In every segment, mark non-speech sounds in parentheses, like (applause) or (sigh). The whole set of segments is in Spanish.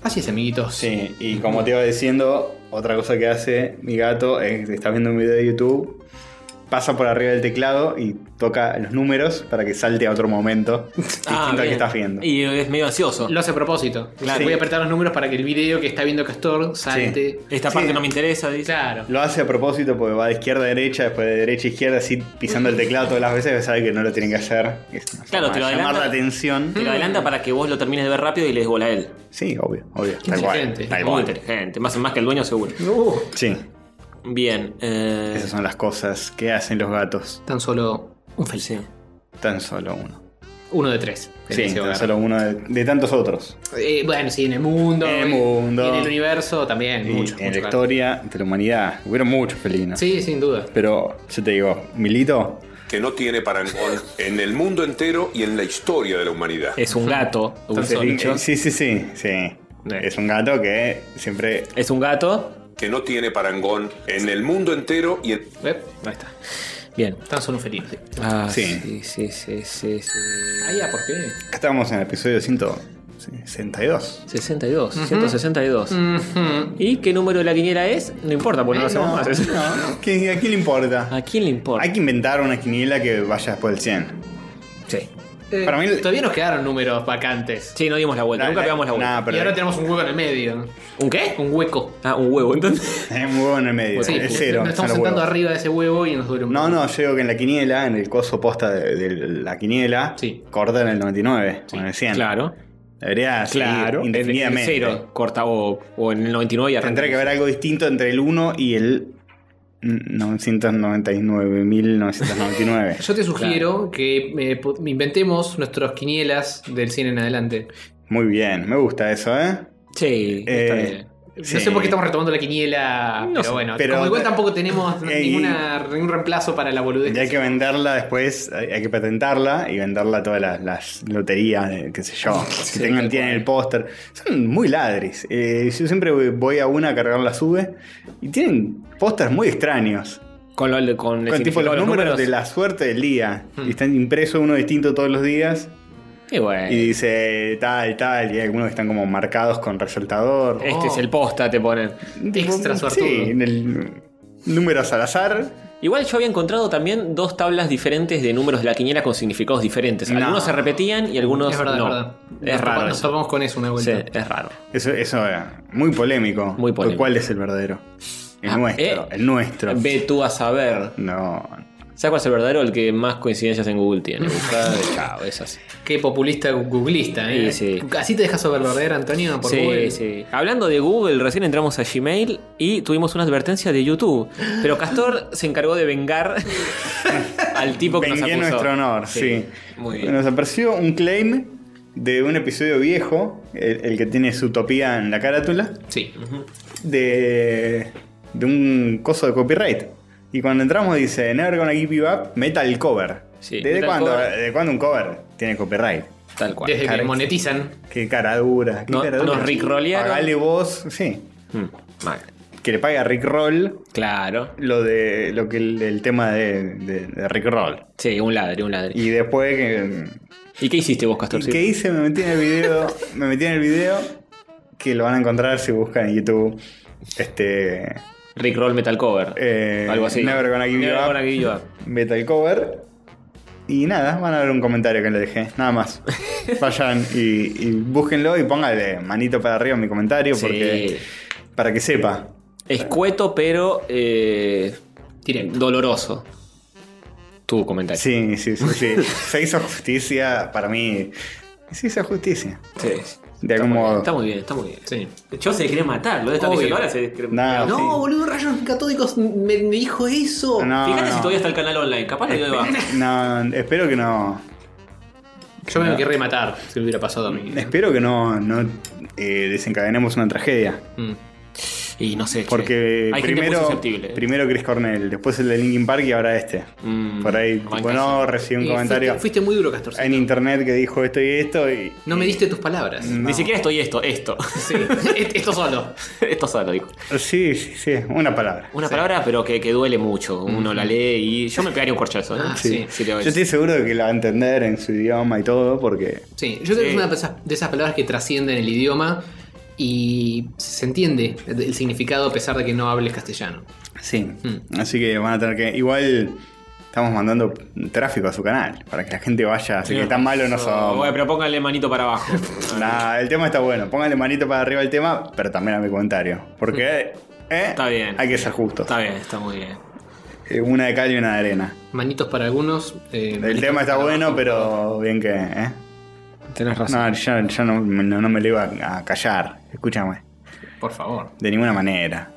Gracias, amiguitos. Sí, y como te iba diciendo, otra cosa que hace mi gato es que está viendo un video de YouTube, pasa por arriba del teclado y toca los números para que salte a otro (laughs) momento distinto al que Ah, bien. estás viendo. Y es medio ansioso. Lo hace a propósito. Claro. Voy a apretar los números para que el video que está viendo Castor salte. Esta Sí. parte no me interesa, dice. Claro. Lo hace a propósito porque va de izquierda a derecha, después de derecha a izquierda, así pisando el teclado todas las veces, que sabe que no lo tienen que hacer. Es una Claro, forma te lo de llamar adelanta. la atención. Te lo adelanta para que vos lo termines de ver rápido y le des bola a él. Sí, obvio, obvio. Qué Tal cual. inteligente. Tal Muy cual. inteligente. Más, más que el dueño, seguro. Uh, Sí, Bien. eh, esas son las cosas que hacen los gatos. tan solo un feliz. sí. Tan solo uno. Uno de tres. en Sí, ese tan hogar. solo uno de, de tantos otros. Eh, bueno, sí, en el mundo. En el eh, mundo. y en el universo también. Y mucho. en mucho la gato. historia de la humanidad hubieron muchos felinos. Sí, sin duda. Pero yo te digo, Milito, que no tiene parangón en el mundo entero y en la historia de la humanidad. Es un gato. un entonces, solicho. eh, sí, sí, sí, sí. Es un gato que siempre Es un gato. Que no tiene parangón en el mundo entero y en... Eh, ahí está. Bien. Tan solo un felino. Ah, Sí. sí, sí, sí, sí, sí. Ah, ya, ¿por qué? Acá Estamos en el episodio 162. 62, 162. Mm. ¿Y qué número de la quiniela es? No importa, porque no lo hacemos más. (laughs) no. ¿Qué- ¿A quién le importa? ¿A quién le importa? Hay que inventar una quiniela que vaya después del 100. Sí. Eh, Para mí- Todavía nos quedaron números vacantes. Sí, no dimos la vuelta, nunca pegamos la vuelta. Nah, pero y ahora tenemos un hueco en el medio. ¿Un qué? Un hueco. Ah, un huevo, entonces. es un huevo en el medio. Pues Sí, es cero. Nos estamos son los sentando huevos. arriba de ese huevo y nos duele un No, no, yo digo que en la quiniela, en el coso posta de, de la quiniela, Sí. cortan el 99 o en el 100. Claro, Debería seguir claro. En- En el indefinidamente. cero, corta o, o en el 99 y arranca. Tendría que haber algo distinto entre el 1 y el 999.999. (laughs) Yo te sugiero que eh, po- inventemos nuestros quinielas del 100 en adelante. Muy bien, me gusta eso, ¿eh? Sí, está Eh, bien. sí. No sé por qué estamos retomando la quiniela, pero sé, bueno, pero- como igual tampoco (laughs) tenemos Eh, y- ninguna, ningún reemplazo para la boludez. Y hay que venderla después, hay hay que patentarla y venderla a todas las, las loterías, eh, qué sé yo. Si tengan, tienen el póster. Son muy ladris. Eh, yo siempre voy- voy a una a cargar la sube y tienen pósters muy extraños. Con, lo, con, Con el tipo significado los de números, de la suerte del día. Y están impresos uno distinto todos los días. Y bueno, Y dice tal, tal. Y hay algunos que están como marcados con resaltador. Oh, este Oh. es el posta, te ponen. Extra suertudo. Sí, en el números al azar. Igual yo había encontrado también dos tablas diferentes de números de la quiniela con significados diferentes. No. Algunos se repetían y algunos es verdad, no. es verdad. Es nos raro. topa- Nos eso. topamos con eso una Sí, vuelta. es raro. Eso, eso era muy polémico. Muy polémico. ¿Cuál es el verdadero? El Ah, nuestro, eh. el nuestro. Ve tú a saber. No. ¿Sabes cuál es el verdadero? El que más coincidencias en Google tiene. Buscá, (laughs) chao, es así. Qué populista googlista, ¿eh? Sí, sí. Así te dejas sobrevalorar, Antonio, por Sí, Google. sí. Hablando de Google, recién entramos a Gmail y tuvimos una advertencia de YouTube. Pero Castor se encargó de vengar (laughs) al tipo que Vengué nos acusó. nuestro honor, sí. Muy bien. Nos apareció un claim de un episodio viejo, el, el que tiene su utopía en la carátula, Sí. de, de un coso de copyright. Y cuando entramos dice, Never gonna give you up, metal cover. Sí, ¿Desde metal cuándo, cover. ¿De cuándo un cover tiene copyright? Tal cual. Desde que Carex. monetizan. Qué cara dura. Qué No- cara dura. nos rickrolearon. Pagale vos, sí. Mm, mal. Que le pague a Rick Roll Claro. lo de lo que el, el tema de, de- de Rick Roll. Sí, un ladre, un ladre. Y después que. ¿Y qué hiciste vos, ¿y Castor? ¿Qué hice? Me metí en el video. me metí en el video. Que lo van a encontrar si buscan en YouTube. Este. Rick Roll Metal Cover. Eh, algo así. Never Gonna Give You Never Up. Gonna Give You Up. Metal cover. Y nada, van a ver un comentario que le dejé. Nada (laughs) más. Vayan y, y búsquenlo y pónganle manito para arriba en mi comentario. Sí. Porque. Para que sepa. Escueto, pero eh, Directo. doloroso. Tu comentario. Sí, sí, sí, (laughs) sí. Se hizo justicia para mí. Se hizo justicia. Sí. De Está algún muy bien, modo. Está muy bien, está muy bien. Sí. Yo se quería matar, lo de esta Obvio. diciendo ahora se cree- Nah, No, sí. (laughs) No, boludo, rayos catódicos me, me dijo eso. No, Fíjate no. Este, si todavía está el canal online, capaz lo dio de baja. No, espero que no. Yo me querría matar si me hubiera pasado a mí. Espero que no, no eh, desencadenemos una tragedia. Mm. (laughs) Y no sé. che. Porque Hay gente muy primero, susceptible, eh. primero Chris Cornell, después el de Linkin Park y ahora este. Mm, Por ahí, banca tipo, eso. no, recibí un Y comentario Fuiste, fuiste muy duro, Castor. en internet que dijo esto y esto y. No me diste tus palabras. Ni siquiera estoy esto, esto. (laughs) (laughs) Sí. Est- Esto solo. esto solo dijo. Sí, sí, sí, una palabra. Una palabra, pero que, que duele mucho. Uno la lee y yo me pegaría un corchazo. ¿eh? Ah, sí. Si le Yo doy. estoy seguro de que la va a entender en su idioma y todo, porque. Sí, yo creo que es una de esas, de esas palabras que trascienden el idioma y se entiende el significado a pesar de que no hables castellano. Sí. Hmm. Así que van a tener que. Igual estamos mandando tráfico a su canal para que la gente vaya. Así que tan malo no Bueno, son. pero póngale manito (laughs) para abajo. Nah, el tema está bueno. Pónganle manito para arriba al tema, pero también a mi comentario. Porque. eh, Hmm. Está bien. Hay que ser justos. Está bien, está muy bien. Eh, Una de cal y una de arena. Manitos para algunos. eh, El manitos tema está para bueno, otros. pero bien que. eh. Tenés No, yo, yo no, no- no me lo iba a callar. Escúchame. Por favor. De ninguna manera.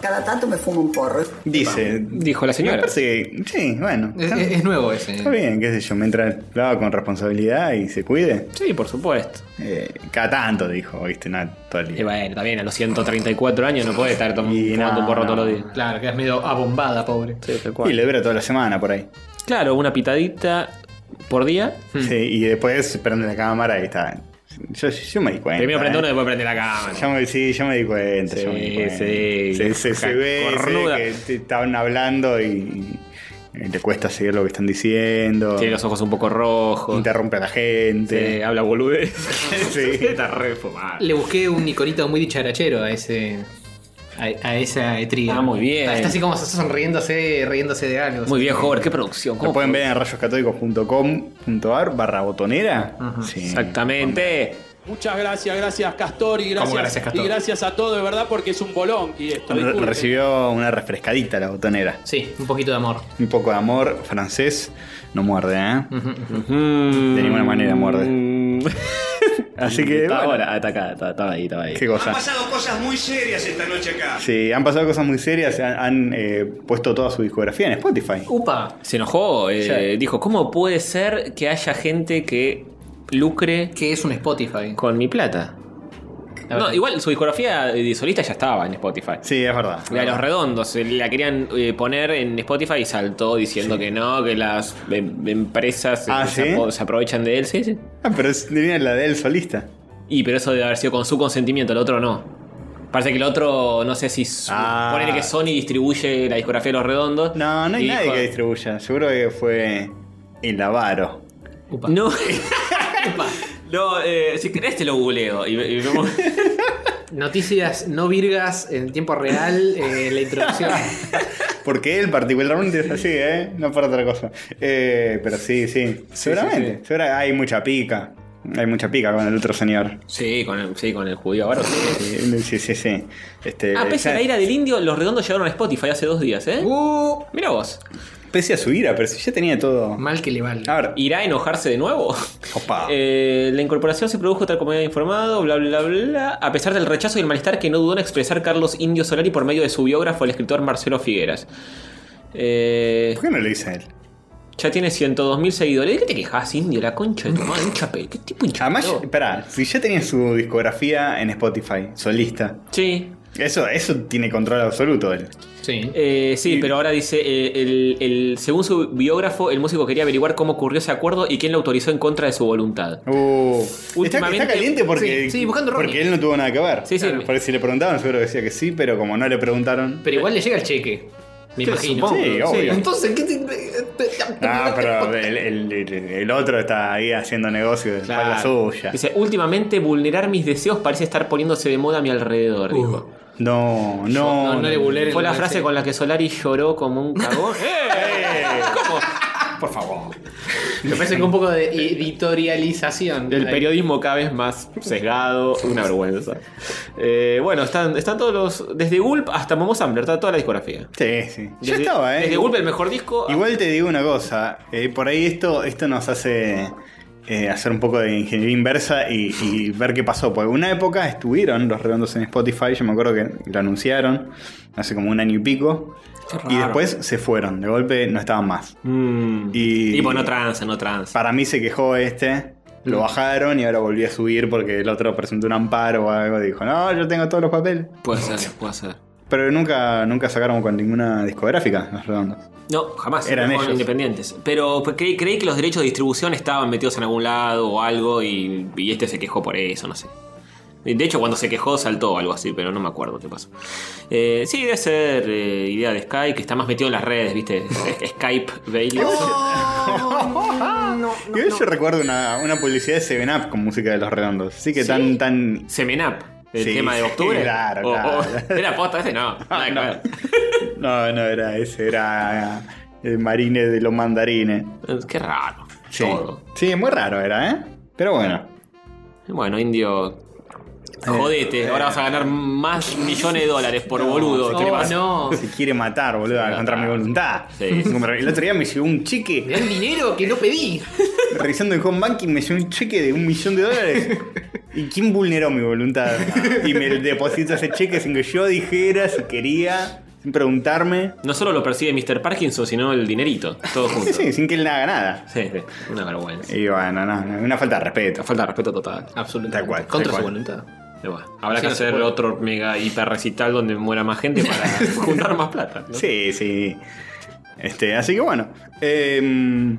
Cada tanto me fumo un porro. Dice. Dijo la Me señora. Eh, parece que. Sí, bueno. Es, Está, es- es nuevo ese. está bien, qué sé yo. Mientras lo haga con responsabilidad y se cuide. Sí, por supuesto. Eh, cada tanto dijo, viste, no todo el Y día. Eh, bueno, está bien, a los 134 años no puede estar tom- Y fumando no, un porro no. todos los días. Claro, que es medio abombada, pobre. Sí, tal Y cual. le dura toda la semana por ahí. Claro, una pitadita por día. Sí, y después prende la cámara y está. Yo, yo me di cuenta. Primero prende eh. uno, después prende la cámara. Yo me, sí, yo me di cuenta. Sí, yo me di cuenta. sí. Se, se- se ve, se ve Cornuda. que te estaban hablando y, y le cuesta seguir lo que están diciendo. Tiene los ojos un poco rojos. Interrumpe a la Sí, gente. habla (laughs) boludez. (laughs) Sí. Está re fumado. Le busqué un iconito muy dicharachero a ese. A, a esa etriga. Ah, muy bien. Está, está así como sonriéndose, riéndose de algo. Muy bien, Hover, qué producción. Lo ¿Cómo pueden fue? ver en rayoscatódicos.com.ar barra botonera. Sí. Exactamente. Muchas gracias, gracias Castor y gracias, ¿Cómo gracias, Castor? y gracias a todo de verdad porque es un bolón y esto. Re- disculpen. Recibió una refrescadita la botonera. Sí, un poquito de amor. Un poco de amor francés. No muerde, ¿eh? De ninguna manera muerde. mm, (laughs) Así que, Estaba bueno. ahora- está acá, está- estaba ahí, estaba ahí. Qué cosa. Han pasado cosas muy serias esta noche acá. Sí, han pasado cosas muy serias. Han, han, eh, puesto toda su discografía en Spotify. Upa. Se enojó, eh, Sí. dijo, ¿cómo puede ser que haya gente que lucre Que es un Spotify. con mi plata? A ver. No, igual su discografía eh, solista ya estaba en Spotify. Sí, es verdad. La de los redondos, eh, la querían eh, poner en Spotify y saltó diciendo que no, que las em- empresas eh, Ah, se, ¿sí? apo- se aprovechan de él, sí, sí. Ah, pero es tenía la de él solista. Y pero eso debe haber sido con su consentimiento, el otro no. Parece que el otro, no sé si. su- Ah. Ponele que Sony distribuye la discografía de los redondos. No, no hay y nadie dijo- que distribuya. Seguro que fue el avaro. Upa. (laughs) No. no, eh, si querés te lo googleo. Y, y vemos- Noticias no virgas en tiempo real, eh, la (laughs) introducción. Porque él particularmente es así, ¿eh? No por otra cosa. Eh, pero sí, sí. Seguramente. Segura- hay mucha pica. Hay mucha pica con el otro señor. (laughs) sí, con el, sí, con el judío avaro. Sí, sí, sí. sí. Este, Ah, pese a la ya- ira del indio, los redondos llegaron a Spotify hace dos días, ¿eh? Uh, Mira vos. pese a su ira, pero si ya tenía todo. mal que le valga. A ver, ¿Irá a enojarse de (laughs) nuevo? Opa. Eh, la incorporación se produjo tal como había informado, bla, bla, bla, a pesar del rechazo y el malestar que no dudó en expresar Carlos Indio Solari por medio de su biógrafo, el escritor Marcelo Figueras. Eh, ¿por qué no le dice a él? ya tiene 102.000 seguidores. ¿De qué te quejas, Indio? La concha de tu madre, un chapel. ¿Qué tipo hincha Además, eh, pelota? espera, si ya tenía su discografía en Spotify, solista, Sí, eso, eso tiene control absoluto él. Sí. Eh, sí, pero ahora dice, eh, el, el- según su biógrafo, el músico quería averiguar cómo ocurrió ese acuerdo y quién lo autorizó en contra de su voluntad. Uh, está, Últimamente- está caliente porque, Sí, sí, buscando Ronnie. porque él no tuvo nada que ver. Sí, sí. Claro, Porque si le preguntaban, seguro decía que sí, pero como no le preguntaron. Pero igual le llega el cheque. Me imagino. supongo, Sí, obvio. Entonces, ¿qué te- Ah, pero el, el- el- el otro está ahí haciendo negocio de espalda Claro. suya. Dice, últimamente vulnerar mis deseos parece estar poniéndose de moda a mi alrededor. Uh. dijo. No, no. No, no le buleren. Fue la no le- frase con la que Solari lloró como (laughs) un cagón. ¡Eh! ¿Cómo? Por favor. Me parece que un poco de editorialización. El Ahí. periodismo cada vez más sesgado, una vergüenza. Eh, bueno, están, están todos los. Desde Gulp hasta Momo Sampler, está toda la discografía. Sí, sí. Ya Desde- estaba, ¿eh? Desde Gulp, el mejor disco. ah, a- Igual te digo una cosa, eh, por ahí esto, esto nos hace eh, hacer un poco de ingeniería inversa y, y ver qué pasó. Porque una época estuvieron los redondos en Spotify, yo me acuerdo que lo anunciaron hace como un año y pico. Y después se fueron, de golpe no estaban más. Mm. Y- Tipo, no tranza, no tranza. Para mí se quejó este, lo bajaron y ahora volvió a subir porque el otro presentó un amparo o algo. Dijo, no, yo tengo todos los papeles. Puede ser, puede ser. Pero nunca, nunca sacaron con ninguna discográfica los redondos. No, jamás. Eran Eran ellos. independientes. Pero pues, creí, creí que los derechos de distribución estaban metidos en algún lado o algo y, y este se quejó por eso, no sé. De hecho, cuando se quejó saltó o algo así, pero no me acuerdo qué pasó. Eh, sí, debe ser eh, idea de Sky, que está más metido en las redes, ¿viste? (laughs) Skype, Bailey. Yo, yo recuerdo una, una publicidad de 7up con música de los redondos. Así que tan, tan Semenap. ¿El Sí, tema de sí, octubre? claro, O- o- claro. (laughs) ¿Era posta (laughs) ese? No. nada que no. ver. No, no era ese, era el marine de los mandarines. Eh, Qué raro. Sí. Todo. Sí, muy raro era, ¿eh? Pero bueno. Bueno, indio. Eh, Jodete, ahora vas a ganar más millones de dólares por boludo. ¿Qué No, pasa? no. Se quiere matar, boludo, contra mi voluntad. (laughs) Sí. El otro día me llegó un Me cheque, dan dinero que no pedí. revisando el home banking, me llegó un cheque de un millón de dólares. ¿Y quién vulneró mi voluntad? Y me depositó ese cheque sin que yo dijera si quería, sin preguntarme. No solo lo percibe Mr. Parkinson, sino el dinerito. Todo junto. Sí, Sí, sí, sin que él haga nada. sí, Una vergüenza. Y bueno, no, no, una Eh, falta de respeto. Falta de respeto total. Absolutamente. Tal cual, tal Contra cual. su voluntad. Y bueno, Habrá Sí, que no se hacer puede. otro mega hiper recital donde muera más gente para (laughs) juntar más plata. ¿no? Sí, sí. Este, así que bueno. em,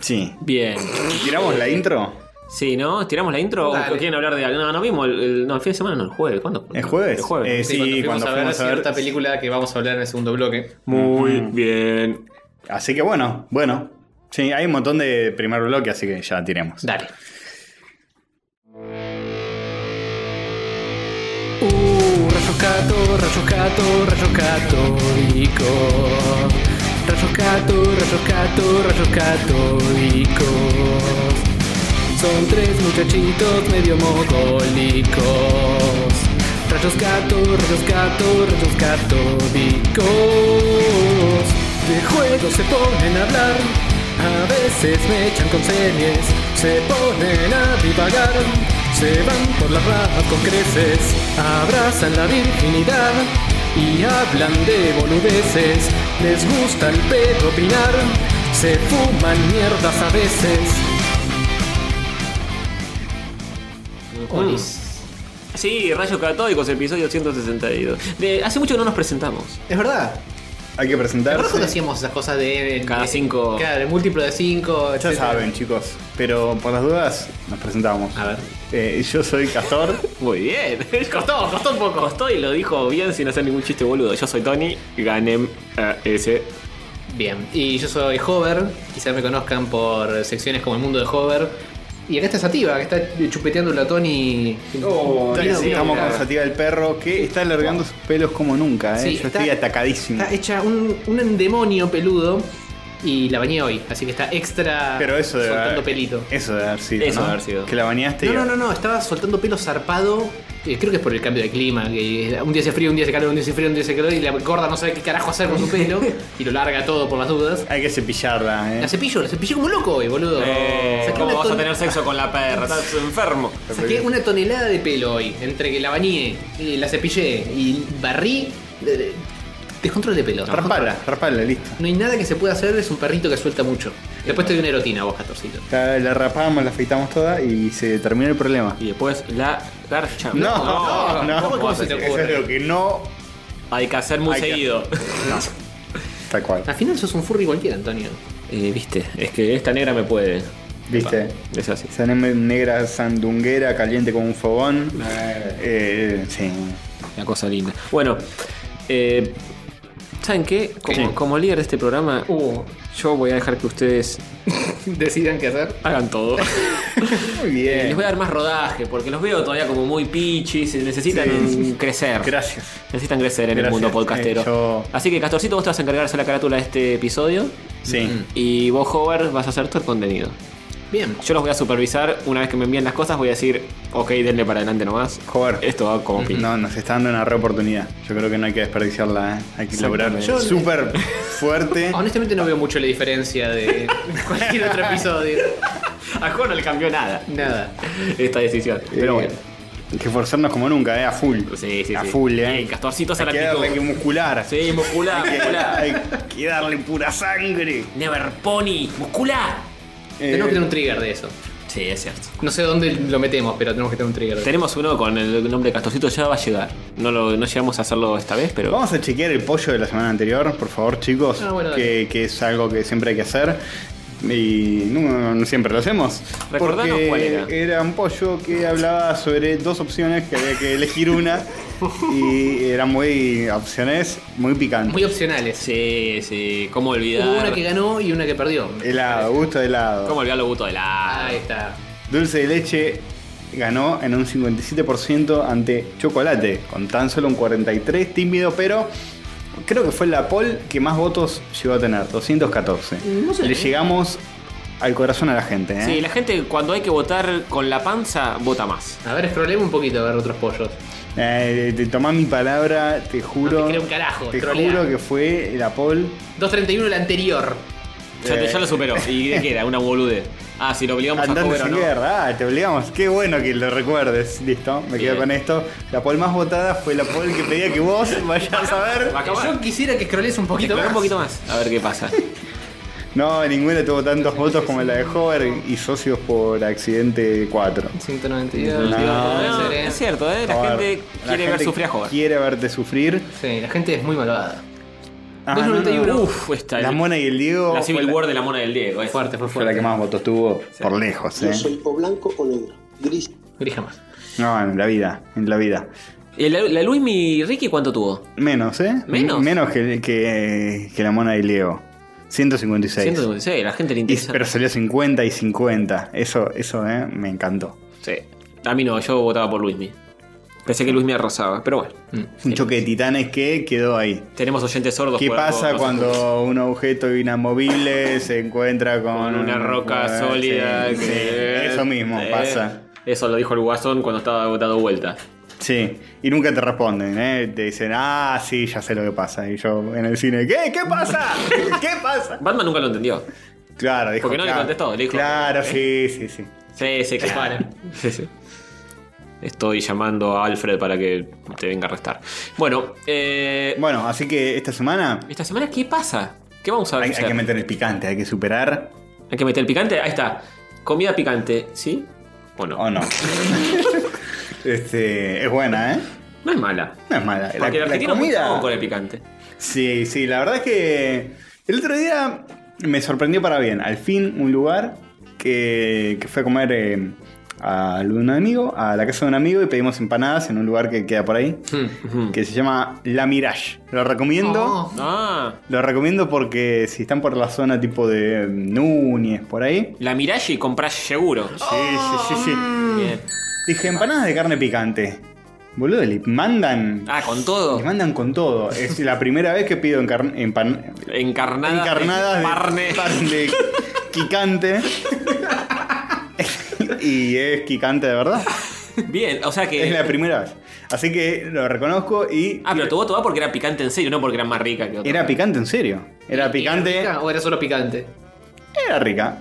sí. Bien. ¿Tiramos la intro? Sí, ¿no? ¿Tiramos la intro o Dale. quieren hablar de algo? No, no vimos. El, el- no, el fin de semana no, el jueves. ¿Cuándo? ¿El jueves? El jueves. Eh, sí, cuando, fuimos a ver. cierta película que vamos a hablar en el segundo bloque. Muy bien. Así que bueno, bueno. Sí, hay un montón de primer bloque, así que ya tiremos. Dale. Uh, rayos gato, rayos gato, rayos católicos. Rayos gato, rayos gato, rayos católicos. Son tres muchachitos medio mogólicos. Rayos gato, rayos gato, rayos católicos. De juego se ponen a hablar. A veces me echan con series. Se ponen a divagar. Se van por las ramas con creces, abrazan la virginidad y hablan de boludeces. Les gusta el pedo opinar, se fuman mierdas a veces. Sí, Rayos Catódicos, episodio 162. De, hace mucho que no nos presentamos. Es verdad. Hay que ¿Te acuerdas cuando presentarse. hacíamos esas cosas de. Cada de- cinco. Claro, el múltiplo de 5. Ya saben, chicos. Pero por las dudas, nos presentamos. A ver. Eh, yo soy Castor. Muy bien. (laughs) Costó, costó un poco. Costó y lo dijo bien sin hacer ningún chiste boludo. Yo soy Tony, ganem eh, ese. Bien, y yo soy Hover. Quizás me conozcan por secciones como el mundo de Hover. Y acá está Sativa, que está chupeteando la Tony. Oh, Está- Oh, estamos con Sativa del Perro, que está alargando sus pelos como nunca. eh. Sí, yo está- estoy atacadísimo. Está hecha un, un demonio peludo y la bañé hoy, así que está extra Pero eso de soltando pelito. Eso de haber sido. Eso ¿no? de haber sido. Que la bañaste. No, y- no, no, no, estaba soltando pelo zarpado. eh, Creo que es por el cambio de clima, que un día hace frío, un día hace calor, un día hace frío, un día hace calor y la gorda no sabe qué carajo hacer con su (laughs) pelo y lo larga todo por las dudas. Hay que cepillarla, eh. La cepillo, la cepillé como loco hoy, boludo. Eh, Saqué ¿Cómo una vas a ton- tener sexo con la perra? Estás enfermo. Saqué una tonelada de pelo hoy, entre que la bañé, y la cepillé y barrí. eh, Descontrol de pelo. Raspala, raspala, listo. No hay nada que se pueda hacer, es un perrito que suelta mucho. Después te doy una erotina a vos, Castorcito. La, la rapamos, la afeitamos toda y se terminó el problema. Y después la garcha. No, no, no, no. ¿cómo se te Eso ocurre? es lo que no. Hay que hacer muy Hay que- seguido. Tal cual. Al final sos un furry cualquiera, Antonio. Eh, Viste, es que esta negra me puede. ¿Viste? Es así. Esa ne- negra sandunguera caliente como un fogón. Eh, sí. Una cosa linda. Bueno, eh, ¿saben qué? Como, Sí. Uh. como líder de este programa, yo voy a dejar que ustedes (laughs) Decidan qué hacer. hagan (laughs) todo. Muy Les voy bien. a dar más rodaje, porque los veo todavía como muy pichis, necesitan Sí, sí. crecer. Gracias. Necesitan crecer en Gracias. el mundo podcastero. Eh, yo- Así que, Castorcito, vos te vas a encargar de hacer la carátula de este episodio. Sí. Y vos, Hover, vas a hacer todo el contenido. Bien. Yo los voy a supervisar. Una vez que me envíen las cosas, voy a decir, ok, denle para adelante nomás. Joder. Esto va como pin. Mm. No, nos está dando una re oportunidad. Yo creo que no hay que desperdiciarla, ¿eh? Hay que laburar Yo- súper (laughs) fuerte. Honestamente no veo mucho la diferencia (laughs) de cualquier otro episodio. (laughs) A Jo no le cambió nada Nada. esta decisión. Pero Eh, bueno. Hay que forzarnos como nunca, ¿eh? A full. Sí, sí, A sí. full, ¿eh? Bien, Castorcito, esa hay es que la darle que actitud. muscular. Sí, musculá, Hay que- musculá. hay que darle pura sangre. Never Pony, musculá. Tenemos Eh, que tener un trigger de eso. Sí, es cierto. No sé dónde lo metemos, pero tenemos que tener un trigger. De eso. Tenemos uno con el nombre de Castorcito, ya va a llegar. No, lo, no llegamos a hacerlo esta vez, pero. Vamos a chequear el pollo de la semana anterior, por favor, chicos. Ah, bueno, que, que es algo que siempre hay que hacer. Y no, no siempre lo hacemos. Recordanos porque cuál era. un pollo que hablaba sobre dos opciones que había que (laughs) elegir una. y eran muy opciones muy picantes. Muy opcionales. Sí, sí, cómo olvidar. Hubo una que ganó y una que perdió. helado, gusto de helado. Cómo olvidar los gustos de la. Ahí está. Dulce de leche ganó en un 57% ante Chocolate, con tan solo un 43% tímido, pero creo que fue la poll que más votos llegó a tener, 214. Le llegamos al corazón a la gente, ¿eh? Mm, Sí, la gente cuando hay que votar con la panza, vota más. A ver, scrollemos un poquito a ver otros pollos. Eh, te tomás mi palabra, te juro. No te creo un carajo, te trolea. juro que fue la poll. 231 el anterior. Ya, te- ya lo superó. ¿Y de qué era? Una boludez. Ah, si lo obligamos a Eh. Andando comer o sin no. guerra, ah, te obligamos. Qué bueno que lo recuerdes. Listo, me Bien. quedo con esto. La poll más votada fue la poll que pedía que vos vayas a ver. Va a acabar. Yo quisiera que scrolles un poquito Explorá más. un poquito más. A ver qué pasa. No, ninguna tuvo tantos votos como la de Hover y socios por accidente 4. 192. No. puede No, ser, ¿eh? es cierto, ¿eh? la Joder, gente la quiere ver gente sufrir a joven. Quiere verte sufrir. Sí, la gente es muy malvada. Ah, 291. Uf, esta La Mona y el Diego. fue la Civil War de la mona del Diego. Fue es. fuerte, fue Fue la fuerte. que más votos tuvo por lejos, ¿eh? o blanco o negro, gris. Grija más. No, en la vida, en la vida. ¿Y la, la Luis mi Ricky cuánto tuvo? Menos, ¿eh? ¿Menos? M- Menos que, que, que la mona de Leo. 156. 156, la gente Y- le interesa. pero salió 50 y 50. Eso, eso, ¿eh? Me encantó. Sí. A mí no, yo votaba por Luismi. Pensé que Luismi arrasaba, pero bueno. Un choque de titanes que quedó ahí. Tenemos oyentes sordos. ¿Qué por- por- pasa por- cuando un objeto inamovible se encuentra con Con una roca eh, sólida. sí, que- sí, eso mismo eh, pasa. Eso lo dijo el Guasón cuando estaba dando vuelta. Sí, y nunca te responden, ¿eh? Te dicen, ah, sí, ya sé lo que pasa. Y yo en el cine, ¿qué? ¿Qué pasa? (laughs) ¿Qué pasa? Batman nunca lo entendió. Claro, dijo. Porque no le claro. contestó, le dijo, eh. Claro, sí, sí, sí. Sí, sí, (laughs) claro. Sí, sí. Estoy llamando a Alfred para que te venga a arrestar. Bueno, eh, Bueno, así que esta semana ¿esta semana qué pasa? ¿Qué vamos a hay, ver? hay que meter el picante, hay que superar Hay que meter el picante. Ahí está. Comida picante, ¿sí? ¿O no? o (laughs) no. (laughs) este, es buena, ¿eh? No es mala. No es mala. Porque el argentino comida... con el picante. Sí, sí, la verdad es que el otro día me sorprendió para bien. Al fin, un lugar que, que fue a comer eh, a un amigo, a la casa de un amigo, y pedimos empanadas en un lugar que queda por ahí, que se llama La Mirage. Lo recomiendo. Oh, Ah, Lo recomiendo porque si están por la zona tipo de eh, Núñez, por ahí. la mirage y comprás seguro. Sí, sí, sí, sí. Bien. Mm. Dije, empanadas de carne picante. Boludo, le mandan. Ah, con todo. Le mandan con todo. Es la primera vez que pido encarn- empan- Encarnada. encarnadas de Parne. (laughs) pan de (laughs) quicante. y es quicante de verdad. Bien, o sea que. Es la primera vez. Así que lo reconozco y Ah, pero tu voto va porque era picante en serio, no porque era más rica que otra. era picante en serio. Era picante, ¿O era solo picante? era rica.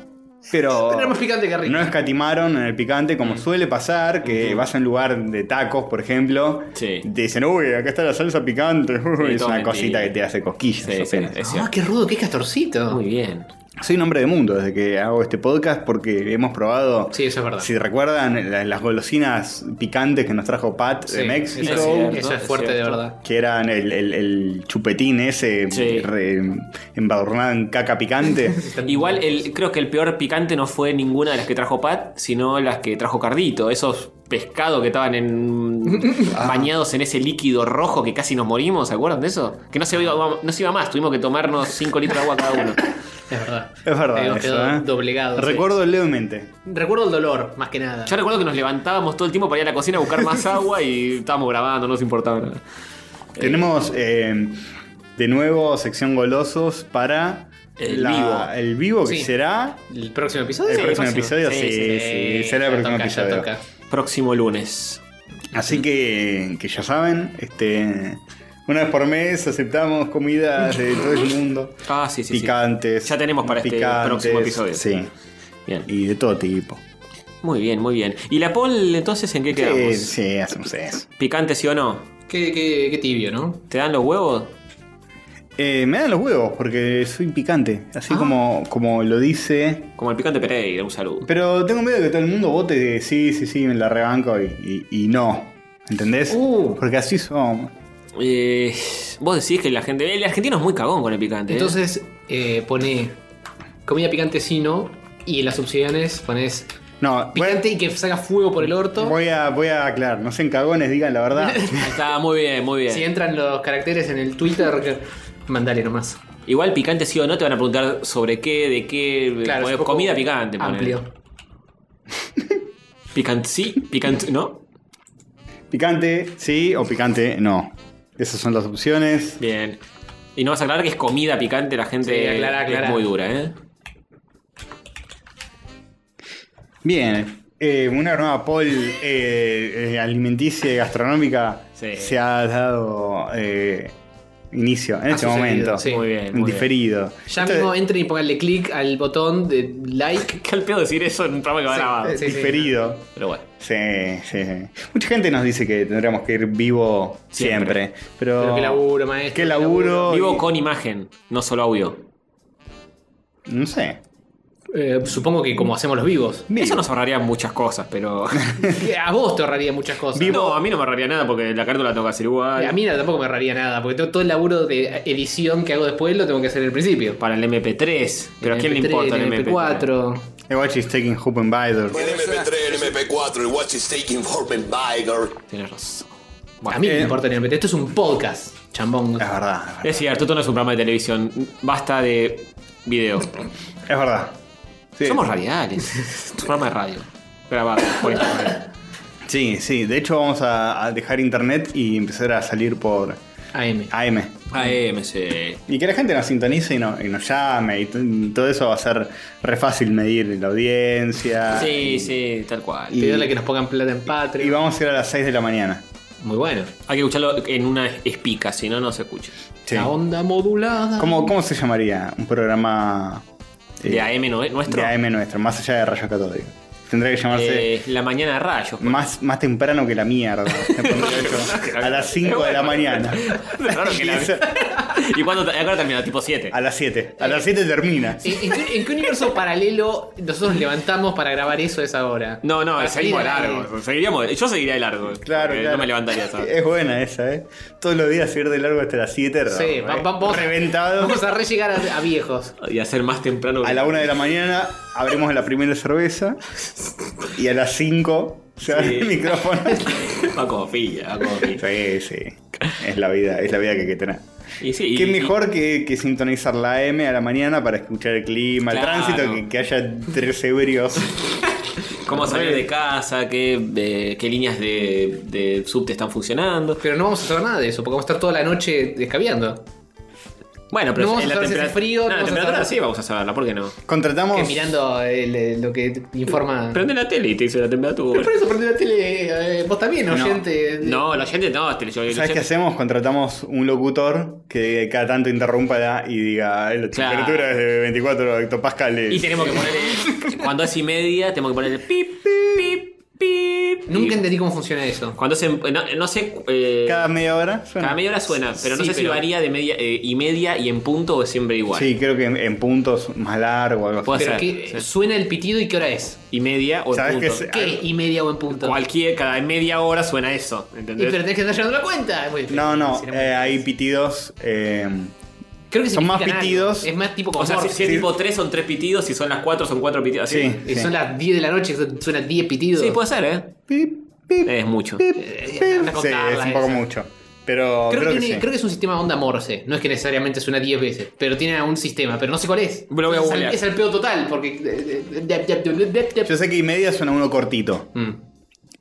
Pero Pero era más picante que rico. Oh. no escatimaron en el picante Mm. como suele pasar, que vas a un lugar de tacos, por ejemplo, Sí. te dicen, uy, acá está la salsa picante. (laughs) uy", Sí, es todo una mentira. cosita que te hace cosquillas. Sí, sí, apenas. es Ah, cierto. qué rudo, qué castorcito. Muy bien. Soy un hombre de mundo desde que hago este podcast porque hemos probado. Sí, eso es verdad. Si recuerdan, la- las golosinas picantes que nos trajo Pat Sí, Eso de es, México. cierto, eso es Es fuerte de cierto. verdad. Que eran el, el- el chupetín ese Sí. re- embadurnado en (laughs) caca picante. Igual el, creo que el peor picante no fue ninguna de las que trajo Pat, sino las que trajo Cardito. Esos pescados que (laughs) estaban en, Ah. bañados en ese líquido rojo que casi nos morimos, ¿se acuerdan de eso? Que no se iba, no se iba más, tuvimos que tomarnos 5 litros de agua cada uno. Es verdad. es verdad. Eh, nos eso, quedó ¿eh? doblegado. sí. Eh. Recuerdo levemente. Recuerdo el dolor, más que nada. Yo recuerdo que nos levantábamos todo el tiempo para ir a la cocina a buscar más agua y estábamos grabando, no nos importaba nada. Tenemos eh, de nuevo sección golosos para El la- vivo. el vivo que Sí. será ¿El próximo episodio? el Sí, próximo próximo. episodio. Sí, Sí, sí, será ya el próximo toca, ya episodio. toca. Próximo lunes. Así que, que ya saben, este, una vez por mes aceptamos comidas de todo el mundo. (laughs) Ah, sí, sí. sí. picantes. Ya tenemos para este próximo episodio. Sí, Bien. y de todo tipo. Muy bien, muy bien. ¿Y la Paul entonces en qué Sí, quedamos? sí, hacemos eso. ¿Picante sí o no? Qué, qué- qué tibio, ¿no? ¿Te dan los huevos? Eh, me dan los huevos porque soy picante, Ah. así como, como lo dice. Como el picante Pereira, un saludo. Pero tengo miedo de que todo el mundo vote de sí, sí, sí, me la rebanco y, y- y no. ¿Entendés? Uh. Porque así somos. Eh, vos decís que la gente. El argentino es muy cagón con el picante. ¿eh? Entonces eh, pone comida picante sino y en las opciones pones No, voy a- picante y que saca fuego por el orto. voy a, voy a aclarar, no sean cagones, digan la (laughs) verdad. Ahí Está muy bien, muy bien. Si entran los caracteres en el Twitter, que- mandale nomás. Igual picante sí o no, te van a preguntar sobre qué, de qué. Claro, ponés es un poco comida picante. ponés. Amplio. Picant sí, picant no. Picante, sí, o picante, no. Esas son las opciones. Bien. Y no vas a aclarar que es comida picante, la gente Sí, aclara, aclara. es muy dura, ¿eh? (laughs) Bien, eh, una nueva poll eh, eh, alimenticia y gastronómica Sí. se ha dado eh, inicio en Ha este sucedido, momento. sí. Muy bien. En muy bien. diferido. Ya Esto mismo es- entren y pónganle clic al botón de like. Qué al pedo decir eso en un programa que va Sí. grabado. es sí, sí. diferido. Pero bueno. Sí, sí, sí. Mucha gente nos dice que tendríamos que ir vivo siempre. Siempre. Pero, Pero qué laburo, maestro, Qué qué laburo. Vivo y- con imagen, no solo audio. No sé. Eh, supongo que como hacemos los (laughs) vivos. Eso nos ahorraría muchas cosas, pero. (laughs) Que A vos te ahorraría muchas cosas. no, a mí no me ahorraría nada porque la carta la tengo que hacer igual. A mí no, tampoco me ahorraría nada, porque tengo todo el laburo de edición que hago después lo tengo que hacer al principio. Para el MP3. Pero ¿a quién MP3, le importa el MP3? MP4. The watch is taking hoop and by the- El MP3, el MP4, el Watch is taking for me, Biger. Tienes razón. a mí no eh. Ah. me importa el MP3. Esto es un podcast, chambón. Es verdad, es verdad. Es cierto, esto no es un programa de televisión. Basta de video. Es verdad. Sí. Somos radiales. Es un programa de radio. Grabado por internet. Sí, sí. De hecho, vamos a, a dejar internet y empezar a salir por AM. AM. AMC. Y que la gente nos sintonice y, no- y nos llame. Y t- todo eso va a ser re fácil medir la audiencia. Sí, sí, tal cual. Y- Pedirle que nos pongan plata en Y Patreon. vamos a ir a las 6 de la mañana. Muy bueno. Hay que escucharlo en una espica, si no, no se escucha. Sí. La onda modulada. ¿Cómo, ¿Cómo se llamaría un programa eh, De AM no- nuestro. de AM nuestro, más allá de Rayos Catódicos? Tendría que llamarse Eh, la mañana de rayos. pues. más, más temprano que la (laughs) mierda. Le pondría yo, a las 5 de la mañana. Claro (laughs) que la- (laughs) ¿Y cuándo a qué hora termina? Tipo 7. A las 7. A las 7 termina. Eh, ¿En, en qué, en qué universo paralelo nosotros levantamos para grabar eso a esa hora? No, no, Para salir seguimos al aire. largo. Seguiríamos, yo seguiría de largo. eh. Claro, porque claro. Eh, No (laughs) me levantaría esa. Es buena esa, ¿eh? Todos los días ir de largo hasta las 7. Sí, va- va- vamos, eh, Reventado. vamos a re llegar a, a viejos. Y hacer más temprano. que- (laughs) A la 1 de la mañana abrimos la primera cerveza. Y a las 5 se abre (laughs) el micrófono. Va como pilla, va como (laughs) pilla. Sí, sí. Es la vida, es la vida que hay que tener. Y sí, y- Qué mejor que, que sintonizar la M a la mañana para escuchar el clima, Claro. el tránsito, que, que haya tres ebrios. y Cómo salir (laughs) de casa, qué, eh, qué líneas de, de subte están funcionando. Pero no vamos a hacer nada de eso, porque vamos a estar toda la noche descabeando. Bueno, pero No vamos en a la saber si temperatura. hace frío, no la vamos a temperatura saber- sí vamos a saberla, ¿por qué no? Contratamos. Que mirando el- el- lo que informa. Prende la tele y te dice la temperatura. Pero por eso prendí la tele. eh, vos también, No. oyente. de- No, la gente no, te- yo- la ¿Sabes qué gente- hacemos? Contratamos un locutor que cada tanto interrumpa la- y diga "Eh, la Claro. temperatura es de 24 hectopascales. Y tenemos que (laughs) poner cuando es y media, tenemos que poner pip, pip, pip. Nunca Y entendí cómo funciona eso. Cuando se. No, no sé. eh, Cada media hora suena. cada media hora suena, pero no Sí, sé si pero- varía de media eh, y media y en punto o es siempre igual. Sí, creo que en, en puntos más largo algo así. Puede Pero ser, que sí. suena el pitido y qué hora es. Y media o en ¿Sabes punto. qué es? eh, ¿Qué? Y media o en punto. Cualquier, cada media hora suena eso, Y, ¿entendés? pero tenés que estar llevando la cuenta. Muy bien. No, no, Si eh, hay pitidos. eh, Creo que son más significan algo. pitidos. Es más tipo como o sea, si, Morse. si es tipo 3 son 3 pitidos, si son las 4 son 4 pitidos. así. sí, Y sí. Eh, Son las 10 de la noche, son- suenan 10 pitidos. Sí, puede ser, ¿eh? Pip, pip, Es mucho. pip, Eh, pip. anda a Sí, es contarla un poco esa. mucho. Pero Creo, creo, que que, tiene- sí. creo que es un sistema onda Morse. No es que necesariamente suena 10 veces, pero tiene un sistema, pero no sé cuál es. Lo voy a es, al, googlear. es al pedo total, eh, porque. Yo sé que y media suena uno cortito. Mm.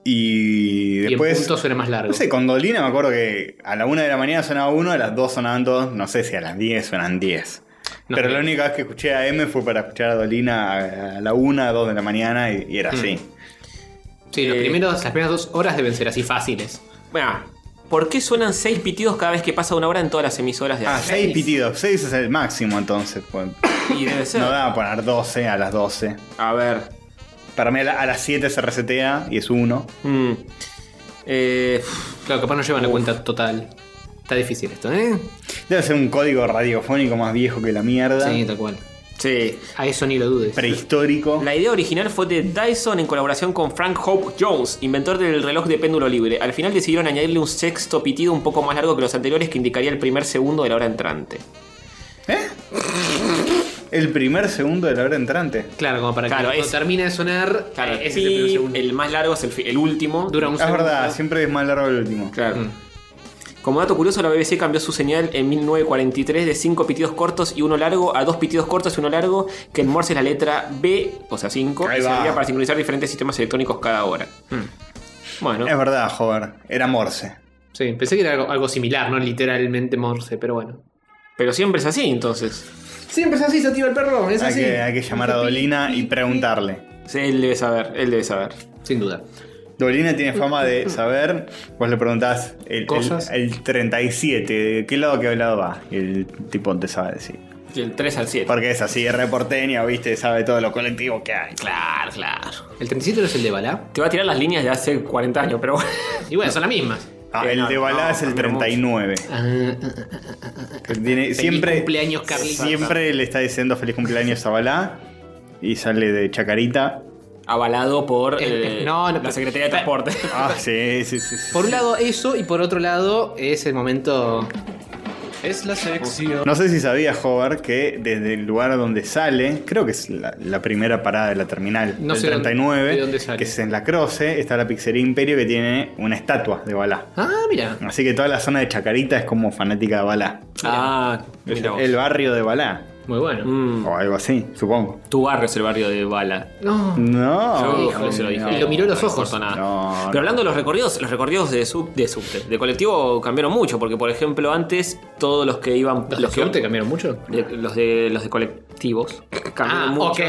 Y Y en después. punto suena más largo. No sé, con Dolina me acuerdo que a la una de la mañana sonaba uno, a las dos sonaban dos, no sé si a las 10 sonan 10. No eh. Pero sé. la única vez que escuché a M fue para escuchar a Dolina a- a la una, a dos de la mañana y, y era Mm. así. Sí, los Eh, primeros, las primeras dos horas deben ser así fáciles. Bueno, ¿por qué suenan 6 pitidos cada vez que pasa una hora en todas las emisoras de Ah, AM? seis pitidos, seis es el máximo entonces. pues. Y debe ser. No da para poner 12 a las 12. A ver. Para mí a, la- a las 7 se resetea y es uno. Mm. Eh, Claro, capaz no llevan la cuenta total. Está difícil esto, ¿eh? Debe ser un código radiofónico más viejo que la mierda. Sí, tal cual. sí. A eso ni lo dudes. prehistórico. La idea original fue de Dyson en colaboración con Frank Hope Jones, inventor del reloj de péndulo libre. Al final decidieron añadirle un sexto pitido un poco más largo que los anteriores que indicaría el primer segundo de la hora entrante. ¿Eh? El primer segundo de la hora entrante. Claro, como para Claro, que cuando es- termine de sonar, Claro, eh, ese es pi, el primer el, segundo. más largo es el, fi- el último. Dura un Es segundo. verdad, siempre es más largo el último. Claro. Mm. Como dato curioso, la BBC cambió su señal en 1943 de 5 pitidos cortos y uno largo a 2 pitidos cortos y uno largo, que en Morse es la letra B, o sea 5, Ahí y va. servía para sincronizar diferentes sistemas electrónicos cada hora. Mm. Bueno, Es verdad, joder. Era Morse. Sí, pensé que era algo, algo similar, no literalmente Morse, pero bueno. pero siempre es así entonces. Siempre es así, tío el perro, es Hay así. que, hay que llamar a Dolina y preguntarle. Sí, Él debe saber, él debe saber. Sin duda. Dolina tiene fama (laughs) de saber. Vos le preguntás el, el- Cosas. el, 37, ¿de qué lado, qué lado va? Y el tipo te sabe decir. Del 3 al 7. Porque es así, es reporteña, viste, sabe todos los colectivos que hay. Claro, claro. El 37 no es el de Balá. Te va a tirar las líneas de hace 40 años, pero bueno. (laughs) Y bueno, son las mismas. Ah, Sí, el no, de Balá no, es el cambió 39. Ah, ah, ah. que tiene- siempre, cumpleaños, Carlitos. Siempre le está diciendo feliz cumpleaños a Balá. Y sale de Chacarita. Avalado por El- eh, no, no, la pero- Secretaría de Transporte. Ah, sí, sí, sí. sí. Por un lado eso y por otro lado es el momento... Es la sección. No sé si sabías, Hover, que desde el lugar donde sale, creo que es la, la primera parada de la terminal No del sé dónde- 39, de dónde sale. que es en la Croce, está la pizzería Imperio que tiene una estatua de Balá. Ah, mira. Así que toda la zona de Chacarita es como fanática de Balá. (laughs) Ah, Es mira vos. el barrio de Balá, Muy bueno. Mm, o algo así, supongo. tu barrio es el barrio de Bala. No. No, Yo Híjole, se lo dije. Y lo miró los No ojos. corto nada. No, Pero no. hablando de los recorridos, los recorridos de, sub, de subte, de colectivo cambiaron mucho, porque por ejemplo antes todos los que iban... ¿Los, que, que te cambiaron mucho? de- los, de, los de colectivos cambiaron Ah, mucho. ok.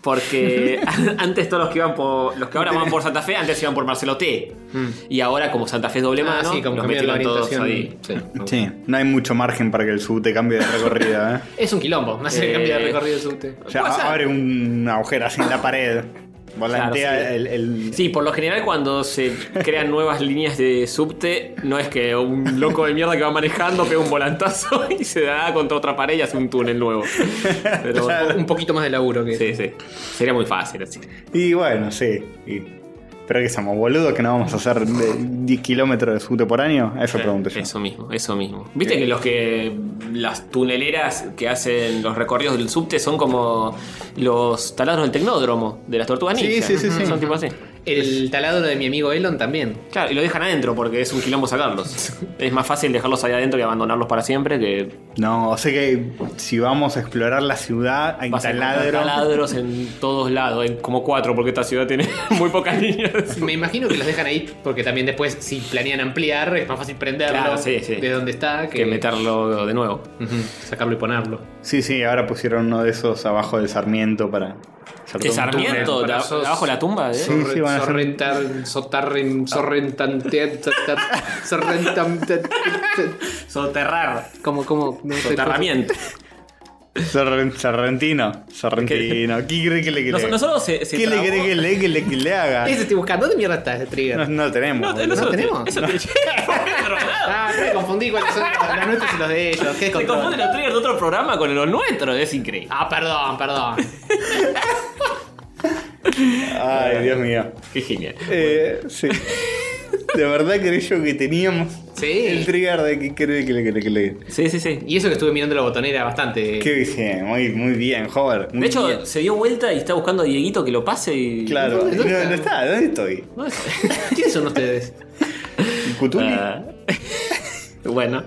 Porque (laughs) antes todos los que iban por. Los que ahora van por Santa Fe, antes iban por Marcelo T. Y ahora, como Santa Fe es doble Mm. Ah, mano, sí, como los cambiaron la metieron todos orientación. Sí. ahí. Sí, no hay mucho margen para que el subte cambie de (laughs) recorrido, ¿eh? Es un quilombo, me hace Eh. cambiar el recorrido del subte. O sea, Puede ser. abre un agujero así en la pared. Volantea Claro, sí. el, el- Sí, por lo general cuando (laughs) se crean nuevas líneas de subte, no es que un loco de mierda que va manejando pega un volantazo (laughs) y se da contra otra pared y hace un túnel nuevo. (laughs) Pero bueno, Un poquito más de laburo que. sí, sí. Sería muy fácil así. Y bueno, sí. y- Pero que somos boludos que no vamos a hacer de 10 kilómetros de subte por año. Eso pregunto yo. Eh, Eso mismo, eso mismo. Viste que los que. las tuneleras que hacen los recorridos del subte son como los taladros del tecnódromo, de las tortugas Sí, ninja. sí, sí, sí. Son tipo así. El taladro de mi amigo Elon también. Claro, y lo dejan adentro porque es un quilombo (laughs) sacarlos. es más fácil dejarlos ahí adentro y abandonarlos para siempre que. No, o sea que si vamos a explorar la ciudad, hay vas a encontrar taladro. taladros en todos lados, en como cuatro, porque esta ciudad tiene (laughs) muy pocas líneas. Me imagino que los dejan ahí porque también después, si planean ampliar, es más fácil prenderlo Claro, sí, sí. de donde está que, que meterlo de nuevo. Ujú, sacarlo y ponerlo. Sí, sí, ahora pusieron uno de esos abajo del Sarmiento para. hacer Que todo un túnel. Sarmiento, para de- esos- abajo de la tumba, ¿eh? Sí, sí, van a Ah. hacer- Sorrentar, sotarren, sorrentan, sorrentan, Soterrar. como, como, no sé, Soterramiento. Sorren- Sorrentino. Sorrentino. ¿Qué cree que le que le- Nos- Nosotros se, se ¿Qué le trabó- cree que le, que le, que le haga? Ese estoy este buscando, ¿dónde mierda está ese trigger? No, no lo tenemos. No, boludo. no, solo tenemos? te- Eso (laughs) te Ah, me confundí cuáles son las nuestras y los de ellos. ¿Qué Se descontrol. confunden los triggers de otro programa con los nuestros, es increíble. Ah, perdón, perdón. Ay, Dios mío. Ah, Qué genial. Eh, sí. De verdad creyó que teníamos Sí. el trigger de que cree que le, que le, que le. Sí, sí, sí. Y eso que estuve mirando la botonera bastante. Qué bien, muy, muy bien, Hover. muy De hecho, bien. se dio vuelta y está buscando a Dieguito que lo pase y. claro. ¿dónde- dónde no, está? no está, ¿dónde estoy? No es- (laughs) ¿Quiénes son ustedes? ¿Cutuli? Ah. (laughs) bueno.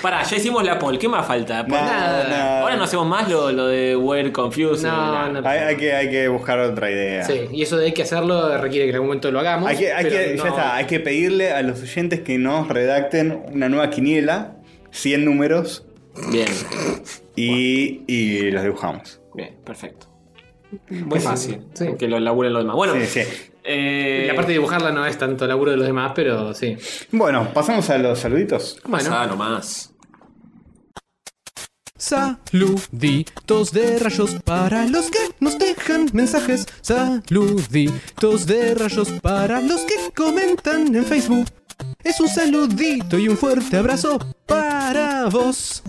Pará, ya hicimos la poll. ¿Qué más falta? Poll- No, nada. no. pues Ahora no hacemos más lo, lo de We're Confused. No, no. Hay, hay que, hay que buscar otra idea. Sí, y eso de hay que hacerlo requiere que en algún momento lo hagamos. Hay que, hay pero que- no- Ya está, hay que pedirle a los oyentes que nos redacten una nueva quiniela, 100 números, Bien, y, y los dibujamos. bien, perfecto. Muy fácil. sí. Que lo laburen los demás. Bueno, Sí, sí. eh, La parte de dibujarla no es tanto laburo de los demás, pero sí. Bueno, pasamos a los saluditos. Bueno, pasá nomás. Saluditos de rayos para los que nos dejan mensajes. Saluditos de rayos para los que comentan en Facebook. Es un saludito y un fuerte abrazo para vos.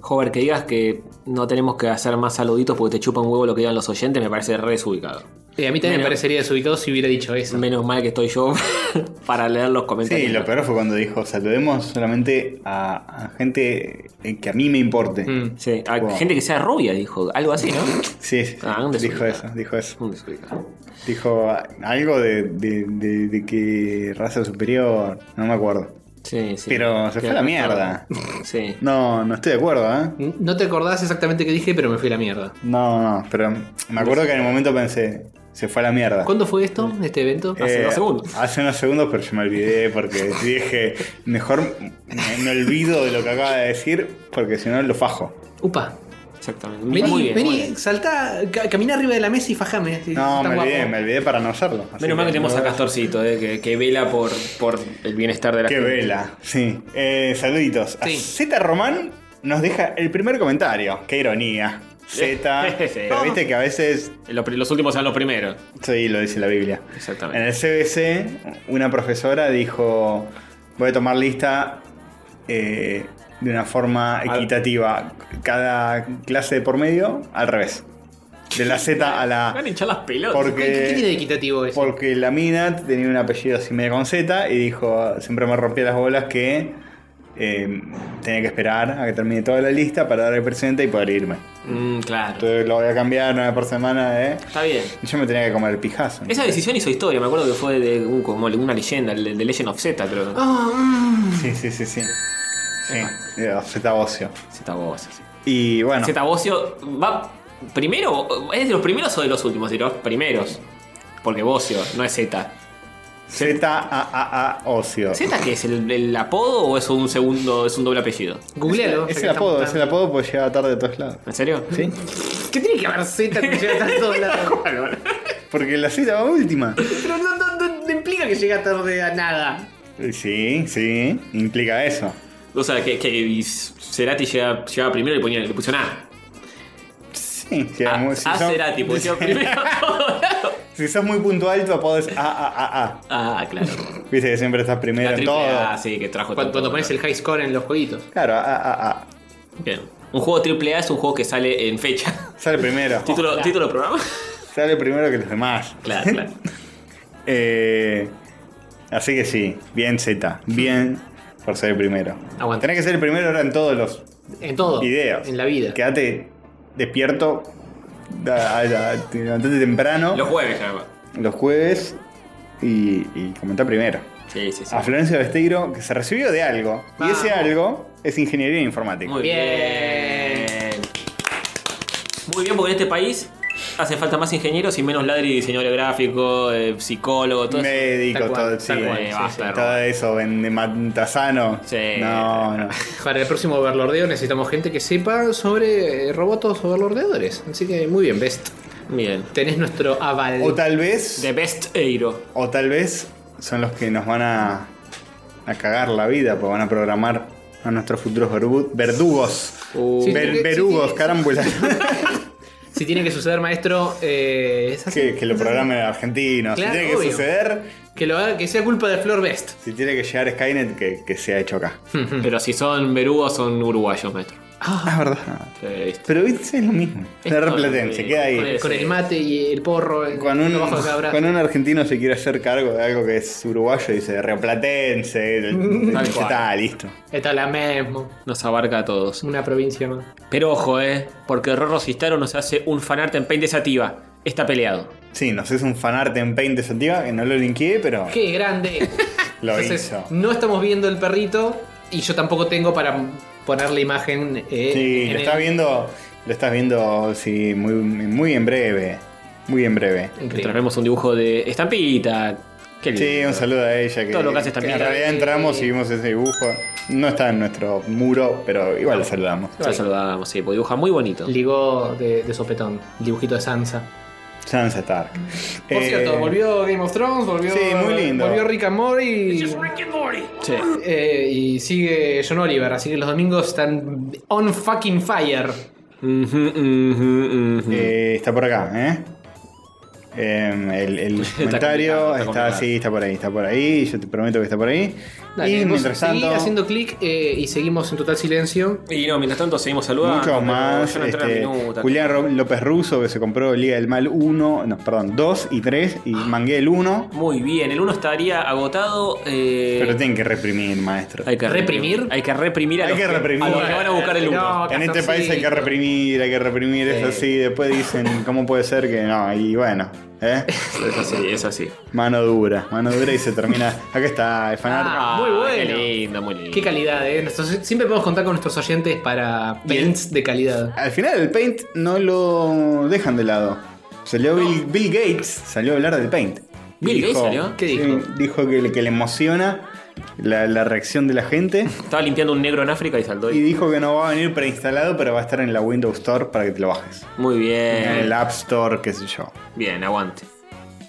Jover, que digas que no tenemos que hacer más saluditos porque te chupa un huevo lo que digan los oyentes, me parece re desubicado. Eh, a mí también me Menos- parecería desubicado si hubiera dicho eso. Menos mal que estoy yo (laughs) para leer los comentarios. Sí, lo peor fue cuando dijo, saludemos solamente a, a gente eh, que a mí me importe. Mm. Sí, a Wow. gente que sea rubia, dijo. Algo (laughs) así, ¿no? Sí, sí, sí. Ah, un dijo desubicado. eso, dijo eso. Un desubicado. Dijo ah, algo de, de, de- de que raza superior, no me acuerdo. Sí, sí. Pero se fue a la mierda. Sí. No, no estoy de acuerdo, ¿eh? ¿Mm? No te acordás exactamente qué dije, pero me fui a la mierda. No, no, pero me acuerdo que en el momento pensé, se fue a la mierda. ¿Cuándo fue esto, Mm. este Eh, evento? hace dos segundos. Hace unos segundos, pero yo me olvidé (laughs) porque dije, mejor me, me olvido de lo que acaba de decir porque si no lo fajo. Upa. Exactamente. Vení, muy bien. vení, muy bien. saltá, ca- camina arriba de la mesa y fajame. así, No, está me guapo. olvidé, me olvidé para no hacerlo. Así Menos mal que tenemos no- a Castorcito, eh, que, que vela por, por el bienestar de la Qué gente. vela, sí. Eh, saluditos. A Sí. Z Román nos deja el primer comentario. Qué ironía. Z, Sí. pero viste que a veces Los, pri- los últimos eran los primeros. Sí, lo dice la Biblia. Exactamente. En el CBC, una profesora dijo: Voy a tomar lista eh, de una forma equitativa. Cada clase de por medio, al revés. De la Z a Me van a la. hinchar las pelotas. Porque- ¿Qué, qué tiene de equitativo eso? Porque la mina tenía un apellido así medio con Z y dijo: Siempre me rompía las bolas que eh, tenía que esperar a que termine toda la lista para dar el presente y poder irme. Mm, claro. Entonces lo voy a cambiar una vez por semana. ¿eh? Está bien. Yo me tenía que comer el pijazo. Esa decisión hizo historia, me acuerdo que fue de un- como una leyenda, el de Legend of Z, creo. Sí, sí, sí, sí. Sí, eh, Z Ocio. Z Bocio, sí. Y bueno, Z Bocio va primero, ¿es de los primeros o de los últimos? De los primeros. Porque Bocio, no es Z. Z-A-A-A Ocio. ¿Z qué es? ¿El, el apodo o es un segundo, es un doble apellido? Googlealo. Es ya el que apodo, es estamos el apodo porque llega tarde de todos lados. ¿En serio? ¿Sí? tan- ¿Qué tiene que haber Z que llega (laughs) tan todos lados? Porque la Z va última. Pero no, no, no, no implica que llega tarde a nada. Sí, sí, implica eso. O sea, que, que Cerati llega- llegaba primero y le, ponían, le pusieron A. Sí, si, A, eres muy- a sos- Ah, Cerati, porque (laughs) llegaba primero. si sos muy puntual, tu apodo es A-A-A-A. ah, claro. Viste que siempre estás primero La en triple todo. A, sí, que trajo Cuando, todo, cuando pones claro. el high score en los jueguitos. Claro, A-A-A. Bien. Un juego triple A es un juego que sale (laughs) en fecha. Sale primero. ¿Título, ¿título del programa? (laughs) Sale primero que los demás. Claro, claro. (laughs) Eh, así que sí, bien Z, bien por ser el primero. Aguanta. Tenés que ser el primero ahora en todos los En todo. videos. En la vida. Quédate despierto, da- da- te levantate temprano Los los, jueves, además. jueves y, y comentá primero. Sí, sí, sí. A Florencio Besteiro, que se recibió de algo. Y ese Vamos. algo es ingeniería informática. Muy Bien. bien. Muy bien, porque en este país hace falta más ingenieros y menos ladri, diseñadores gráficos, eh, psicólogo, todo eso. Médico, Tal cual, todo, sí, tal cual, sí, basta sí, de robar. todo eso, vende matasano. Sí. No, no. Para el próximo overlordeo necesitamos gente que sepa sobre eh, robots overlordeadores. Así que muy bien, Best. Bien. Tenés nuestro aval. O tal vez. The best Eiro. O tal vez son los que nos van a, a cagar la vida, porque van a programar a nuestros futuros verbu- verdugos. Uh. Sí, Ver- sí, sí, verugos, sí. carámbulas. Si tiene que suceder, maestro, eh, es así. que, que lo programen argentinos. Claro, si tiene que obvio. suceder, Que lo haga, que sea culpa de Flor Best. si tiene que llegar Skynet, que, que sea hecho acá. Pero si son verugos, son uruguayos, maestro. Ah, es verdad. Eh, Pero ¿viste? es lo mismo. Es La todo lo replatense, mismo. queda Joder. ahí. Con Sí. el mate y el porro. eh, Cuando un, abajo de cada brazo. cuando un argentino se quiere hacer cargo de algo que es uruguayo, dice replatense. Tal ya cual. está, listo. Está la mismo. Nos abarca a todos. Una provincia más. Pero ojo, eh, porque Rorro Cistaro nos hace un fanart en Paint de Sativa. Está peleado. Sí, nos es un fanart en Paint de Santiago, que no lo linkeé, pero. ¡Qué grande! (laughs) Lo hizo. no estamos viendo el perrito y yo tampoco tengo para poner la imagen. eh, Sí, en lo el- estás viendo, lo estás viendo, sí, muy, muy en breve, muy en breve. Increíble. Mientras vemos un dibujo de estampita. Qué lindo. Sí, un saludo a ella. Que, Todo lo que hace está En bien. realidad entramos y vimos ese dibujo. No está en nuestro muro, pero igual lo saludamos. Lo saludamos, sí, porque dibuja muy bonito. Ligó de, de sopetón. El dibujito de Sansa. Sansa Stark. Por Eh, cierto, volvió Game of Thrones, volvió. Sí, muy lindo. Volvió Rick and Morty. Sí. eh, y sigue John Oliver, así que los domingos están on fucking fire. Ujú, ujú, ujú. eh, está por acá, ¿eh? Em, el el comentario complicado, está, está complicado. sí, está por ahí, está por ahí. Yo te prometo que está por ahí. Dale, y vos mientras seguí tanto, haciendo clic eh, y seguimos en total silencio. Y no, mientras tanto seguimos saludando. muchos pero más. Yo no entré a la este, minuta. Julián Ro- López Russo que se compró Liga del Mal 1, no, perdón, 2 y 3 y mangué el 1. Muy bien, el uno estaría agotado. eh, Pero tienen que reprimir, maestro. hay que ¿Reprimir? Hay que reprimir a Hay los que reprimir. a los que van a buscar el uno. No, En este país hay que Castorcito. reprimir, hay que reprimir, es Sí. así. Después dicen, ¿cómo puede ser que no? Y bueno, ¿eh? Es así, es así. Mano dura, mano dura y se termina. Acá está, el fanart. Ah, muy Qué bueno. lindo, muy lindo. Qué calidad, ¿eh? Nosotros siempre podemos contar con nuestros oyentes para paints de calidad. Al final el Paint no lo dejan de lado. Salió Bill, Bill Gates, salió a hablar del Paint. ¿Bill Y Gates salió? ¿Qué sí, dijo? dijo que le, que le emociona la, la reacción de la gente. Estaba limpiando un negro en África y saltó. Y ahí. dijo que no va a venir preinstalado, pero va a estar en la Windows Store para que te lo bajes. Muy En bien. el App Store, qué sé yo. Bien, aguante.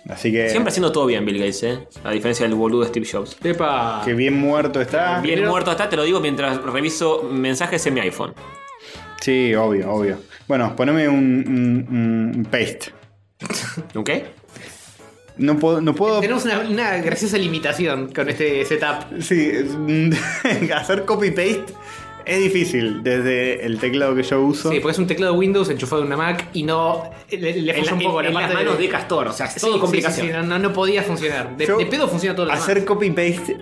Así que, Siempre haciendo todo bien, Bill Gates, ¿eh? A diferencia del boludo Steve Jobs. Epa. que bien muerto está. Bien muerto está, te lo digo mientras reviso mensajes en mi iPhone. Sí, obvio, obvio. Bueno, poneme un, un- un paste. ¿Ok? No puedo. No puedo Tenemos una, una graciosa limitación con este setup. Sí, es- (laughs) hacer copy-paste es difícil desde el teclado que yo uso. pues, Sí, porque es un teclado de Windows enchufado en una Mac y no. Le, le falla En la- un poco en- la en parte las manos de Castor, o sea, es Sí, todo sí, complicación. sí, sí, no, no podía funcionar. De, Yo- de pedo funciona todo lo demás. hacer copy-paste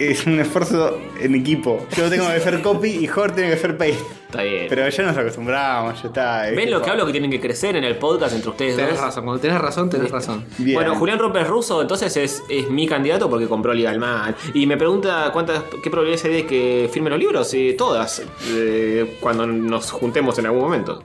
es un esfuerzo en equipo. Yo tengo que hacer copy y Jorge tiene que hacer paste. Está bien. Pero ya nos acostumbramos, ya está. es ¿Ven tipo- lo que hablo que tienen que crecer en el podcast entre ustedes Tenés dos? razón, cuando tenés razón, tenés razón. Bien. Bueno, Julián Roper Russo entonces es, es mi candidato porque compró Liga al Mal. Y me pregunta cuántas, qué probabilidades hay de que firme los libros. Eh, todas. eh, cuando nos juntemos en algún momento.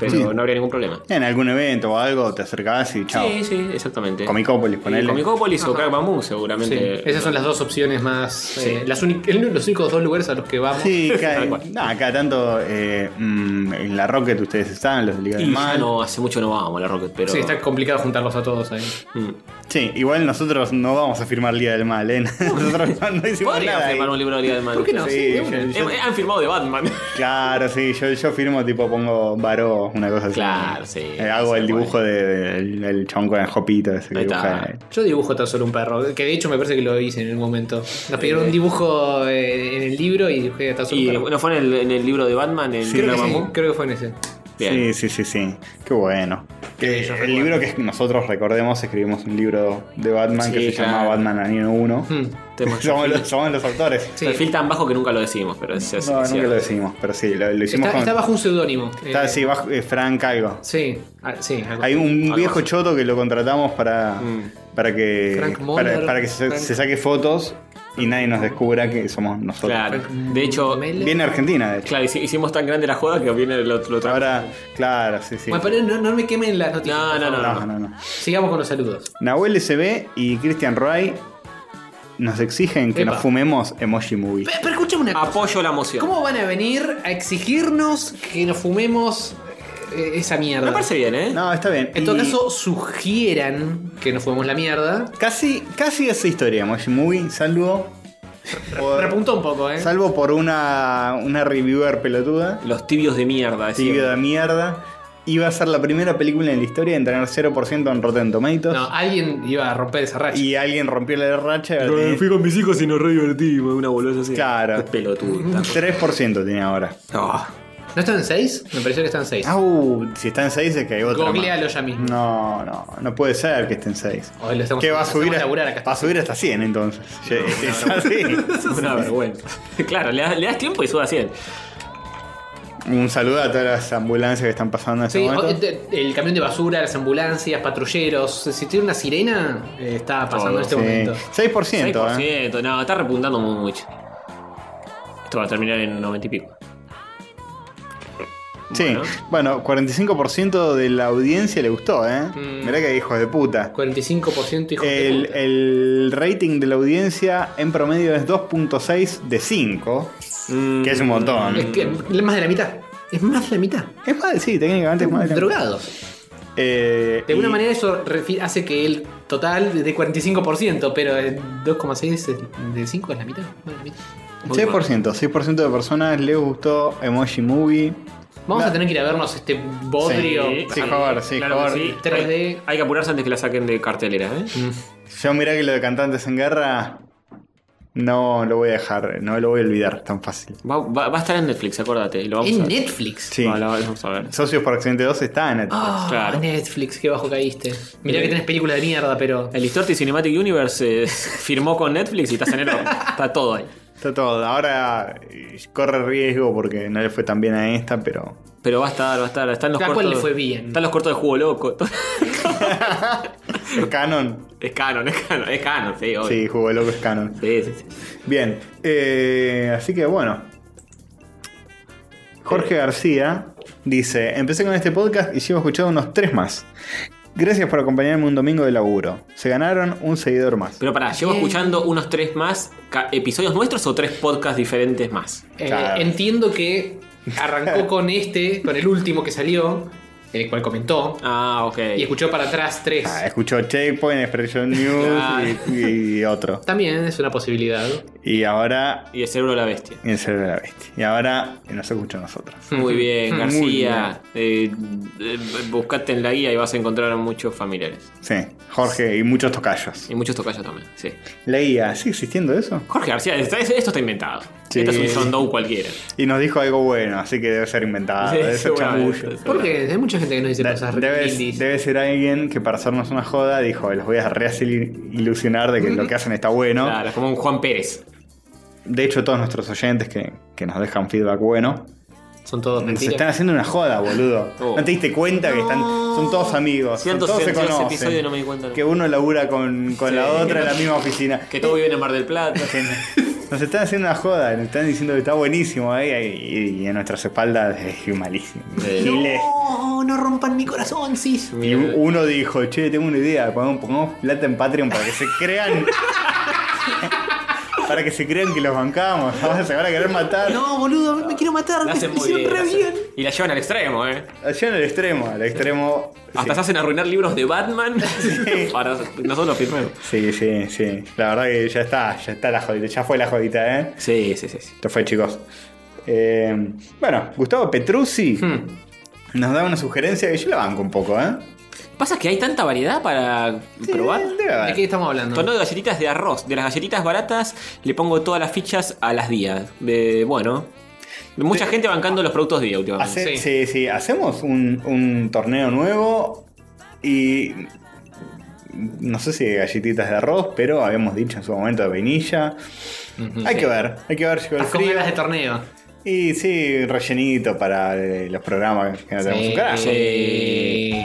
Pero Sí. no habría ningún problema. En algún evento o algo, te acercás y chao. Sí, sí, exactamente. Comicópolis, ponele. Eh, Comicópolis o Ajá. Crack Bamboo, Sí, seguramente. esas son las dos opciones más. eh, las uni- el- los únicos dos lugares a los que vamos. Sí, cada, (laughs) Tal cual. no, acá tanto eh, mm, en la Rocket ustedes están, los de Liga Y del ya Mal. no, hace mucho no vamos a la Rocket, pero. Sí, está complicado juntarlos a todos ahí. Mm. Sí, igual nosotros no vamos a firmar Liga del Mal, ¿eh? (laughs) Nosotros no, no hicimos Podrían nada. ahí. firmar un libro de Liga del Mal. ¿Por qué no? Sí, Sí, de yo- una. yo- Eh, eh, han firmado de Batman. claro, sí, yo, yo firmo tipo pongo varó, una cosa así. Claro, sí, Eh, hago sí, el bueno. dibujo de- del del chabón con el jopito ese que Ahí está. dibuja. eh. Yo dibujo tan solo un perro, que de hecho me parece que lo hice en un momento. Nos pidieron un dibujo eh, en el libro y dibujé tan solo (laughs) y un perro. bueno, fue en el, en el libro de Batman, el Sí, creo, libro que de sí, Mamú. creo que fue en ese. Bien. Sí, sí, sí, sí. Qué bueno. Que yo el recuerdo. libro que nosotros recordemos, escribimos un libro de Batman que Sí, se llama claro. Batman Año 1. Hmm. (laughs) Tema- somos, los, somos los autores. Sí. Perfil tan bajo que nunca lo decimos, pero es así. no, nunca cierto. lo decimos, pero sí, lo, lo hicimos Está, con. está bajo un seudónimo. está Eh, así, bajo, eh, Frank algo. Sí, ah, sí. algo Hay un Algo viejo así. Mm. choto que lo contratamos para, para que, Frank Muller, para, para que se, Frank- se saque fotos y nadie nos descubra que somos nosotros. Claro. Frank- De hecho, Mel- Viene Argentina, de hecho. claro, hici- hicimos tan grande la joda que viene el otro. otro- Ahora, claro, sí, sí. Bueno, pero no, no me quemen las noticias. No, por no, no, favor. no. No, no, no. Sigamos con los saludos. Nahuel SB y Christian Ray nos exigen que Epa. nos fumemos Emoji Movie. Pero, pero escuchame una cosa. Apoyo la moción. ¿Cómo van a venir a exigirnos que nos fumemos eh, esa mierda? Me parece bien, ¿eh? No, está bien. En todo Y caso, sugieran que nos fumemos la mierda. Casi, casi esa historia, Emoji Movie, salvo. Por, Repuntó un poco, ¿eh? salvo por una, una reviewer pelotuda. Los tibios de mierda. decía. Tibio de mierda. Iba a ser la primera película en la historia en tener 0% en Rotten Tomatoes. No, ah, alguien iba a romper esa racha. Y alguien rompió la racha. y ahora tiene- con mis hijos y nos re divertimos, una boluda así. Claro. Qué Pelotuda. 3% tiene ahora. Ah. ¿No están en 6? Me pareció que están en Ah, 6. Au, si está en 6 es que hay otra. más. Googlealo ya mismo. No, no, no puede ser que esté en 6. Hoy lo estamos- Que va a lo estamos subir, a- laburar acá. va a subir hasta 100 entonces. Che, es así. Una vergüenza. claro, le das, le das tiempo y suda 100. Un saludo a todas las ambulancias que están pasando en este Sí, o- momento. este- el camión de basura, las ambulancias, patrulleros. Si tiene una sirena, eh, está pasando en este Sí. momento. 6%, ¿eh? 6%, no, está repuntando mu- mucho. Esto va a terminar en 90 y pico. Sí. Bueno, 45% de la audiencia le gustó, ¿eh? Mirá que hijos de puta. 45% hijo Mm. de El, puta. el rating de la audiencia en promedio es 2.6 de 5, que es un montón. Mm. Es que es más de la mitad. Es más de la mitad. Es más, de- sí, técnicamente es más de la- Drogados. Eh, De alguna y manera eso refi- hace que el total de 45%, pero el 2,6 es- de 5 es la mitad. más de la mitad. 6%, 6% de personas les gustó Emoji Movie. Vamos Va. a tener que ir a vernos este bodrio Sí, Sí, al- joder, sí, Eh, Claro joder. que sí. 3D. Hay que apurarse antes que la saquen de cartelera, ¿eh? Yo mirá que lo de cantantes en guerra. No lo voy a dejar, no lo voy a olvidar tan fácil. Va, va- va a estar en Netflix, acuérdate. y Lo vamos a en ver. Netflix. Sí. Va, la vamos a ver. Socios por Accidente 2 está en Netflix. Ah, Claro. Netflix, qué bajo caíste. Mirá Sí. que tenés película de mierda, pero. El Distorted Cinematic Universe eh, (laughs) firmó con Netflix y está en enero. está todo ahí. Está todo. Ahora eh, corre riesgo porque no le fue tan bien a esta, pero. Pero va a estar, va a estar. Están los La cortos. cual le fue bien. Están los cortos de juego loco. (laughs) Es canon. es canon, es canon, es canon, sí, (laughs) obvio. Sí, Juego Loco es canon. Sí, sí, sí. Bien. eh, así que bueno. Jorge García dice: Empecé con este podcast y llevo escuchado unos tres más. Gracias por acompañarme un domingo de laburo. Se ganaron un seguidor más. Pero pará, llevo Bien. escuchando unos tres más ca- episodios nuestros o tres podcasts diferentes más. Eh, Claro. Entiendo (laughs) que arrancó con este, con el último que salió, el cual comentó, Ah, ok. y escuchó para atrás tres. Ah, escuchó Checkpoint, Expression News y, y otro. También es una posibilidad. Y ahora. Y el cerebro de la bestia. Y el cerebro de la bestia. Y ahora nos escucha a nosotros. Muy bien, (laughs) Muy García. Eh, eh, buscate en la guía y vas a encontrar a muchos familiares. Sí, Jorge y muchos tocayos. Y muchos tocayos también, sí. La guía, ¿sigue existiendo eso? Jorge García, está- esto está inventado. Sí. Esto es un John Doe cualquiera. Y nos dijo algo bueno, así que debe ser inventado. Sí, debe ser seguramente. chamullo. Porque hay mucha gente que nos dice cosas De- re Debe, indies. debe ser alguien que para hacernos una joda dijo, los voy a reilusionar de que lo que hacen está bueno. Claro, es como un Juan Pérez. De hecho, todos nuestros oyentes que, que nos dejan feedback bueno, Son todos se mentiras. están haciendo una joda, boludo. Oh. ¿No te diste cuenta que están, son todos amigos? son Cierto, todos se cierto, ese conocen. episodio no me di cuenta. Que uno labura con, con Sí. la otra en la misma oficina. Que todos viven en Mar del Plata. (laughs) Nos están haciendo una joda, nos están diciendo que está buenísimo ahí y, y a nuestras espaldas es malísimo. Giles. No, no rompan mi corazón, sis. Y u- uno dijo, che, tengo una idea, pongamos, pongamos plata en Patreon para que se crean. (laughs) para que se crean que los bancamos. (laughs) Ahora se van a querer matar. No, Oh, boludo, me quiero matar. (laughs) La hacen muy hicieron bien, re la hacen- bien. Y la llevan al extremo, ¿eh? Allá en el extremo, al extremo. Hasta se hacen arruinar libros (laughs) de Batman para nosotros los firmemos. Sí, sí, sí. La verdad que ya está, ya está la jodita, ya fue la jodita, ¿eh? Sí, sí, sí. sí. Esto fue, chicos. Eh, bueno, Gustavo Petrucci nos da una sugerencia que yo la banco un poco, ¿eh? Pasa que hay tanta variedad para probar. Eh, debe haber. ¿De qué estamos hablando? Torneo de galletitas de arroz. De las galletitas baratas le pongo todas las fichas a las días. De, bueno. Mucha gente bancando los productos día últimamente. Hace- sí. sí, sí, hacemos un, un torneo nuevo y no sé si de galletitas de arroz, pero habíamos dicho en su momento de vainilla. hay que ver, hay que ver si con el Las comidas de frío. torneo. Y sí, rellenito para eh, los programas que no tenemos un carajo. Sí.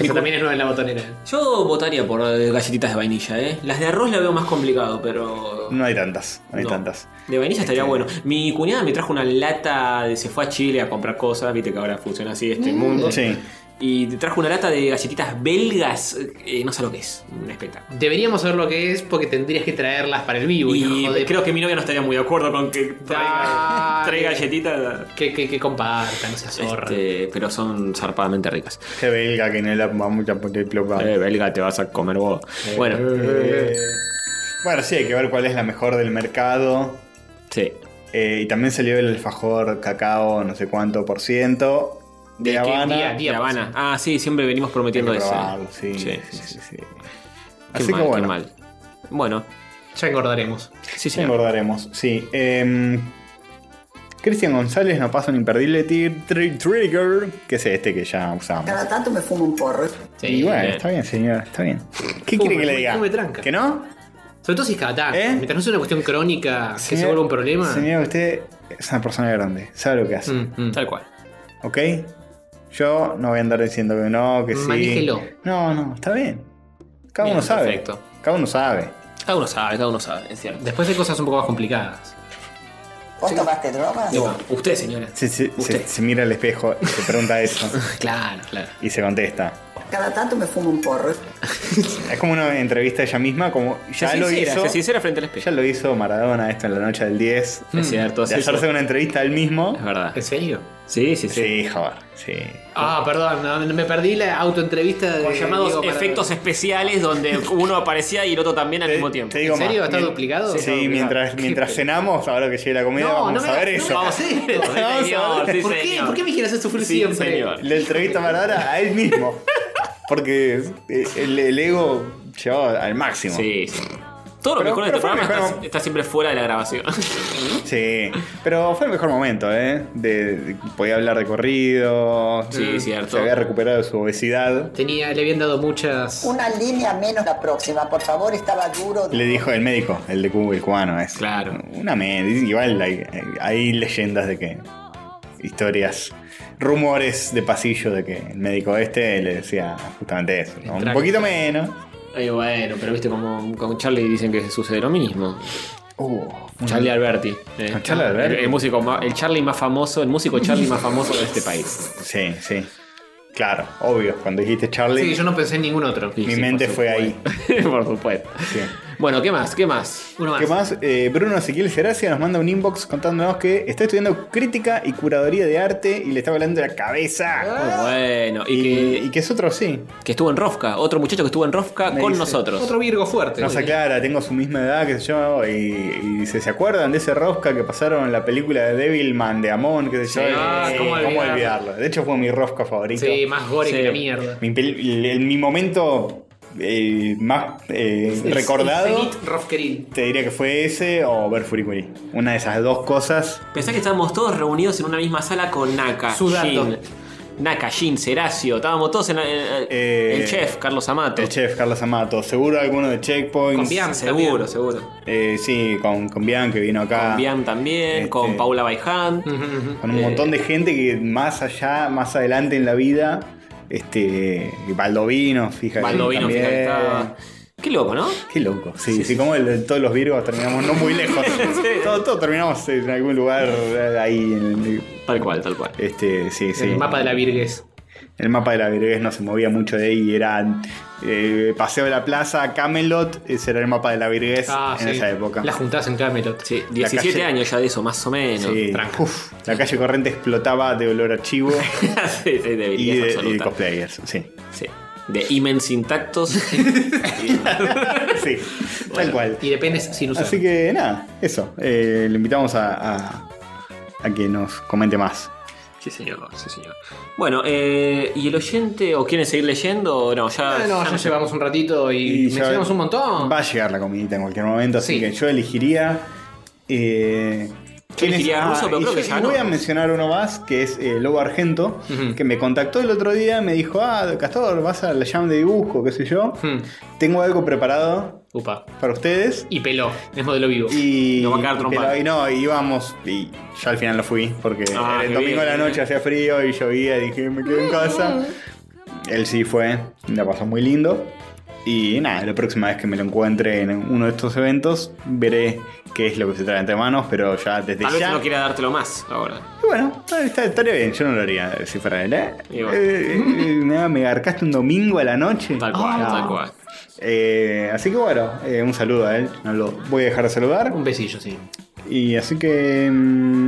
Eso Nico- también es nuevo en la botonera. Yo votaría por eh, galletitas de vainilla, ¿eh? Las de arroz la veo más complicado, pero. No hay tantas, no hay No. tantas. De vainilla estaría Este- bueno. Mi cuñada me trajo una lata, de- se fue a Chile a comprar cosas, viste que ahora funciona así este Mm, mundo. Sí. Y te trajo una lata de galletitas belgas, eh, no sé lo que es, un espectáculo. Deberíamos saber lo que es porque tendrías que traerlas para el vivo. Y hijo de creo que mi novia no estaría muy de acuerdo con que traiga, Dale. traiga galletitas. Que, que, que compartan, no se zorra. Este, pero son zarpadamente ricas. Qué belga que no la vamos a poner plopado. Eh, belga, te vas a comer vos. bueno, Eh, Bueno, sí, hay que ver cuál es la mejor del mercado. sí. Eh, y también salió el alfajor cacao, no sé cuánto por ciento. De, ¿De qué Habana. día? De Habana. Ah, sí, siempre venimos pues, Hay que prometiendo eh. eso. probarlo, sí, sí, sí, sí, sí. Qué Así que mal, qué bueno, mal. Bueno, Ya engordaremos. sí, ya señor. engordaremos. Sí. em, Cristian González nos pasa un imperdible tir- tri- trigger, que es este que ya usamos. Cada tanto me fumo un porro. Sí, y bueno, bien. está bien, señor, está bien. ¿Qué Fume, quiere que le fume, diga? fume tranca. ¿Que no? Sobre todo si es cada tanto. ¿Eh? Mientras no sea una cuestión crónica que se Señor- vuelva un problema. Señor, usted es una persona grande, sabe lo que hace. Mm, mm. Tal cual. ¿Ok? Yo no voy a andar diciendo que no, que sí. Manéjelo. No, no, está bien. Cada Bien, uno sabe. perfecto. Cada uno sabe. Cada uno sabe, cada uno sabe, es cierto. mm. Después de cosas un poco más complicadas. ¿Vos tomaste drogas? Digo, usted, señores. Se, se- Usted. se- se mira al espejo y se pregunta eso. (laughs) Claro, claro. y se contesta. Cada tanto me fumo un porro. Es como una entrevista a ella misma, como ya se lo sincera, hizo. se sincera frente al espejo. Ya lo hizo Maradona esto en la noche del 10. Es cierto, De sí, hacerse sí. una entrevista a él mismo. Es verdad. ¿En serio? Sí, sí, sí. Sí, joder. Sí. Ah, perdón, no, me perdí la autoentrevista de. Con llamados Diego Maradona. efectos especiales donde uno aparecía y el otro también al mismo tiempo. Te digo ¿En serio? más, ¿Está mien- duplicado? Sí, Está duplicado. mientras, Qué mientras pe- cenamos, ahora que llegue la comida, No, vamos no me a ver hagas- eso. no me Vamos, (laughs) hagas esto. señor, sí, ¿Por qué? señor. ¿Por qué me quieres hacer sufrir Sí, siempre? señor. La entrevista a Maradona a él mismo. Porque eh, el, el ego llevado al máximo. Sí, sí. Todo lo Pero- mejor de pero este fue programa mejor. está, está siempre fuera de la grabación. Sí, pero fue el mejor momento, ¿eh? De, de- podía hablar de corrido. Mm. Sí, cierto. Se había recuperado de su obesidad. Tenía, le habían dado muchas. Una línea menos la próxima, por favor, estaba duro. Le dijo el médico, el de Cuba, el cubano es. Claro. Una med, igual hay, hay leyendas de que. Historias, rumores de pasillo de que el médico este le decía justamente eso. ¿no? Un Exacto. poquito menos. (laughs) Ay, bueno, pero viste como con Charlie dicen que sucede lo mismo. Uh, Charlie Alberti. eh. Con Charlie Alberti. El, el músico ma- el Charlie más famoso, el músico Charlie más famoso de este (laughs) país. Sí, sí. Claro, obvio. Cuando dijiste Charlie, Sí, yo no pensé en ningún otro. mi mente fue ahí. Por supuesto. (laughs) Sí. Bueno, ¿qué más? ¿Qué más? Uno más. ¿Qué más? Eh, Bruno Ezequiel Seracia nos manda un inbox contándonos que está estudiando crítica y curaduría de arte y le está volando la cabeza. Bueno, y, Y, que, y que es otro, sí. que estuvo en Rofka, otro muchacho que estuvo en Rofka Me con dice, nosotros. Otro Virgo fuerte. Nos aclara, tengo su misma edad, qué sé yo, y, y dice, ¿se acuerdan de ese rosca que pasaron en la película de Devilman de Amon, qué sé yo? Sí, Eh, ah, cómo olvidarlo. olvidarlo? De hecho fue mi rosca favorito. Sí, más gore Sí. que la mierda. Mi, pel- el- mi momento eh, más eh, recordado, Zenit Rofkeril. te diría que fue ese o ver Furikuri. Una de esas dos cosas. Pensá que estábamos todos reunidos en una misma sala con Naka, Sudando. Jin, Naka, Jin, Seracio, estábamos todos en la- en- Eh, el chef, Carlos Amato. El chef Carlos Amato, seguro alguno de Checkpoints. Con Bian. Seguro, también. seguro. Eh, sí, con, con Bian que vino acá. Con Bian también, Ah, Este- con Paula Baiján. Con un montón de gente que más allá, más adelante en la vida, este. Baldovino, fíjate. Baldovino, también. fíjate, estaba. Qué loco, ¿no? Qué loco. Sí, sí, como el- todos los Virgos terminamos no muy lejos. todos, todos terminamos en algún lugar eh, ahí en el- Tal cual, tal cual. Este, sí, sí. El mapa de la Virgues. El mapa de la Virgués no se movía mucho de ahí, era eh, Paseo de la Plaza, Camelot, ese era el mapa de la Virgués Ah, en sí. esa época. La juntás en Camelot. Sí, 17 calle- años ya de eso, más o menos. Sí. tranca. Uf, la calle corriente explotaba de olor (laughs) a chivo (laughs) sí, sí, de y, virguez de, y de absoluta. cosplayers, sí. Sí. De imens (laughs) intactos. sí, tal cual. Y de penes sin usar. Así que nada, eso. Eh, le invitamos a, a, a que nos comente más. sí, señor, sí, señor. Bueno, eh, ¿y el oyente o quieren seguir leyendo? No, ya. Ah, no, ya no sé. llevamos un ratito y, ya mencionamos un montón. Va a llegar la comidita en cualquier momento, así Sí. que yo elegiría. Eh, ¿quién es? elegiría Ah, ruso, pero y creo yo- que ya y no. voy a mencionar uno más, que es eh, Lobo Argento, Ujú. que me contactó el otro día, me dijo, ah, Castor, vas a la jam de dibujo, qué sé yo. Hmm. Tengo algo preparado Upa. para ustedes. Y peló. Es modelo vivo. (laughs) Y, Nos va a quedar trompada. pero- y no, íbamos y yo al final lo fui porque Ah, era el qué domingo a la bien. noche hacía frío y llovía y dije me quedo en casa. Él sí fue, la pasó muy lindo. Y nada, la próxima vez que me lo encuentre en uno de estos eventos, veré qué es lo que se trae entre manos, pero ya desde Tal vez ya. no quiera dártelo más ahora. Y Bueno, está- está- estaría bien, yo no lo haría si fuera él. ¿eh? Y bueno. Eh, eh, nada, me garcaste un domingo a la noche. Tal Ah. cual, No. tal cual. Eh, así que bueno, eh, un saludo a él. No lo voy a dejar de saludar. Un besillo, sí. Y así que.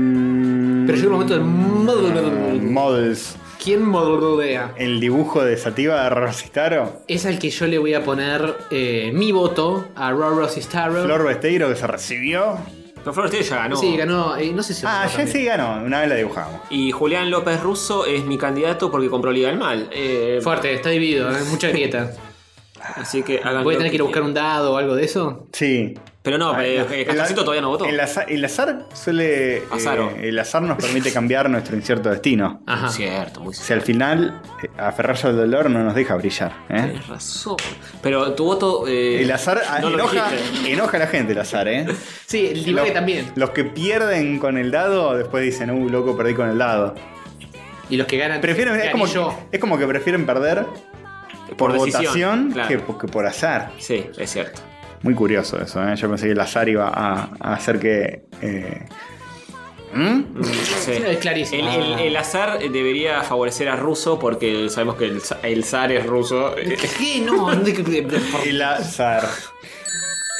mm, Pero llega el momento del mm, model. Models. ¿Quién modelea? El dibujo de Sativa de Rositaro. Es al que yo le voy a poner eh, mi voto a Roro Sistaro. Flor Besteiro que se recibió. Pero Flor Estella ya ganó. Sí, ganó. eh, no sé si. Ah, ganó ya también. sí ganó. Una vez la dibujamos. Y Julián López Russo es mi candidato porque compró Liga del Mal. Eh, Fuerte, está dividido, ¿eh? mucha grieta. así que hagan Voy a lo tener que ir a buscar un dado o algo de eso. Sí. Pero no, Ah, eh, la- eh, el Castorcito az- todavía no votó. El, aza- el azar suele. eh, Azaro. el azar nos permite cambiar nuestro incierto destino. Ajá. Cierto, muy Si cierto. al final eh, aferrarse al dolor no nos deja brillar. ¿eh? Tienes razón. Pero tu voto. eh, El azar ah, no lo enoja, dijiste. enoja a la gente, el azar, ¿eh? Sí, el divague Los- también. Los que pierden con el dado después dicen, uh, loco, perdí con el dado. Y los que ganan. Prefieren, es, gané como, yo. es como que prefieren perder por, decisión, votación claro. que, por- que por azar. Sí, es cierto. Muy curioso eso, ¿eh? Yo pensé que el azar iba a, a hacer que eh, ¿Mm? Sí. Es clarísimo. El, el- el azar debería favorecer a ruso porque sabemos que el, za- el zar es ruso. Eh, ¿Qué? No, no, El azar.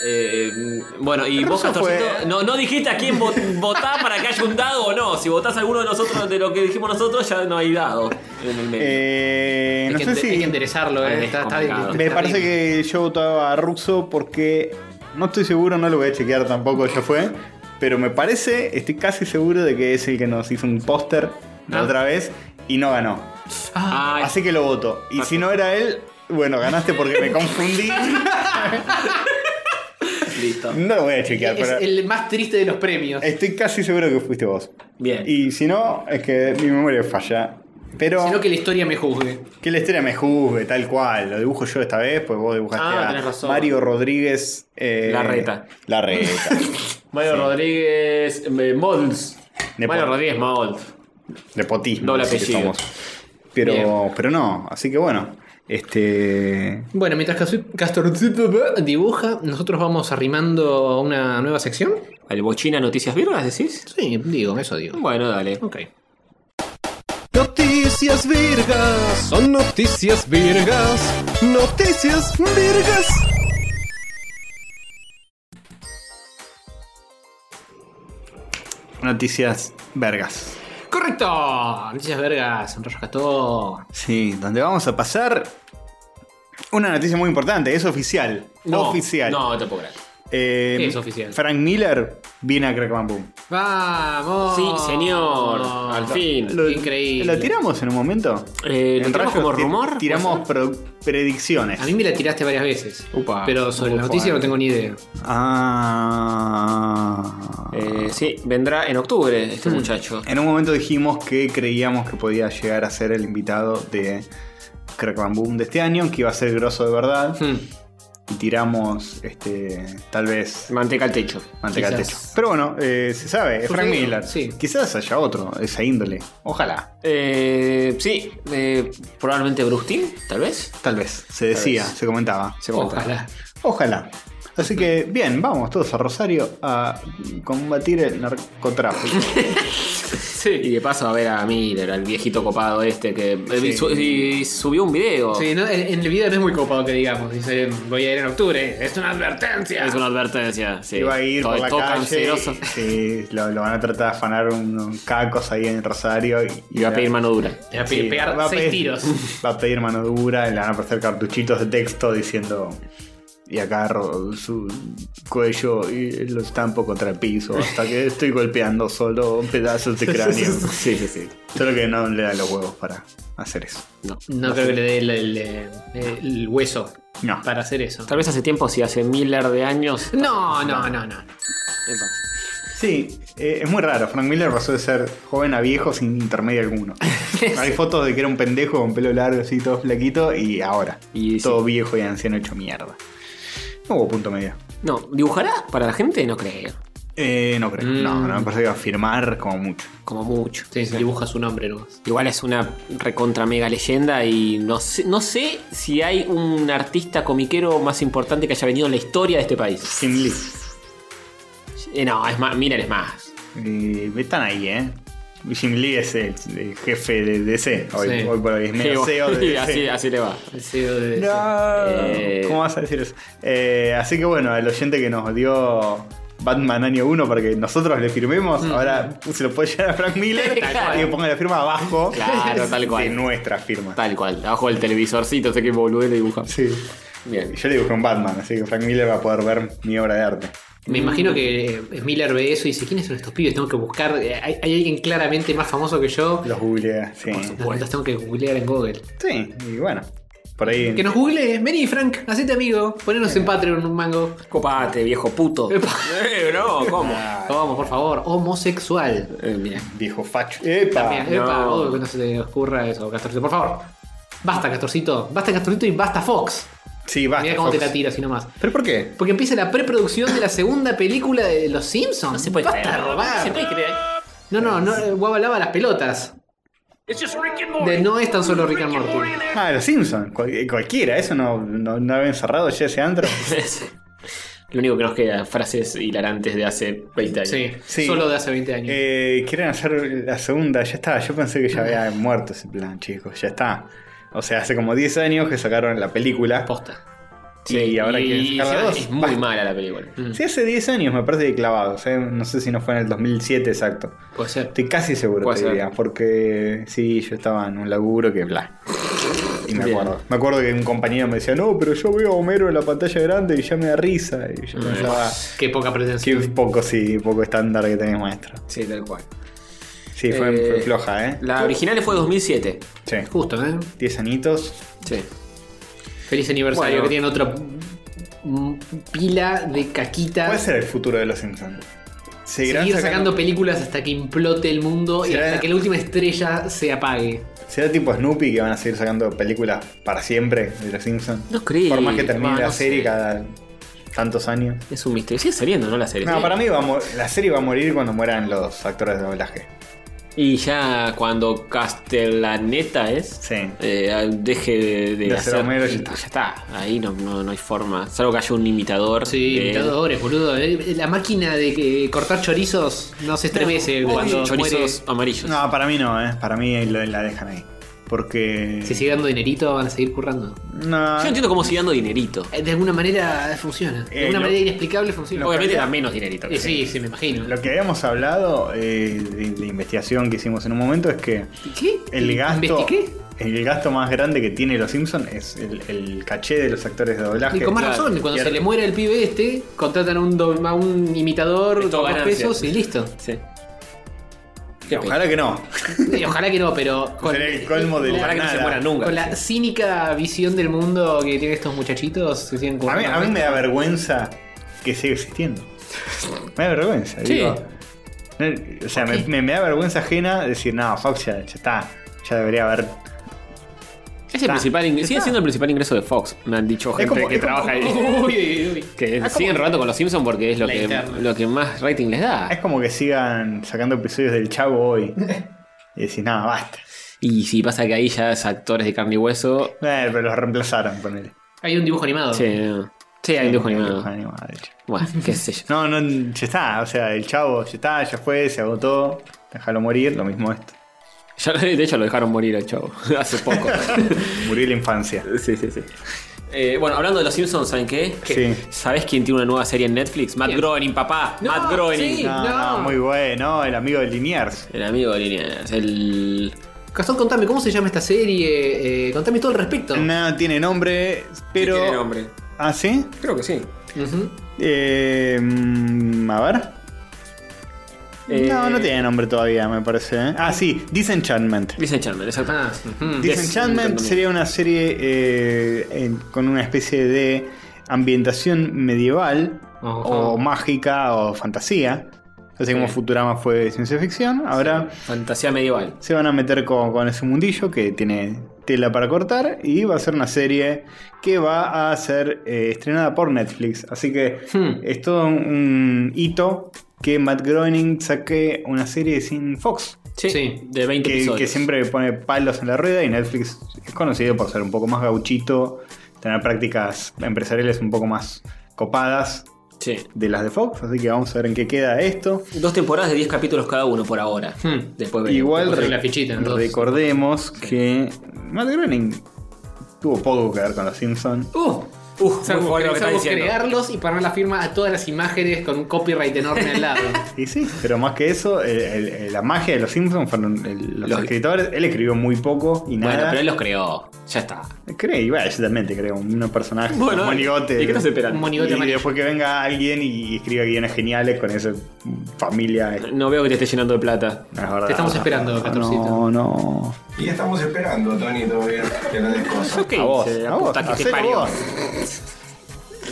eh, bueno, y vos, Ruso fue- ¿eh? Castorcito, no, no dijiste a quién vo- (laughs) votá para que haya un dado o no. Si votás a alguno de nosotros, de lo que dijimos nosotros, ya no hay dado en el medio. Eh, hay, no que, sé ende- hay que si. enderezarlo, eh. Es está, está complicado. Me está parece horrible. que yo votaba a Russo porque. No estoy seguro, no lo voy a chequear tampoco, ya fue. Pero me parece, estoy casi seguro de que es el que nos hizo un póster la Ah. otra vez y no ganó. Ah, Así que lo voto. Y si no era él, bueno, ganaste porque me confundí. listo. No lo voy a chequear, Es pero el más triste de los premios. estoy casi seguro que fuiste vos. Bien. Y si no, es que mi memoria falla. Pero Sino que la historia me juzgue. que la historia me juzgue, tal cual. Lo dibujo yo esta vez, pues vos dibujaste Ah, a tenés razón. Mario Rodríguez. La Larreta. La reta. Mario Rodríguez eh, Molds. De Mario por- Rodríguez Molds. Nepotismo. Doble así que apellido. Pero, Bien. pero no, así que bueno. Este. Bueno, mientras Casu- Castorcito dibuja, nosotros vamos arrimando a una nueva sección. ¿El Bochina Noticias Virgas decís? Sí, digo, eso digo. Bueno, dale. Ok. Noticias virgas, son noticias virgas, noticias virgas. Noticias vergas. ¡Correcto! Noticias vergas, en Rayo Castor. Sí, donde vamos a pasar. Una noticia muy importante, es oficial. Oh, oficial. No, te puedo creer. Eh, ¿Qué es oficial? Frank Miller viene a Crackman Boom. ¡Vamos! Sí, señor. Al fin. Lo- Increíble. ¿Lo tiramos en un momento? Eh, ¿lo Rayos tiramos como ti- rumor? Tiramos pro- predicciones. A mí me la tiraste varias veces. Upa. Pero sobre la Ufa. noticia no tengo ni idea. Ah. Eh, sí, vendrá en octubre este muchacho. En un momento dijimos que creíamos que podía llegar a ser el invitado de Crackman Boom de este año, que iba a ser grosso de verdad. Hmm. Y tiramos, este, tal vez, Manteca al techo. manteca al Quizás. techo. Pero bueno, eh, se sabe, es Frank Sucedió, Miller. sí. Quizás haya otro, de esa índole. Ojalá. Eh, sí, eh, probablemente Brustin, tal vez. Tal vez, se decía, se comentaba. Se comenta. Ojalá. Ojalá. Así que, bien, vamos todos a Rosario a combatir el narcotráfico. (laughs) Sí. Y de paso a ver a Miller, al viejito copado este que eh, Sí. su- y subió un video. Sí, no, en, en el video no es muy copado que digamos. Dice, voy a ir en octubre. Es una advertencia. Es una advertencia. Sí. Iba a ir Todo- por la todo calle. (laughs) canceroso. Sí, lo, lo van a tratar de afanar unos cacos ahí en Rosario. Y, Y va a pedir mano dura. Te va a pe- sí, pegar va a seis pedir- (laughs) tiros. Va a pedir mano dura, le van a aparecer cartuchitos de texto diciendo. Y acá ro- su cuello y lo estampo contra el piso hasta que estoy golpeando solo pedazos de cráneo. Sí, sí, sí. Solo que no le da los huevos para hacer eso. No. No creo que le dé el, el- el- el hueso No. para hacer eso. Tal vez hace tiempo, si hace Miller de años. No, no, no, no. Epa. Sí, eh, es muy raro. Frank Miller pasó de ser joven a viejo sin intermedio alguno. Hay fotos de que era un pendejo con pelo largo, así todo flaquito, y ahora. Y sí. todo viejo y anciano hecho mierda. No hubo punto medio. No, ¿dibujará para la gente? No creo. Eh, no creo. Mm. No, no me parece que va a firmar como mucho. Como mucho. Sí, dibuja su nombre nomás. Igual es una recontra mega leyenda y no sé, no sé si hay un artista comiquero más importante que haya venido en la historia de este país. Jim Lee. Eh, no, es más, Miller es más. Eh, están ahí, ¿eh? Jim Lee es el, el jefe de DC. Hoy, Sí. hoy por hoy es medio Sí, CEO de DC. (laughs) así, así le va. El CEO de- este. No. Eh. ¿Cómo vas a decir eso? Eh, así que bueno, el oyente que nos dio Batman año 1 para que nosotros le firmemos, Mm. ahora se lo puede llegar a Frank (laughs) Miller Tal cual. y que ponga la firma abajo Claro, tal de cual. nuestra firma. Tal cual. Abajo del televisorcito, sé que boludo le dibuja. Sí. Bien. Yo le dibujé un Batman, así que Frank Miller va a poder ver mi obra de arte. Me imagino que eh, Miller ve eso y dice, ¿quiénes son estos pibes? Tengo que buscar. eh, Hay, hay alguien claramente más famoso que yo. Los googlea, sí. Entonces tengo que googlear en Google. Sí, y bueno, por ahí. Que nos googlee. Vení, Frank, hacete amigo. Ponenos en Patreon un mango. Copate, viejo puto. Epa. Eh, no, ¿cómo? Vamos, por favor. Homosexual. (laughs) Eh, mira. (laughs) Viejo facho. ¡Epa! También, epa, no. oh, que no se te ocurra eso, Castorcito. Por favor. Basta, Castorcito. Basta, Castorcito y basta, Fox. Sí, basta. Mirá cómo te Fox. la tiro así nomás. ¿Pero por qué? Porque empieza la preproducción de la segunda película de Los Simpsons. No se puede Basta creer. de No robar. se puede creer. No, no, no, eh, Guava lava las pelotas. De no es tan solo Rick and Morty. eh, Ah, los Simpsons. Cual- cualquiera, eso no, no, no había encerrado ya ese antro. Lo único que nos queda, frases hilarantes de hace 20 años. Sí, Sí. solo de hace 20 años. Eh, quieren hacer la segunda, ya está. Yo pensé que ya había muerto ese plan, chicos, ya está. O sea, hace como 10 años que sacaron la película. Posta. Sí, y ahora quieren y sacar la ya dos. Es muy Basta. mala la película. Mm. Sí, hace 10 años me parece que clavados. eh. No sé si no fue en el 2007 exacto. Puede ser. Estoy casi seguro, Puede te ser. diría, porque sí, yo estaba en un laburo que bla. Y me Bien. acuerdo. Me acuerdo que un compañero me decía, no, pero yo veo a Homero en la pantalla grande y ya me da risa. Y Mm. yo pensaba, Qué poca qué pretensión. poco, sí, poco estándar que tenés maestro. Sí, tal cual. Sí, fue, Eh, fue floja, ¿eh? La original fue 2007. Sí, Justo, ¿eh? 10 anitos. Sí. Feliz aniversario, Bueno. que tienen otra mm, pila de caquita. ¿Cuál será el futuro de los Simpsons? Seguir ¿Seguirán sacando, películas hasta que implote el mundo y Será- hasta que la última estrella se apague. ¿Será tipo Snoopy que van a seguir sacando películas para siempre de los Simpsons? No creo. Por más que termine Ah, la no serie sé. cada tantos años. Es un misterio. Sigue saliendo, ¿no? La serie. No, para mí va a mo- la serie va a morir cuando mueran los actores de doblaje. Y ya cuando Castellaneta es. Sí. eh, deje de, De hacer hacer. Homero, ya ya, está. está. Ahí no, no, no hay forma. Salvo que haya un imitador. Sí, de- imitadores, boludo. Eh, La máquina de que- cortar chorizos no se estremece cuando Chorizos muere. amarillos. No, para mí no, ¿eh? Para mí lo- la dejan ahí. Porque. Si sigue dando dinerito, van a seguir currando. No. Yo no entiendo cómo sigue dando dinerito. Eh, De alguna manera funciona. De Eh, alguna lo- manera inexplicable funciona. Obviamente da menos dinerito. Eh, sí, sí, me imagino. Lo que habíamos hablado eh, de la investigación que hicimos en un momento es que ¿Qué? el gasto. ¿Investigué? El gasto más grande que tiene los Simpsons es el, el caché de los actores de doblaje. Y con más Claro, razón, cuando cierto. se le muera el pibe este, contratan a un, do- a un imitador Es todo con dos ganancia. pesos y listo. Sí. Y Ojalá que no. Y ojalá que no, (laughs) pero. con- Sería el colmo de Ojalá la que no se nada. muera nunca. Con la cínica visión del mundo que tienen estos muchachitos que tienen como- A mí, a mí me da vergüenza que siga existiendo. Me da vergüenza. Sí. digo. No, o sea, me, me- me da vergüenza ajena decir, no, Fox ya, ya está. Ya debería haber. Es el principal ingreso. Sigue siendo el principal ingreso de Fox. Me han dicho gente como- que es como- trabaja ahí. Uy, uy, uy. Que siguen rodando con los Simpsons porque es lo La que, interna. lo que más rating les Es da. como que sigan sacando episodios del Chavo hoy. Y decís, nada, basta. Y si pasa que ahí ya es actores de carne y hueso. Eh, pero los reemplazaron, ponele. Hay un dibujo animado. Sí, no. sí hay un dibujo Dibujo animado. animado, de hecho. Bueno, qué sé yo. No, no, ya está. O sea, el Chavo ya está, ya fue, se agotó. Déjalo morir, lo mismo esto. Ya, de hecho, lo dejaron morir al chavo (laughs) hace poco. Murió la infancia. sí, sí, sí. Eh, bueno, hablando de los Simpsons, ¿saben qué? Sí. ¿Sabés quién tiene una nueva serie en Netflix? Matt ¿Quién? Groening, papá. No, Matt Groening. sí. No, No. no, muy bueno, el amigo de Liniers. El amigo de Líneas. El. Gastón, contame, ¿cómo se llama esta serie? Eh, contame todo al respecto. No tiene nombre, pero. ¿Qué tiene nombre? ¿Ah, sí? Creo que sí. Ujú. Eh, mm, a ver. Eh, No, no tiene nombre todavía, me parece. ¿eh? Ah, sí, Disenchantment. Disenchantment, exacto. Ah, ujú. Disenchantment Des- sería una serie eh, en- con una especie de ambientación medieval Ojo. o mágica o fantasía. Así como Sí. Futurama fue ciencia ficción, ahora Fantasía medieval. se van a meter con, con ese mundillo que tiene tela para cortar y va a ser una serie que va a ser eh, estrenada por Netflix. Así que Hmm. es todo un, un hito que Matt Groening saque una serie sin Fox. Sí, Sí. de 20 Que, episodios. que siempre pone palos en la rueda y Netflix es conocido por ser un poco más gauchito, tener prácticas empresariales un poco más copadas Sí. de las de Fox. Así que vamos a ver en qué queda esto. Dos temporadas de 10 capítulos cada uno por ahora. Hmm. Después veremos. Igual ponen re- la fichita, ¿no? recordemos que Matt Groening tuvo poco que ver con los Simpsons. Uh, Uh, muy salvo fuerte lo que estás salvo diciendo. crearlos y poner la firma a todas las imágenes con un copyright enorme al (laughs) lado. Y sí, pero más que eso, el- el- la magia de los Simpsons fueron el- los, Los- escritores. Él escribió muy poco y Bueno, nada. pero él los creó. Ya está. Creo, igual, yo también te creo, un personaje, Bueno, un monigote. ¿y qué estás esperando? Un monigote Y amarillo. después que venga alguien y escriba guiones geniales con esa familia. No, No veo que te esté llenando de plata. es verdad. Ah, Te estamos esperando, Catorcito. No, no. Y ya estamos esperando, Tony, todavía que no des cosas. Ok, a vos, se a vos, apuesta que te hacelo parió. vos.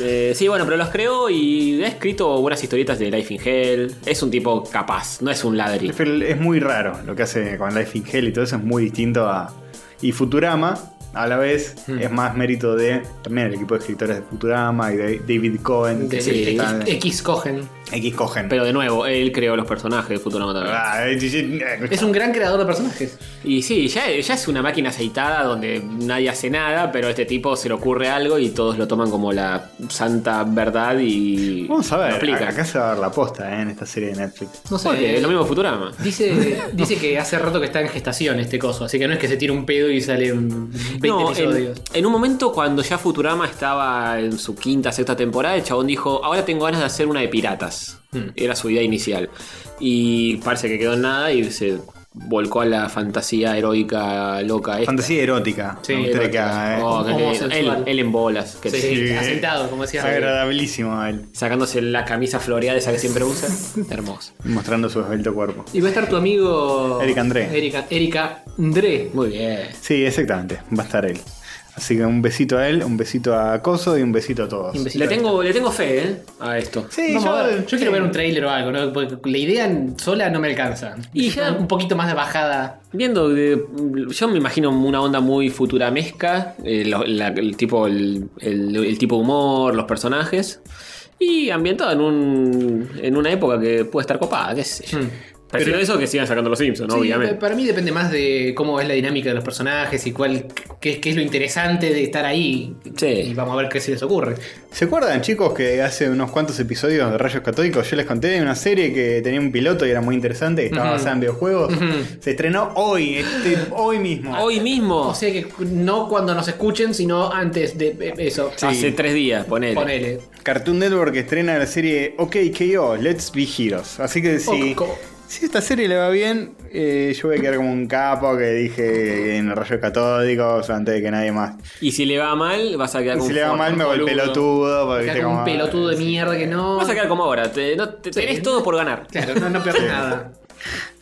Eh, sí, bueno, pero los creó y ha escrito buenas historietas de Life in Hell. Es un tipo capaz, no es un ladri. Pero es muy raro lo que hace con Life in Hell y todo eso es muy distinto a. Y Futurama a la vez Hmm. es más mérito de también el equipo de escritores de Futurama y de David Cohen. De- que de- está- X, X cogen. X cogen. Pero de nuevo, él creó los personajes de Futurama también. Ah, eh, eh, Es un gran creador de personajes. Y sí, ya, ya es una máquina aceitada donde nadie hace nada, pero a este tipo se le ocurre algo y todos lo toman como la santa verdad y. Vamos a lo ver, aplican. acá se va a dar la posta eh, en esta serie de Netflix. No sé. ¿Por qué? Es lo mismo Futurama. Dice, dice que hace rato que está en gestación este coso, así que no es que se tire un pedo y sale un 20 No, en, episodios. en un momento cuando ya Futurama estaba en su quinta, sexta temporada, el chabón dijo, ahora tengo ganas de hacer una de piratas. Hmm. Era su idea inicial. Y parece que quedó en nada y se volcó a la fantasía heroica loca. esta. Fantasía erótica. Sí, me gustaría erótica. que haga, eh. Oh, qué lindo. Homosexual. él, él en bolas. que- Sí, sí. asentado, como decía. Es agradabilísimo a él, Sacándose la camisa floreada esa que siempre usa. Hermoso. mostrando su esbelto cuerpo. Y va a estar tu amigo. Eric André. Erika, Erika André. Muy bien. Sí, exactamente, va a estar él. Así que un besito a él, un besito a Coso y un besito a todos. Y un besito. Le tengo, le tengo fe, ¿eh? A esto. Sí, Vamos a yo, ver, yo quiero ver un trailer o algo, ¿no? Porque la idea sola no me alcanza. Y ya- un poquito más de bajada. Viendo, de- yo me imagino una onda muy futuramesca, eh, lo- la- el, tipo, el, el- el tipo de humor, los personajes, y ambientado en, un, en una época que puede estar copada, qué sé yo. Mm. Prefiero eso que sigan sacando los Simpsons, Sí, eh, obviamente. Para mí depende más de cómo es la dinámica de los personajes y cuál qué, qué es lo interesante de estar ahí. Sí. Y vamos a ver qué se les ocurre. ¿Se acuerdan, chicos, que hace unos cuantos episodios de Rayos Catódicos yo les conté de una serie que tenía un piloto y era muy interesante, que estaba Ujú. basada en videojuegos? Ujú. Se estrenó hoy, este, hoy mismo. Hoy mismo, O sea que no cuando nos escuchen, sino antes de eh, eso. hace tres días, ponele. Ponele. Cartoon Network estrena la serie OK KO, Let's Be Heroes. Así que si, Ok. si esta serie le va bien, eh, yo voy a quedar como un capo que dije en Rayos Catódicos antes de que nadie más. Y si le va mal, vas a quedar Y como si un le va forro, mal, me voy el boludo. pelotudo. porque Acá viste con un cómo- pelotudo de mierda que no. Vas a quedar como ahora, te, no, te- tenés todo por ganar. (laughs) Claro, no, no pierdes nada.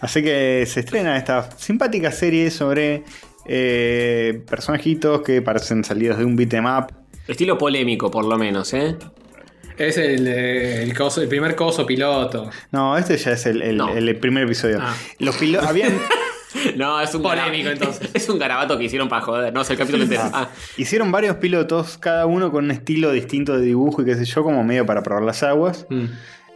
Así que se estrena esta simpática serie sobre eh, personajitos que parecen salidos de un beat'em up. Estilo polémico, por lo (laughs) menos, ¿eh? Es el, eh, el, coso- el primer coso piloto. No, este ya es el, el- No. el primer episodio. Ah. Los (laughs) pilotos habían No, es un Polémico, gara- entonces. (laughs) Es un garabato que hicieron para joder, no es el capítulo entero. Ah. hicieron varios pilotos, cada uno con un estilo distinto de dibujo y qué sé yo, como medio para probar las aguas. Mm.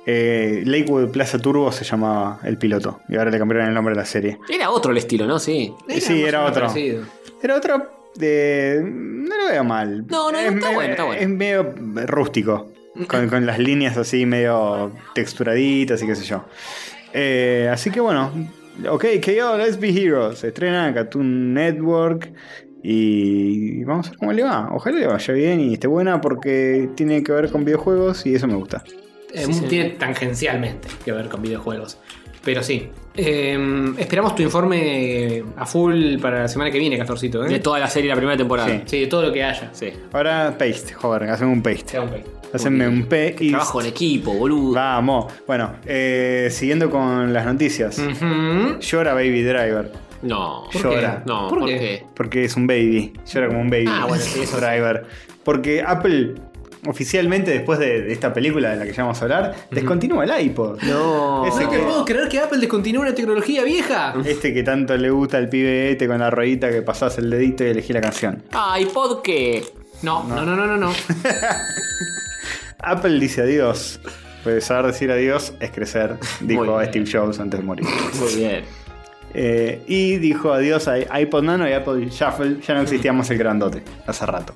Eh, Lakewood Plaza Turbo se llamaba el piloto y ahora le cambiaron el nombre a la serie. Era otro el estilo, ¿no? Sí. Y sí, más era o menos otro. parecido. Era otro de... No lo veo mal. No, no, Es está me- bueno, está bueno. Es medio rústico. Con, con las líneas así medio texturaditas y qué sé yo. Eh, así que bueno. Ok, KO, Let's Be Heroes. Se estrena en Cartoon Network. Y vamos a ver cómo le va. Ojalá le vaya bien y esté buena porque tiene que ver con videojuegos y eso me gusta. Eh, Tiene tangencialmente que ver con videojuegos. Pero sí. Eh, esperamos tu informe a full para la semana que viene, Castorcito. ¿eh? De toda la serie, la primera temporada. Sí. Sí. sí, de todo lo que haya. Ahora paste, joder, haceme un paste. Sea un país. Hacenme un P y... Trabajo en equipo, boludo. Vamos. Bueno, eh, siguiendo con las noticias. Mm. Ujú. Llora Baby Driver. No. ¿Por Llora. qué? No, ¿Por ¿por, qué? qué? Porque es un baby. Llora como un baby. Ah, (laughs) bueno, sí, eso sí. Driver. Porque Apple, oficialmente, después de, de esta película de la que ya vamos a hablar, descontinúa el iPod. No. Ese No te puedo que, creer que Apple descontinúa una tecnología vieja. este que tanto le gusta al pibe este con la ruedita que pasás el dedito y elegí la canción. Ay, ¿por qué? No, no, no, no, no. (laughs) no. Apple dice adiós. Pues saber decir adiós es crecer, dijo bien. Steve Jobs antes de morir. Muy bien. Eh, y dijo adiós a iPod Nano y Apple Shuffle. Ya no existía más el grandote hace rato.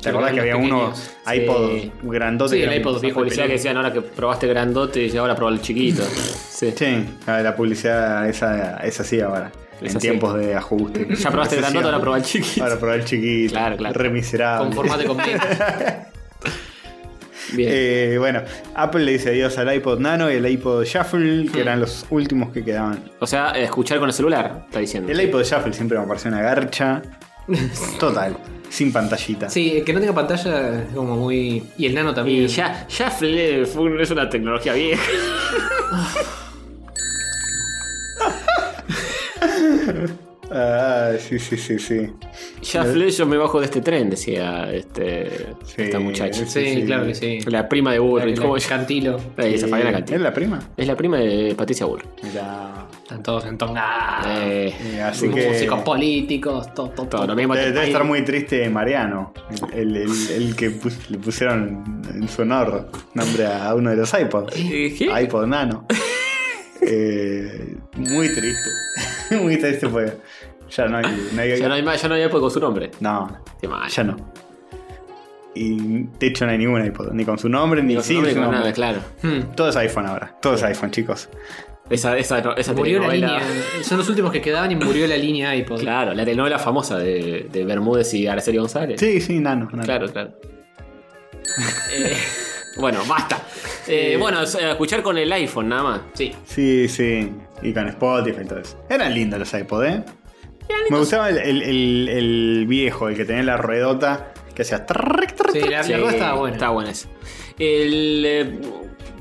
¿Te acordás que había Los uno pequeños. iPod Sí. grandote? Sí, que el era- iPod La viejo. publicidad que decían ahora que probaste grandote y ahora probá (laughs) el chiquito. Sí. Sí, la, la publicidad esa, esa sí ahora. Esa en sí. tiempos de ajuste. Ya probaste Esa sí grandote, ahora probá el chiquito. Ahora probá el chiquito. Claro, claro. Re miserable. Conformate con (laughs) menos. Bien. Eh, bueno, Apple le dice adiós al iPod Nano y el iPod Shuffle, Hmm. que eran los últimos que quedaban. O sea, escuchar con el celular, está diciendo. El iPod Shuffle siempre me pareció una (laughs) garcha. Total, sin pantallita. Sí, el que no tenga pantalla es como muy. Y el nano también. Y ya, ya fle- fue un- es una tecnología vieja. Ah, sí, sí, sí, sí. Ya Flash, yo me bajo de este tren, decía este, esta muchacha. sí, Sí, sí. claro que sí. La prima de Bullrich. La- ¿Cómo la es? Cantilo. Eh, esa Fabiana Cantilo. ¿Es la prima? Es la prima de Patricia Bullrich. Están todos entongados. Eh, así que- músicos políticos, todo, todo, todo lo mismo. Debe, debe Ahí- estar muy triste Mariano, el, el- el- el que pus- le pusieron en su honor nombre a uno de los iPods. Eh, ¿qué? (laughs) iPod Nano. Eh, muy triste. (laughs) muy triste porque ya no hay. No, hay- Ya no hay más, ya no hay iPod con su nombre. no, Qué mal. ya no. Y de hecho no hay ningún iPod, ni con su nombre, ni, Ni con su sin nombre, su ni con nombre. nada, claro. Hmm. Todo es iPhone ahora, todo es iPhone, chicos. Esa, esa, no- esa Murió la telenovela. línea. Son los últimos que quedaban y murió la línea pues. iPod. Claro, la telenovela famosa de, de Bermúdez y Araceli González. Eh, Sí, sí, Nano. nano. Claro, (laughs) claro. Eh, bueno, basta. Eh, bueno, es- eh, escuchar con el iPhone nada más. Sí. Sí, sí. Y con Spotify y todo eso. Eran lindos los iPod, ¿eh? Me gustaba el, el- el- el viejo, el que tenía la ruedota que hacía. trrrrrrrr, trrrrrr. Sí, la, Sí, la cosa estaba buena. Está buena esa. El, eh,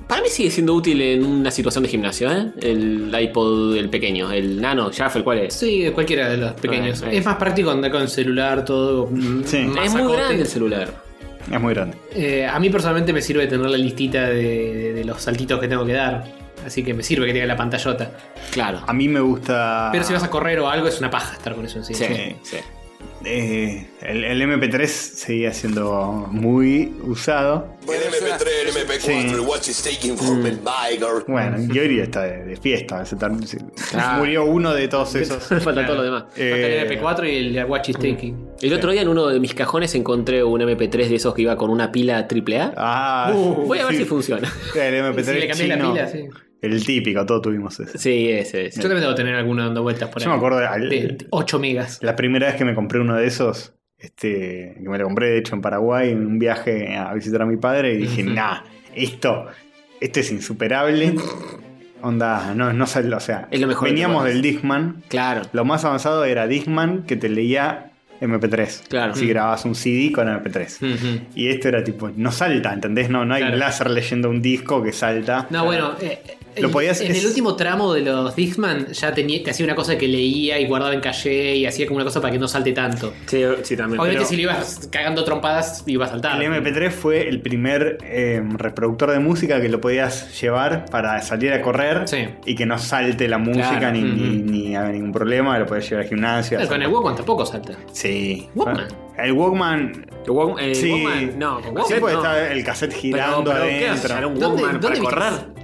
para mí sigue siendo útil en una situación de gimnasio, ¿eh? El iPod, el pequeño, el nano, Jaffel, ¿cuál es? Sí, cualquiera de los pequeños. Ah, ahí. Es más práctico andar con celular, todo. mm, Sí. más es muy acote. grande el celular. Es muy grande. Eh, a mí personalmente me sirve tener la listita de, de- de los saltitos que tengo que dar. Así que me sirve que tenga la pantallota. Claro. A mí me gusta. Pero si vas a correr o algo, es una paja estar con eso Sí, encima. sí. Eh, el, el MP3 seguía siendo muy usado. El MP3, el MP4, Sí. el Watch is taking from the Biger. Ah, Bueno, Yori está de, de fiesta. se tar- se- Ah. Murió uno (laughs) de todos esos. Falta todo lo demás. Tener Eh, el P4 y el Watch Mm. is Taking. El otro día en uno de mis cajones encontré un MP3 de esos que iba con una pila AAA. ah, Uh, Voy a ver sí. si (laughs) funciona. El MP3 Si le cambié la chino, pila, sí. El típico, todos tuvimos ese. Sí, ese, ese. Yo también debo tener alguno dando vueltas por ahí. Yo me acuerdo de, De, de 8 megas. La primera vez que me compré uno de esos, este, que me lo compré de hecho en Paraguay, en un viaje a visitar a mi padre, y dije, nah, esto, esto es insuperable. Onda, no, no sal- o sea, Es lo mejor que veníamos podés. del Discman, Claro. lo más avanzado era Discman que te leía MP3. Claro. Mm. Si grababas un CD con MP3. Ujú. Y esto era tipo, no salta, ¿entendés? No, no hay Claro. láser leyendo un disco que salta. No, bueno, eh, Lo en- podías- en es- el último tramo de los Dixman ya tenía, te hacía una cosa que leía y guardaba en calle y hacía como una cosa para que no salte tanto. Sí, sí, también. Obviamente Pero- si le ibas cagando trompadas iba a saltar. El MP3 fue el primer eh, reproductor de música que lo podías llevar para salir a correr Sí. y que no salte la música Claro, ni, ni- ujú. ni haga ningún problema, lo podías llevar al gimnasio. Claro, hacer- con el Walkman tampoco salta. Sí. Walkman. El Walkman. El Walk- eh, sí. Walkman, no, Sí, con Walkman porque no. estaba el cassette girando pero, ¿qué adentro. haces? Un ¿Dónde- Walkman dónde para viste correr.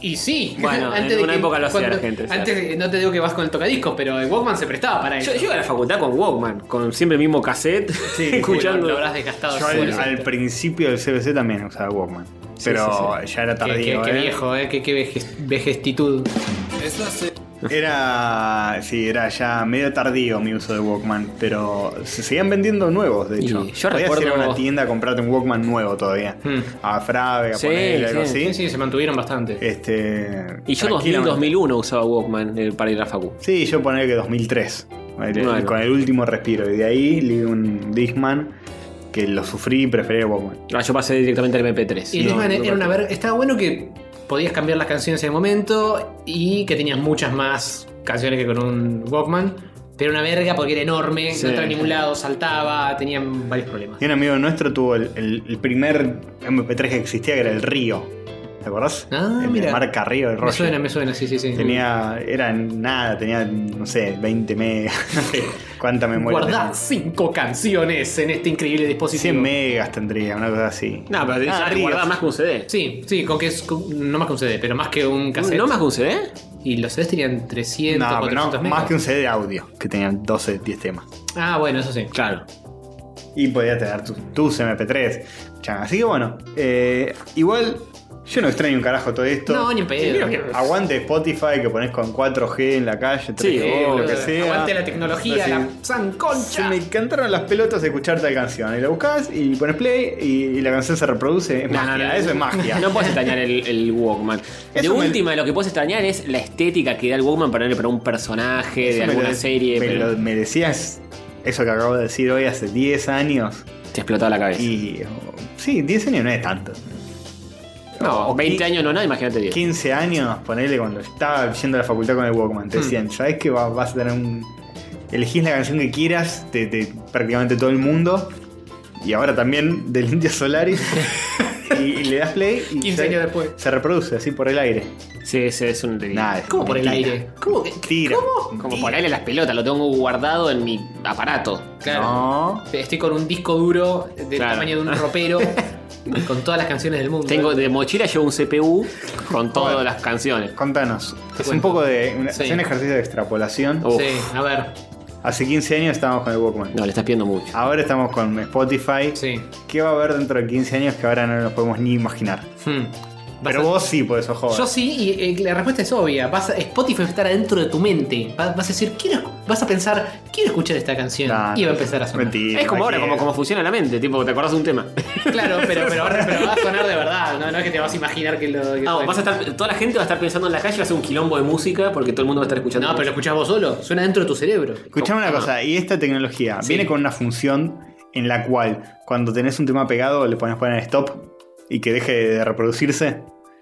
Y sí. (laughs) Bueno, en una época lo hacía la gente, o sea. Antes, de- no te digo que vas con el tocadiscos, pero el Walkman se prestaba para eso. Yo, yo iba a la facultad con Walkman, con siempre el mismo cassette, (laughs) escuchando. Lo habrás desgastado. Yo seguro, al, sí. al principio del CBC también usaba Walkman. Pero ya era Qué- qué- tardío. qué ¿eh? viejo, eh. Qué, qué vejes- vejestitud. Es la se- Era. Sí, era ya medio tardío mi uso de Walkman. Pero se seguían vendiendo nuevos, de Y hecho. yo Podías ir a recuerdo- una tienda a comprarte un Walkman nuevo todavía. Hmm. A Frave, a Sí, ponerle algo sí, así. Sí, sí, se mantuvieron bastante. Este. y yo 2000, tranquilamente. 2001 usaba Walkman eh, para ir a la facu. Sí, yo poner que 2003. el- Bueno. Con el último respiro. Y de ahí le di un Discman que lo sufrí y preferí el Walkman. Ah, yo pasé directamente al MP3. Y el No, Discman no era una me- ver... Estaba bueno que podías cambiar las canciones en el momento y que tenías muchas más canciones que con un Walkman. Pero una verga porque era enorme, Sí. no entraba a ningún lado, saltaba, tenían varios problemas. Y un amigo nuestro tuvo el, el- el primer MP3 que existía, que era el Río. ¿Te acordás? Ah, el de mira. marca Río, el Me rollo. suena, me suena, sí, sí, sí. Tenía, era nada, tenía, no sé, 20 megas, (laughs) no sé cuánta memoria. Guardad cinco canciones en este increíble tenía. dispositivo. 100 megas tendría, una cosa así. No, pero Ah, ya te Ríos. guardaba más que un CD. Sí, sí, con que es, con- no más que un CD, pero más que un cassette. ¿No más que un CD? Y los CDs tenían 300, No, pero 400 no, megas. más que un CD de audio, que tenían 12, 10 temas. Ah, bueno, eso sí. Claro. Y podías tener tus, tus MP3. chan. Así que bueno, eh, igual yo no extraño un carajo todo esto. No, ni en pedo. Aguante Spotify que pones con 4G en la calle, 3G, Sí, lo boludo. que sea. Aguante la tecnología, Sí. la san Se concha. me encantaron las pelotas de escuchar tal canción. Y la buscas y pones play y, y la canción se reproduce. Es No, magia, no, no. eso es magia. No puedes extrañar el, el Walkman. de Eso me- última, lo que puedes extrañar es la estética que da el Walkman para, para un personaje Eso de me alguna lo- serie. Me, pero lo- me decías eso que acabo de decir hoy hace 10 años. te explotaba la cabeza. Y. oh, sí, 10 años no es tanto. no, o 20 qui- años no, nada, imagínate 10. 15 Hmm. años, ponele cuando estaba yendo a la facultad con el Walkman. Te decían, ¿sabes que va- vas a tener un, elegís la canción que quieras de, de prácticamente todo el mundo. Y ahora también del Indio (laughs) Solaris. y, y le das play y 15 se, años después. se reproduce así por el aire. Sí, ese es un delito. Nada, ¿Cómo por el mentira. aire? ¿Cómo? que- Mentira. ¿Cómo? Como por aire las pelotas, lo tengo guardado en mi aparato. Claro. No. Estoy con un disco duro del Claro. tamaño de un ropero con todas las canciones del mundo. Tengo de mochila llevo un CPU con todas las canciones. Contanos. Es un cuento. poco de. una- Sí. es un ejercicio de extrapolación. Uf, Sí, a ver. Hace 15 años estábamos con el Walkman. No, le estás pidiendo mucho. Ahora estamos con Spotify. Sí. ¿Qué va a haber dentro de 15 años que ahora no nos podemos ni imaginar? Hmm. Vas Pero a- vos sí podés, ojo. Yo sí, y eh, la respuesta es obvia. Vas a- Spotify va a estar adentro de tu mente. Va- Vas, a decir, quiero, escu- vas a pensar, quiero escuchar esta canción. No, y va a no, empezar a sonar. Mentira. Es como ahora, ¿quién? como, como funciona la mente, tipo, te acordás de un tema. Claro, pero, pero, ahora- pero va a sonar de verdad. No, no es que te vas a imaginar que lo. que- Ah, vas a estar, toda la gente va a estar pensando en la calle, va a ser un quilombo de música porque todo el mundo va a estar escuchando. No, pero lo escuchás vos solo. Suena dentro de tu cerebro. Escuchame una ¿Cómo? cosa, y esta tecnología Sí. viene con una función en la cual cuando tenés un tema pegado le pones poner stop y que deje de reproducirse.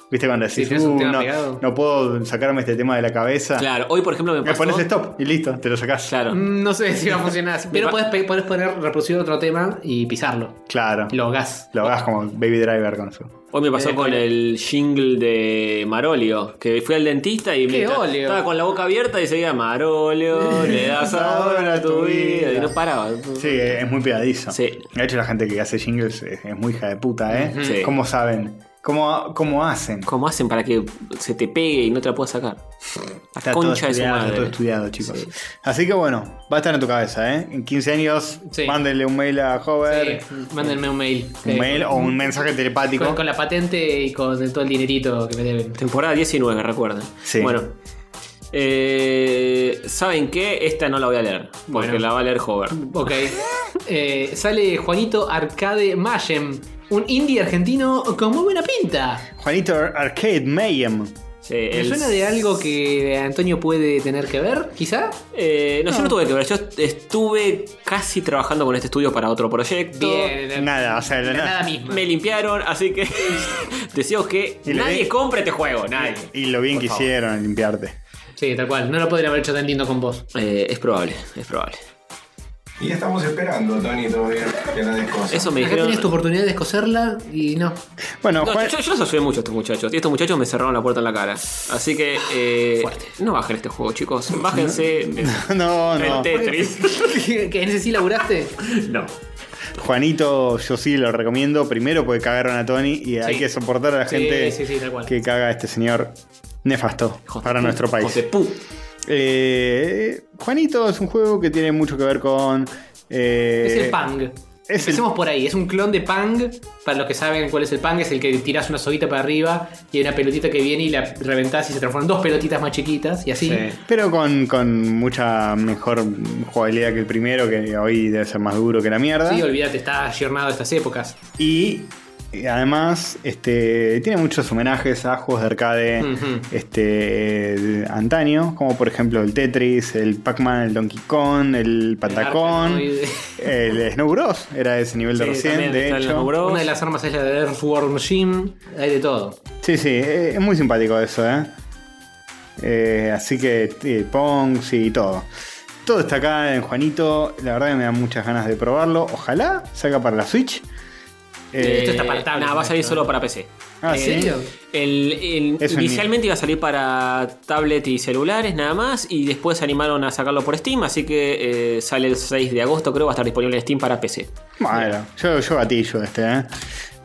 ¿Viste cuando decís, tenés un "Uh, tema no, pegado". no puedo sacarme este tema de la cabeza? Claro, hoy por ejemplo me Le pasó. pones stop y listo, te lo sacás. Claro. Mm, No sé si va a (laughs) funcionar así. Pero Me podés, pe- podés poner, reproducir otro tema y pisarlo. Claro. Lo gas. Lo hagas como Baby Driver con eso. Hoy me pasó Eh, con bueno. el jingle de Marolio, que fui al dentista y me óleo! estaba con la boca abierta y seguía Marolio, (laughs) le das sabor a tu vida. Y no paraba. Sí, es muy pegadizo. Sí. De hecho, la gente que hace jingles es, es muy hija de puta, ¿eh? Sí. ¿Cómo saben? ¿Cómo, cómo hacen? ¿Cómo hacen para que se te pegue y no te la puedas sacar? La Está todo concha de su estudiado, está todo madre. estudiado, chicos. Así que bueno, va a estar en tu cabeza, ¿eh? En 15 años, Sí. mándenle un mail a Hover, Sí, mándenme un mail. un Eh, mail o un mensaje telepático. Con, con la patente y con todo el dinerito que me deben. Temporada 19, recuerden. Sí. Bueno. eh, ¿Saben qué? Esta no la voy a leer. Porque Bueno. la va a leer Hover. (laughs) Ok. Eh, sale Juanito Arcade Mayem, un indie argentino con muy buena pinta. Juanito Ar- Arcade Mayhem. Sí, ¿Me el- suena de algo que Antonio puede tener que ver, quizá? Eh, no, yo no tuve que ver. Yo estuve casi trabajando con este estudio para otro proyecto. Bien. Nada, o sea, de la nada. nada misma. Me limpiaron, así que (laughs) deseo que Y le nadie di- compre este juego, nadie. Y lo bien Por que favor. hicieron al limpiarte. Sí, tal cual. No lo podría haber hecho tan lindo con vos. Eh, es probable, es probable. Y estamos esperando, Tony, todavía que no des cosas. Eso me Acá dijeron. tienes tu oportunidad de escocerla y no. Bueno, No, Juan- yo, yo los ayudé mucho a estos muchachos. Y estos muchachos me cerraron la puerta en la cara. Así que. eh, no bajen este juego, chicos. Bájense. (laughs) el- (laughs) no, no. El Tetris. (laughs) ¿Que en ese sí laburaste? No. Juanito, yo sí lo recomiendo. Primero porque cagaron a Tony y hay Sí. que soportar a la Sí, gente sí, sí, tal cual. que caga a este señor nefasto Hijos de para pu- nuestro país. hijos de pu- Eh, Juanito es un juego que tiene mucho que ver con. eh, Es el Pang. es Empecemos por ahí. Es un clon de Pang. Para los que saben cuál es el Pang, es el que tirás una soguita para arriba y hay una pelotita que viene y la reventás y se transforman en dos pelotitas más chiquitas y así. Sí, Pero con, con mucha mejor jugabilidad que el primero, que hoy debe ser más duro que la mierda. Sí, olvídate, está ayornado a estas épocas. y eh, además, este, tiene muchos homenajes a juegos de arcade Ujú. este, eh, de antaño, como por ejemplo el Tetris, el Pac-Man, el Donkey Kong, el Patacón, el, Arcanoide. Snow Bros. Era ese nivel de Sí, recién, también de está el hecho. Snow Bros. Una de las armas es la de Earthworm Jim. Hay de todo. Sí, sí, eh, es muy simpático eso, ¿eh? Eh, así que eh, Pong, sí, todo. Todo está acá en Juanito. La verdad que me dan muchas ganas de probarlo. Ojalá salga para la Switch. Eh, Esto está para tablet, Nada, va a salir maestro. solo para PC. ah, ¿En sí. serio? El, el- Es un inicialmente iba a salir para tablet y celulares nada más y después se animaron a sacarlo por Steam, así que eh, sale el 6 de agosto creo, va a estar disponible en Steam para PC. Bueno, yo, yo gatillo este, ¿eh?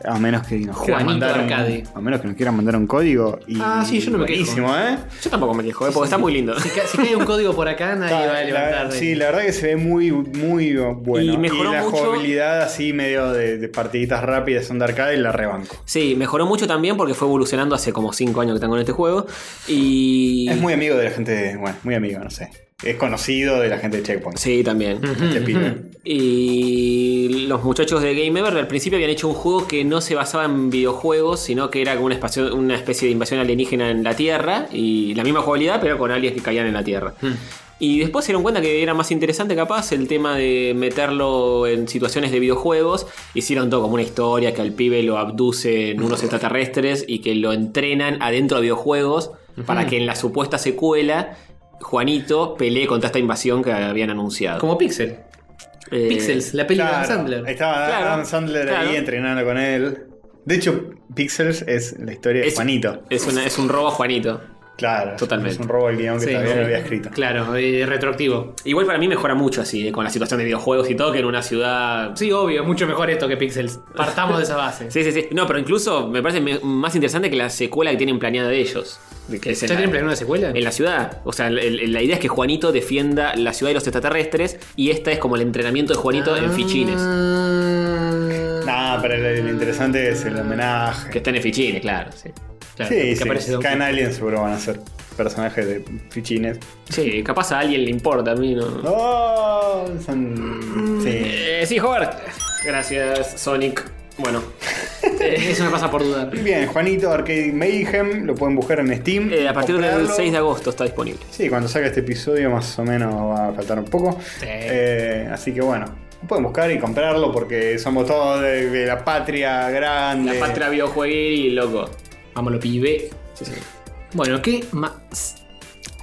A menos que nos quieran Juanito mandar un, Arcade. A menos que nos quieran mandar un código. Y Ah, sí, yo no me quejo. Buenísimo, ¿eh? Yo tampoco me quejo, eh, porque está muy lindo. Si, ca- si cae un código por acá, nadie va a La- levantar. de- sí, la verdad que se ve muy, muy bueno. Y mejoró la mucho- jugabilidad así medio de, de partiditas rápidas en arcade y la rebanco. Sí, mejoró mucho también porque fue evolucionando hace como 5 años que tengo en este juego y... Es muy amigo de la gente, bueno, muy amigo, no sé. Es conocido de la gente de Checkpoint. Sí, también. Este pibe. Y los muchachos de Game Over al principio habían hecho un juego que no se basaba en videojuegos, sino que era como una, espacio- una especie de invasión alienígena en la Tierra y la misma jugabilidad, pero con aliens que caían en la Tierra. Y después se dieron cuenta que era más interesante capaz el tema de meterlo en situaciones de videojuegos. Hicieron todo como una historia que al pibe lo abducen unos extraterrestres y que lo entrenan adentro de videojuegos para que en la supuesta secuela Juanito pelee contra esta invasión que habían anunciado. Como Pixel. Eh, Pixels, la peli de Adam Sandler. Estaba Claro, Adam Sandler claro. ahí entrenando con él. De hecho, Pixels es la historia de Es- Juanito. Es, una- es un robo a Juanito. Claro. Totalmente. Es un robo al guión que Sí, todavía sí. no había escrito. Claro, eh, retroactivo. Igual para mí mejora mucho así, eh, con la situación de videojuegos y todo, que en una ciudad. Sí, obvio, mucho mejor esto que Pixels. Partamos de esa base. Sí, sí, sí. No, pero incluso me parece me- más interesante que la secuela que tienen planeada de ellos. Que es en ¿Ya la- tienen planeado una secuela? En la ciudad. O sea, el- el- la idea es que Juanito defienda la ciudad de los extraterrestres y esta es como el entrenamiento de Juanito en fichines. Ah. Nah, pero lo, lo interesante es el homenaje. Que está en fichines, claro. Sí, Claro, sí, que sí. aparece Don Cada en Quijote. Alien seguro van a ser personajes de fichines. Sí, capaz a alguien le importa, a mí no. ¡Oh! Son. Sí. Eh, sí, Howard. Gracias, Sonic. (laughs) Bueno. Eh, Eso me pasa por dudar. Bien, Juanito Arcade Mayhem, lo pueden buscar en Steam. eh, a partir del comprarlo. 6 de agosto está disponible. Sí, cuando salga este episodio más o menos va a faltar un poco. Eh, así que bueno, lo pueden buscar y comprarlo porque somos todos de, de la patria grande. La patria videojueguil y loco. Vámonos, pibe. Sí, sí. Bueno, ¿qué más?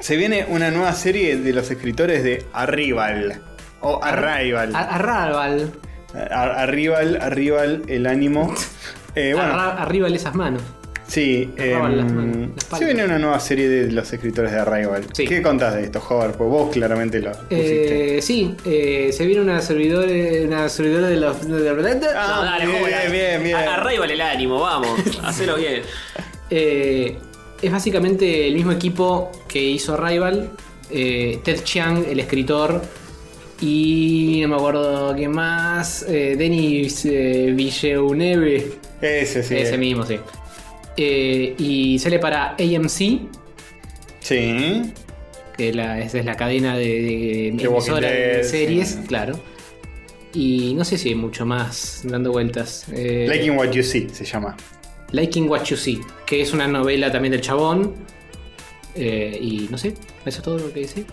Se viene una nueva serie de los escritores de Arrival. O Arrival. A- Arrabal. Ar- Arrival, Arrival, (laughs) el ánimo. Eh, bueno, Arra- Arriba de esas manos. sí. Arrival, em, las manos, las se palmas. viene una nueva serie de los escritores de Arrival. Sí. ¿Qué contás de esto, Hover? Pues vos claramente lo pusiste. Eh, sí, eh, se viene una servidora, una servidora de los... de la- Ah, bien, joder. bien, bien. A- Arraigale el ánimo, (laughs) vamos. Hacelo bien. Eh, es básicamente el mismo equipo que hizo Rival. eh, Ted Chiang, el escritor. Y no me acuerdo quién más. eh, Denis eh, Villeneuve. Ese sí. Ese mismo, sí. Eh, y sale para AMC, Sí. que la- esa es la cadena de, de- The Walking emisora de Dead, series, sí. claro. Y no sé si hay mucho más dando vueltas. Eh, Liking What You See se llama. Liking What You See, que es una novela también del chabón. Eh, y no sé, eso es todo lo que dice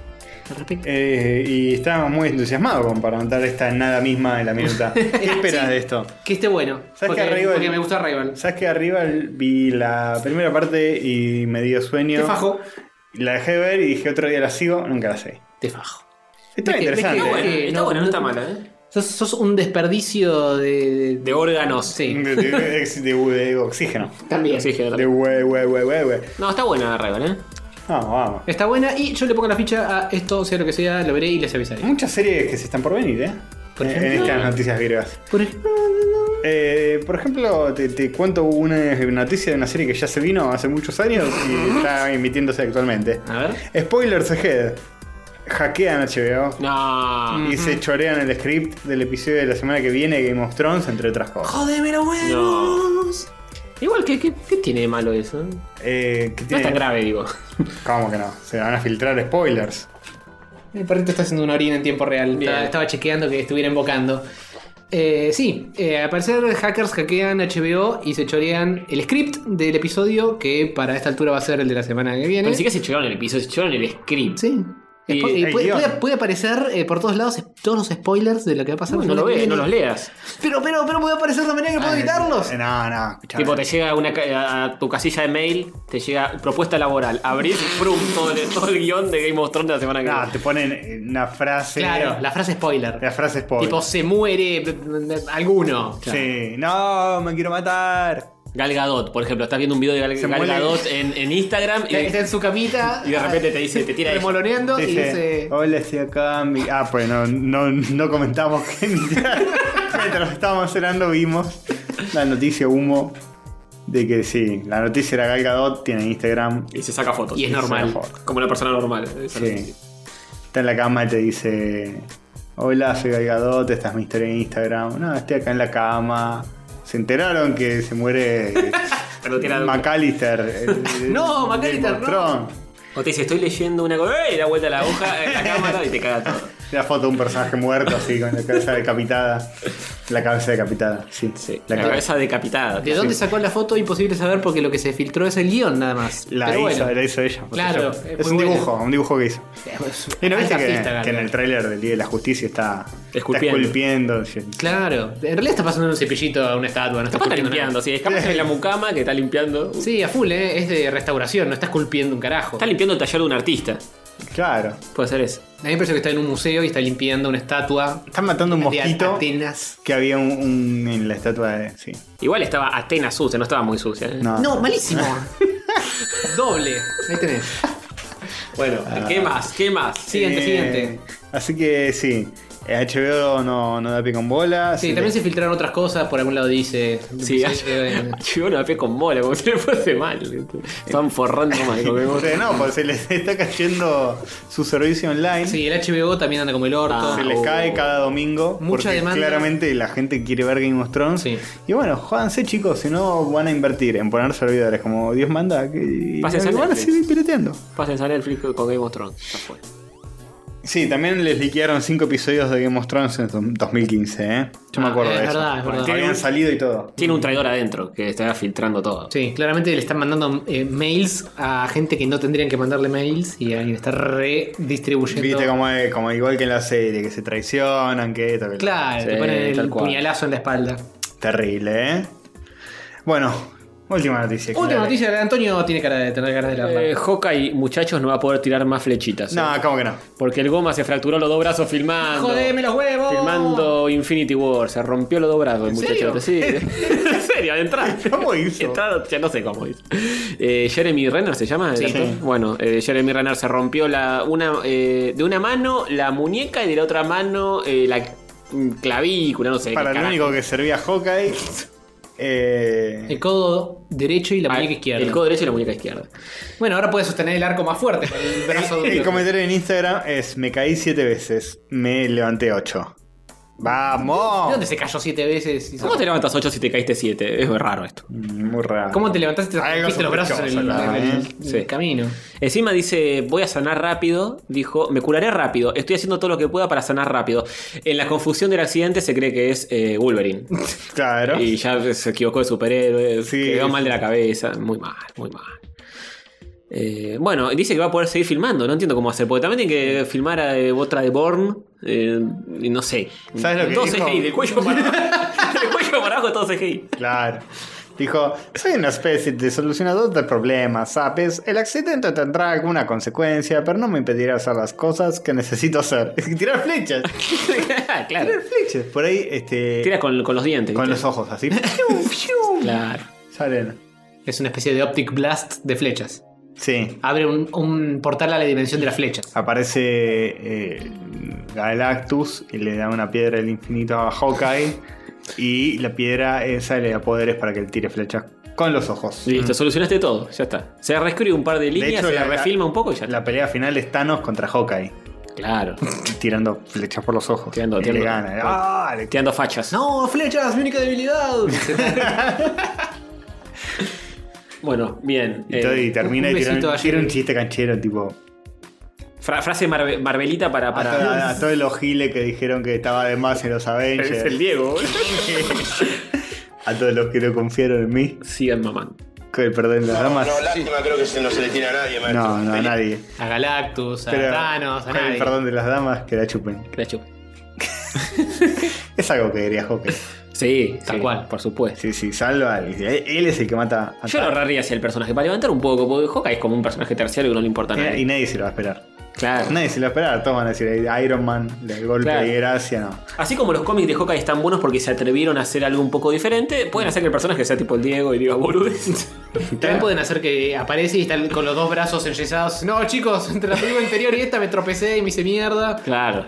al respecto. Eh, y estábamos muy entusiasmados con preguntar esta nada misma de (laughs) la minuta. ¿Qué esperas de esto? que esté bueno. ¿sabes Porque, que arriba el- porque me gusta Rival. Sabes que arriba vi la primera parte y me dio sueño. Te fajo. La dejé de ver y dije otro día la sigo, nunca la seguí. Te fajo. Está Es que- interesante. Está es bueno, ¿eh? que está no- bueno, no está no- mala, ¿eh? Sos, sos un desperdicio de. De órganos. Sí, De, de- de- de oxígeno. también. Sí, Gerardo. De hue, hue, hue, hue, hue. No, está buena Rival, ¿eh? Vamos, vamos. Está buena y yo le pongo la ficha a esto, sea lo que sea, lo veré y les avisaré. Muchas series que se están por venir, ¿eh? Por En- en ejemplo. estas noticias griegas. Por ejemplo, Eh, por ejemplo, te, te cuento una noticia de una serie que ya se vino hace muchos años y está emitiéndose actualmente. A ver. Spoilers ahead. Hackean HBO No. Mm. y se chorean el script del episodio de la semana que viene Game of Thrones, entre otras cosas. jodeme los huevos. Igual, ¿qué, qué, qué tiene de malo eso? No Eh, que es tiene- tan grave, digo. ¿Cómo que no? Se van a filtrar spoilers. Mi perrito está haciendo una orina en tiempo real. Bien. Estaba, estaba chequeando que estuviera invocando. Eh, sí, eh, al parecer hackers hackean HBO y se chorean el script del episodio que para esta altura va a ser el de la semana que viene. Pero ni siquiera se choraron el episodio, se choraron el script. Sí. Y Es po- y el puede, guión. puede- puede aparecer eh, por todos lados todos los spoilers de lo que va a pasar. No, no la lo semana que ves, no viene. los leas. Pero, pero, pero puede aparecer de manera que Ah, puedo evitarlos. Eh, No, no, escuchame. Tipo, te llega una, ca- a tu casilla de mail, te llega propuesta laboral. Abrís, prum, todo el, todo el guión de Game of Thrones de la semana que No, viene. te ponen una frase. Claro, la frase spoiler. la frase spoiler. Tipo, se muere b- b- eh, b- alguno. Sí, no, me quiero matar. Gal Gadot, por ejemplo, estás viendo un video de Gal, Se Gal muere. Gadot en, en Instagram (laughs) y, Está, está en su camita. y de repente te dice, te tira ahí. remoloneando y Dice, dice. hola, estoy acá. mi-". Ah, pues no, no, no comentamos que (laughs) mientras estábamos cenando vimos la noticia humo de que sí, la noticia era Gal Gadot, tiene Instagram. y se saca fotos. Y es normal. Como una persona normal. Eso no Sí. es- Está en la cama y te dice, hola, soy Gal Gadot, esta es mi historia en Instagram. No, estoy acá en la cama. Se enteraron que (laughs) se muere Pero tiene algo. McAllister. el- el- No, Game McAllister, of no. Thrones. O te dice, estoy leyendo una cosa, y da vuelta la (laughs) hoja en la cámara y te caga todo. La foto de un personaje muerto, así, con la cabeza decapitada. La cabeza decapitada, sí. Sí, La, la cabeza. cabeza decapitada. ¿De dónde sacó la foto? Imposible saber porque lo que se filtró es el guión nada más. La Pero hizo, bueno, la hizo ella. Claro, Photoshop. es es muy un buena. dibujo, un dibujo que hizo. es- Y no alta viste que, artista, Gal que en el Gadot. tráiler del Día de la Justicia está Esculpiendo. Está esculpiendo sí. Claro, en realidad está pasando un cepillito a una estatua. No está, Capaz está esculpiendo limpiando, sí. Es capaz que es la mucama que está limpiando. nada. Sí, a full, ¿eh? es de restauración, no está esculpiendo un carajo. Está limpiando el taller de un artista. Claro. Puede ser eso. A mí me parece que está en un museo y está limpiando una estatua. Están matando un de mosquito Atenas. que había un, un- en la estatua de. Sí. Igual estaba Atenas sucia, no estaba muy sucia. ¿eh? No. No, (laughs) malísimo. Doble. Ahí tenés. Bueno, ¿qué más? ¿Qué más? Siguiente, Eh, siguiente. Así que sí. Eh, HBO no, no da pie con bola. Sí, se también le- se filtraron otras cosas, por algún lado dice. Sí, (laughs) eh, Yo la pe con bola, como si le fuese mal. Están forrando mal. como que- Pero no, pues se les (laughs) está cayendo su servicio (laughs) online. sí, el HBO también anda como el orto. Ah, Se les oh. cae cada domingo. Mucha porque demanda. claramente la gente quiere ver Game of Thrones. Sí. Y bueno, jódanse chicos, si no van a invertir en poner servidores como Dios manda. Que, y Pásense a van a Netflix. seguir pirateando. Pasen a Netflix con Game of Thrones. Ya fue. Sí, también les liquearon cinco episodios de Game of Thrones en do- 2015, ¿eh? Yo me Ah, acuerdo es de eso. verdad, es verdad. Que habían salido y todo. Tiene un traidor adentro que está filtrando todo. Sí, claramente le están mandando eh, mails a gente que no tendrían que mandarle mails y alguien está redistribuyendo. Viste como, es- como igual que en la serie, que se traicionan, que esto, que lo- Claro, Sí, te ponen el tal cual. puñalazo en la espalda. Terrible, ¿eh? Bueno, última noticia. Última dale. noticia, Antonio tiene cara de tener ganas de hablar. Eh, Hawkeye, muchachos, no va a poder tirar más flechitas. ¿eh? No, ¿cómo que no? Porque el goma se fracturó los dos brazos filmando. ¡Jodeme los huevos! Filmando Infinity War. Se rompió los dos brazos, el ¿En muchacho. Sí. (laughs) en serio, de entrada. (laughs) ¿Cómo hizo? Entrada, ya no sé cómo hizo. Eh, Jeremy Renner se llama. el Sí. actor? Sí. Bueno, eh, Jeremy Renner se rompió la, una, eh, de una mano la muñeca y de la otra mano eh, la mm, clavícula, Eh, no sé. Para qué el carajo. único que servía Hawkeye. eh, El codo derecho y la Ah, muñeca izquierda. El codo derecho y la muñeca izquierda. Bueno, ahora puede sostener el arco más (laughs) fuerte con el brazo (laughs) el duro. comentario en Instagram es: Me caí siete veces, me levanté ocho. ¡Vamos! ¿De dónde se cayó siete veces? y se- ¿Cómo te levantas 8 si te caíste 7? Es raro esto. Mm, Muy raro. ¿Cómo te levantaste y te Algo rompiste los brazos en el, sospechoso acá, en el- ¿eh? en el Sí. camino? Encima dice, voy a sanar rápido. Dijo, me curaré rápido. Estoy haciendo todo lo que pueda para sanar rápido. En la confusión del accidente se cree que es eh, Wolverine. Claro. Y ya se equivocó de superhéroe. Sí. quedó mal de la cabeza. Muy mal, muy mal. Eh, bueno, dice que va a poder seguir filmando. No entiendo cómo hacer. Porque también tiene que filmar eh, otra de Born. eh, y no sé. ¿Sabes lo que todo dijo? CGI, del cuello para (laughs) abajo. del cuello para abajo todo CGI. (laughs) Claro. Dijo, soy una especie de solucionador de problemas, ¿sabes? El accidente tendrá alguna consecuencia, pero no me impedirá hacer las cosas que necesito hacer. (laughs) Es que tirar flechas. claro. Tirar flechas. Por ahí, este... Tiras con, con los dientes. con ¿viste? los ojos, así. Fiu, fiu. Claro. Salen. Es una especie de optic blast de flechas. Sí. Abre un, un portal a la dimensión de las flechas. Aparece eh, Galactus y le da una piedra del infinito a Hawkeye. Y la piedra esa le da poderes para que él tire flechas con los ojos. Listo, solucionaste todo, ya está. Se reescribe un par de líneas, Mm. hecho, se la- refilma un poco y ya está. La pelea final es Thanos contra Hawkeye. Claro. (laughs) tirando flechas por los ojos. Tirando, Y tirando. le gana. ¡Ah! Le- Tirando fachas. ¡No, flechas! ¡Mi única debilidad! (laughs) Bueno, bien. Y, eh, todo, y termina un y tira besito un- tira, a un Jerry. chiste canchero, tipo. fra- frase marbe- marvelita para. A, (laughs) para... to- a- a todos los giles que dijeron que estaba de más en los Avengers. Es el Diego, boludo. a todos los que no confiaron en mí. (laughs) Sigan mamando. Que perdón, las damas. No, lástima, creo que se- no se le tiene a nadie, maestro. No, no, a nadie. a Galactus, a Pero Thanos, a con el nadie. perdón de las damas, que la chupen. Que la chupe. Es algo que diría Hawkeye. Sí, Tal sí, cual. por supuesto. Sí, sí, salva. a Alice. Él él es el que mata a Yo lo Thanos. rarría hacia el personaje para levantar un poco, porque Hawkeye es como un personaje terciario que no le importa a Y nadie. nadie se lo va a esperar. Claro. Nadie se lo va a esperar. Todos van a decir Iron Man, el golpe Claro. de gracia, no. Así como los cómics de Hawkeye están buenos porque se atrevieron a hacer algo un poco diferente, pueden hacer que el personaje sea tipo el Diego y diga boludez. También pueden hacer que aparece y están con los dos brazos enyesados. No, chicos, entre la película anterior y esta me tropecé y me hice mierda. (laughs) claro.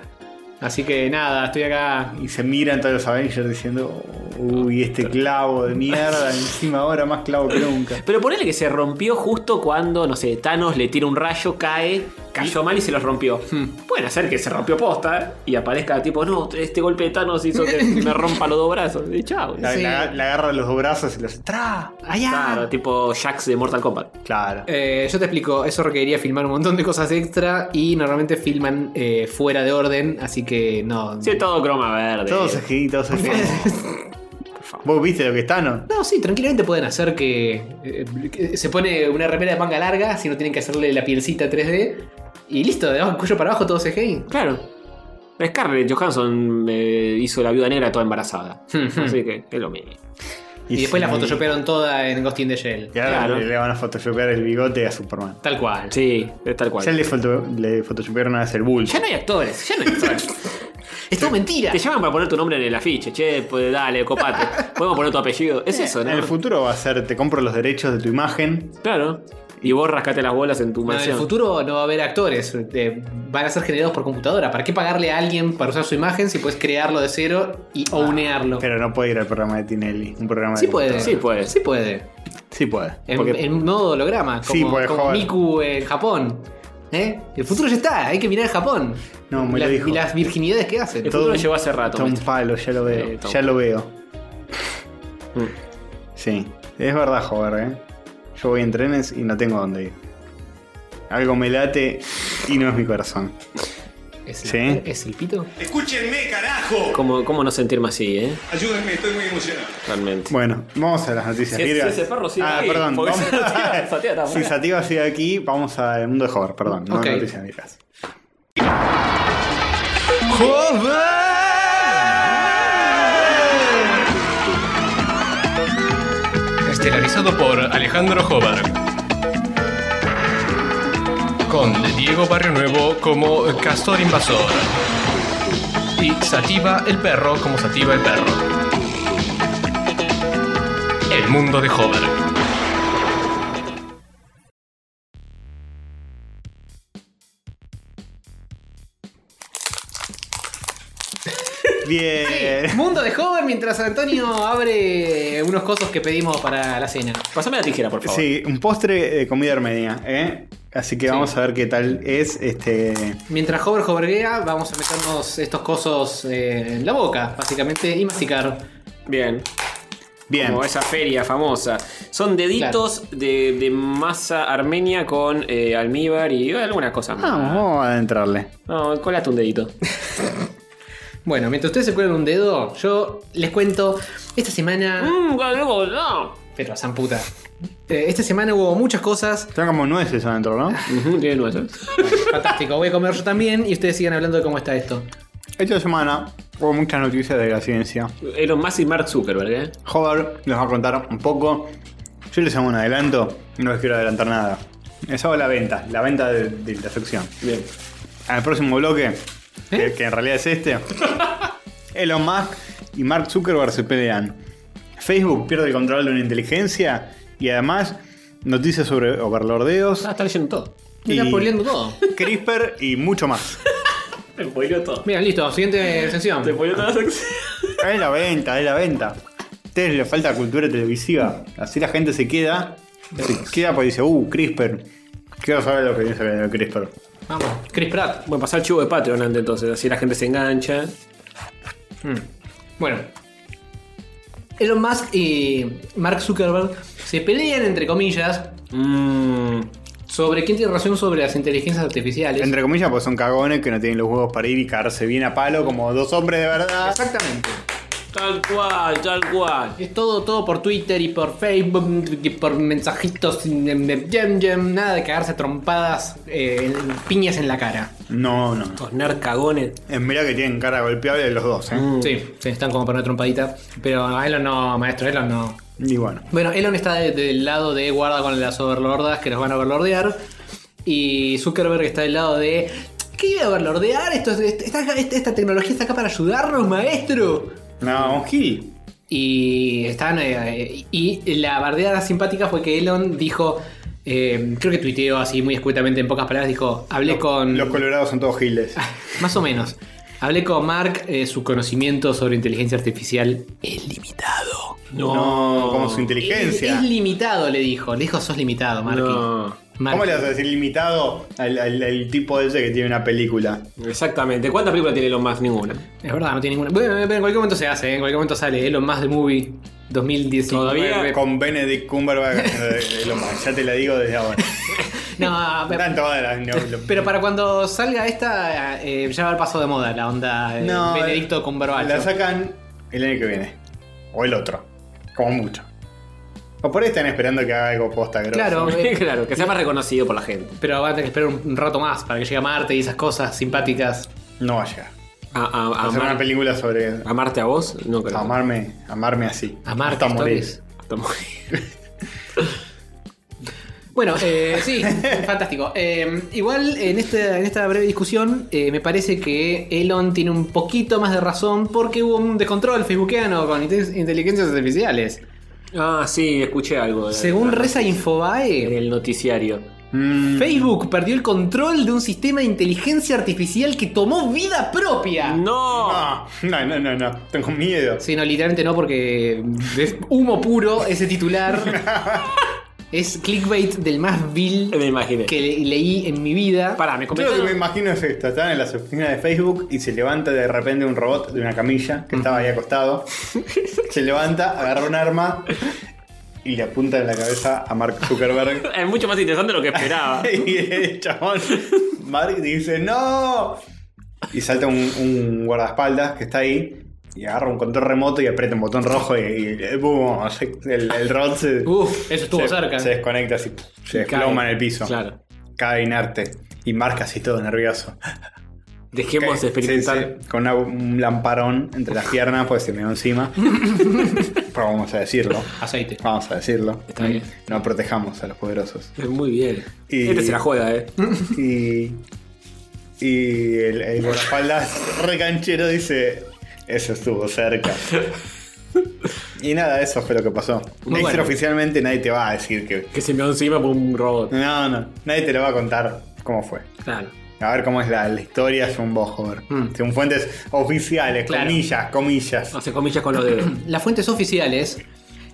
Así que nada, estoy acá. Y se miran todos los Avengers diciendo, uy, este clavo de mierda, encima ahora más clavo que nunca. Pero ponele que se rompió justo cuando, no sé, Thanos le tira un rayo, cae, cayó mal y Hmm. se los rompió. Pueden hacer que se rompió posta ¿eh? y aparezca tipo, no, este golpe de Thanos hizo (laughs) que me rompa los dos brazos. Y chao. La, Sí. la- la agarra los dos brazos y los ¡Tra! ¡Allá! Claro, tipo Jax de Mortal Kombat. Claro. Eh, yo te explico, eso requeriría filmar un montón de cosas extra y normalmente filman eh, fuera de orden, así que no. Sí, todo croma verde. Todos CGI, (laughs) todos CGI. ¿Vos viste lo que está, no? No, sí, tranquilamente pueden hacer que, eh, que se pone una remera de manga larga, si no tienen que hacerle la pielcita 3D. Y listo, de abajo, cuello para abajo, todo CGI. Claro. Hmm, Scarlett Johansson eh, hizo la viuda negra toda embarazada. Así que es lo mismo. Y, después la photoshopearon toda en Ghost in the Shell. Y ahora Claro. le, le van a photoshopear el bigote a Superman. Tal cual. Sí, es tal cual. Ya le, foto, le photoshopearon a hacer Bull. Ya no hay actores, ya no hay (laughs) actores. Es todo mentira. Te llaman para poner tu nombre en el afiche, che, pues dale, (laughs) copate. Podemos poner tu apellido. Es eso, En el ¿no? futuro va a ser, te compro los derechos de tu imagen. Claro. Y vos rascate las bolas en tu No, en el mansión. futuro no va a haber actores. eh, van a ser generados por computadora. ¿Para qué pagarle a alguien para usar su imagen si puedes crearlo de cero y ownearlo? Ah, Pero no puede ir al programa de Tinelli. Un programa Sí de puede. Sí puede. Sí puede. Sí puede. En, Porque- en modo holograma. Como, Sí, puede, como joder. Miku en Japón. ¿Eh? El futuro ya está. Hay que mirar a Japón. No, me Las- lo dijo. Y las virginidades que hacen. El futuro llegó hace rato. Está un maestro. palo, ya lo veo. Eh, está ya un- lo veo. (laughs) Mm. Sí. Es verdad, joder, ¿eh? Yo voy en trenes y no tengo dónde ir. Algo me late y no es mi corazón. ¿Es, Sí. el, ¿Es el pito? ¡Escúchenme, carajo! ¿Cómo, ¿Cómo no sentirme así, eh? Ayúdenme, estoy muy emocionado. Realmente. Bueno, vamos a las noticias. Si es- virgas. si ese perro sigue ah, ahí, perdón. porque vamos- Sativa- (laughs) Sativa está si fuera. Sativa sigue aquí, vamos al mundo de Hover, perdón. No Ok. noticias virgas. Estelarizado por Alejandro Jobar. Con Diego Barrio Nuevo como Castor Invasor. Y Sativa el Perro como Sativa el Perro. El mundo de Jobar. Bien. Mundo de joven mientras Antonio abre unos cosos que pedimos para la cena. Pásame la tijera, (laughs) por favor. Sí, un postre de comida armenia, ¿eh? Así que vamos a ver qué tal es este. Mientras Hover hoverguea, vamos a meternos estos cosos eh, en la boca, básicamente, y masticar. Bien. Bien. Como esa feria famosa. Son deditos de, de masa armenia con eh, almíbar y algunas cosas más. Vamos, vamos a adentrarle. No, colate un dedito. Bueno, mientras ustedes se cuelgan un dedo, yo les cuento, esta semana... Mmm, luego, no. Pero, san puta. Eh, esta semana hubo muchas cosas. Están como nueces adentro, ¿no? (laughs) Ujú, Tiene nueces. Fantástico, voy a comer yo también y ustedes sigan hablando de cómo está esto. Esta semana hubo muchas noticias de la ciencia. Elon Musk y Mark Zuckerberg, ¿eh? Hover les va a contar un poco. Yo les hago un adelanto, no les quiero adelantar nada. Les hago la venta, la venta de, de la sección. Bien. Al próximo ¿Eh? bloque, que, que en realidad (laughs) es este, Elon Musk y Mark Zuckerberg se pelean. Facebook pierde el control de una inteligencia y además noticias sobre overlordeos, Ah, está leyendo todo. Me están Y- spoileando todo. CRISPR y mucho más. Te spoileó todo. Mira, listo, siguiente Te sección. spoileó toda la sección. Es la venta, es la venta. A ustedes les falta cultura televisiva. Así la gente se queda. Se queda porque dice, uh, CRISPR. Quiero saber lo que piensa de CRISPR. Vamos, Chris Pratt. Bueno, pasar el chivo de Patreon antes entonces, así la gente se engancha. Bueno. Elon Musk y Mark Zuckerberg se pelean, entre comillas, Mmm. sobre quién tiene razón sobre las inteligencias artificiales. Entre comillas, pues son cagones que no tienen los huevos para ir y caerse bien a palo como dos hombres de verdad. Exactamente. Tal cual, tal cual. Es todo, todo por Twitter y por Facebook y por mensajitos, em, em, em, em, nada de cagarse a trompadas, eh, en- piñas en la cara. No, no. Estos narcagones. Eh, Mirá que tienen cara golpeable los dos, ¿eh? Sí, sí, están como para una trompadita. Pero a Elon no, maestro, Elon no. Y bueno. Bueno, Elon está de- del lado de guarda con las overlordas que nos van a overlordear. Y Zuckerberg está del lado de. ¿Qué iba a overlordear? Esto, es- esta, esta- esta tecnología está acá para ayudarnos, maestro. No, un Gil. Y están. eh, y la bardeada simpática fue que Elon dijo. eh, creo que tuiteó así muy escuetamente en pocas palabras. Dijo: Hablé con. Los colorados son (laughs) todos giles. Más o menos. Hablé con Mark, eh, su conocimiento sobre inteligencia artificial es limitado. No, como su Es, inteligencia. es limitado, le dijo. Le dijo, sos limitado, Marky. No. Marky. ¿Cómo le vas a decir limitado al, al- al tipo ese que tiene una película? Exactamente. ¿Cuántas películas tiene Elon Musk? Ninguna. Es verdad, no tiene ninguna. Bueno, pero en cualquier momento se hace, ¿eh? en cualquier momento sale Elon Musk de Movie 2019. Todavía Con (laughs) Benedict Cumberbatch haciendo de- de lo más. Ya te la digo desde ahora. No, pero, Tanto va de las no- Ah, pero para cuando salga esta, eh, ya va el paso de moda la onda eh, No, Benedicto eh, con La sacan el año que viene. O el otro. Como mucho. O por ahí están esperando que haga algo posta grosso. Claro, eh, (laughs) claro, que sea más reconocido por la gente. pero van a tener que esperar un, un rato más para que llegue a Marte y esas cosas simpáticas. No va a llegar. A, a- Hacer amar- una película sobre. ¿Amarte a vos? No creo. Amarme, amarme así. Amarte, Hasta morir. Stories. Hasta morir. Bueno, (laughs) eh, sí, fantástico. Eh, igual en, este- en esta breve discusión eh, me parece que Elon tiene un poquito más de razón porque hubo un descontrol facebookiano con inte- inteligencias artificiales. (laughs) Ah, sí, escuché algo. de- Según reza En Infobae, el noticiario. Mm, Facebook perdió el control de un sistema de inteligencia artificial que tomó vida propia. ¡No! No, no, no, no, no. Tengo miedo. Sí, no, literalmente no, porque es humo puro ese titular. es clickbait del más vil Me imaginé. que le- leí en mi vida. Pará, me Yo lo que me comentaron. imagino es esto: están en las oficinas de Facebook y se levanta de repente un robot de una camilla que estaba (laughs) ahí acostado. se levanta, agarra un arma y le apunta en la cabeza a Mark (laughs) Zuckerberg. (laughs) Es mucho más interesante de lo que esperaba. y el chabón, Mark dice: ¡No! Y salta un, un guardaespaldas que está ahí. Y agarra un control remoto y aprieta un botón rojo y, y- ¡boom! El, el robot se, Uf, eso estuvo se, cerca. ¿eh? se desconecta así, se Cae. desploma en el piso. Claro. Cae inerte y marca así todo nervioso. Dejemos Sí, experimentar. sí, con una- un lamparón entre las piernas, pues se me dio encima. Pero vamos a decirlo. Aceite. Vamos a decirlo. Está bien. No protejamos a los poderosos. Muy bien. Y- Este se la juega, eh. Y. Y el, el guardaespaldas recanchero dice: Eso estuvo cerca. Y nada, eso fue lo que pasó. Muy bueno. Extraoficialmente nadie te va a decir que. Que se me va encima por un robot. No, no. Nadie te lo va a contar cómo fue. Claro. A ver cómo es la, la historia, es un bojo. Mm. Según fuentes oficiales, Claro. comillas, comillas. Hace comillas con los dedos. Las fuentes oficiales,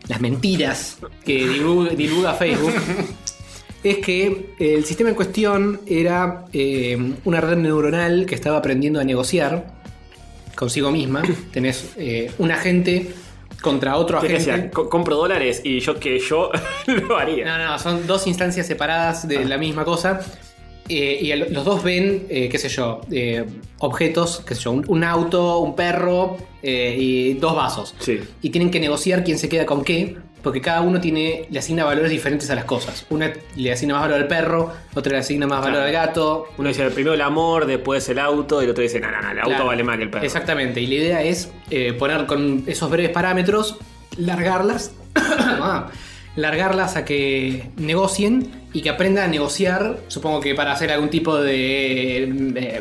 las mentiras que divulga, divulga Facebook, es que el sistema en cuestión era eh, una red neuronal que estaba aprendiendo a negociar consigo misma. Tenés eh, un agente contra otro ¿Qué agente. decía? Co- compro dólares y yo que yo (laughs) lo haría. No, no, son dos instancias separadas de la misma cosa. Eh, y el- los dos ven, eh, qué sé yo, eh, objetos, qué sé yo, un, un auto, un perro eh, y dos vasos. Sí. Y tienen que negociar quién se queda con qué, porque cada uno tiene, le asigna valores diferentes a las cosas. Una le asigna más valor al perro, otra le asigna más valor al gato. Uno dice primero el amor, después el auto, y el otro dice, no, no, no, el auto Claro. vale más que el perro. Exactamente, y la idea es eh, poner con esos breves parámetros, largarlas, (coughs) ah, largarlas a que negocien y que aprendan a negociar, supongo que para hacer algún tipo de eh,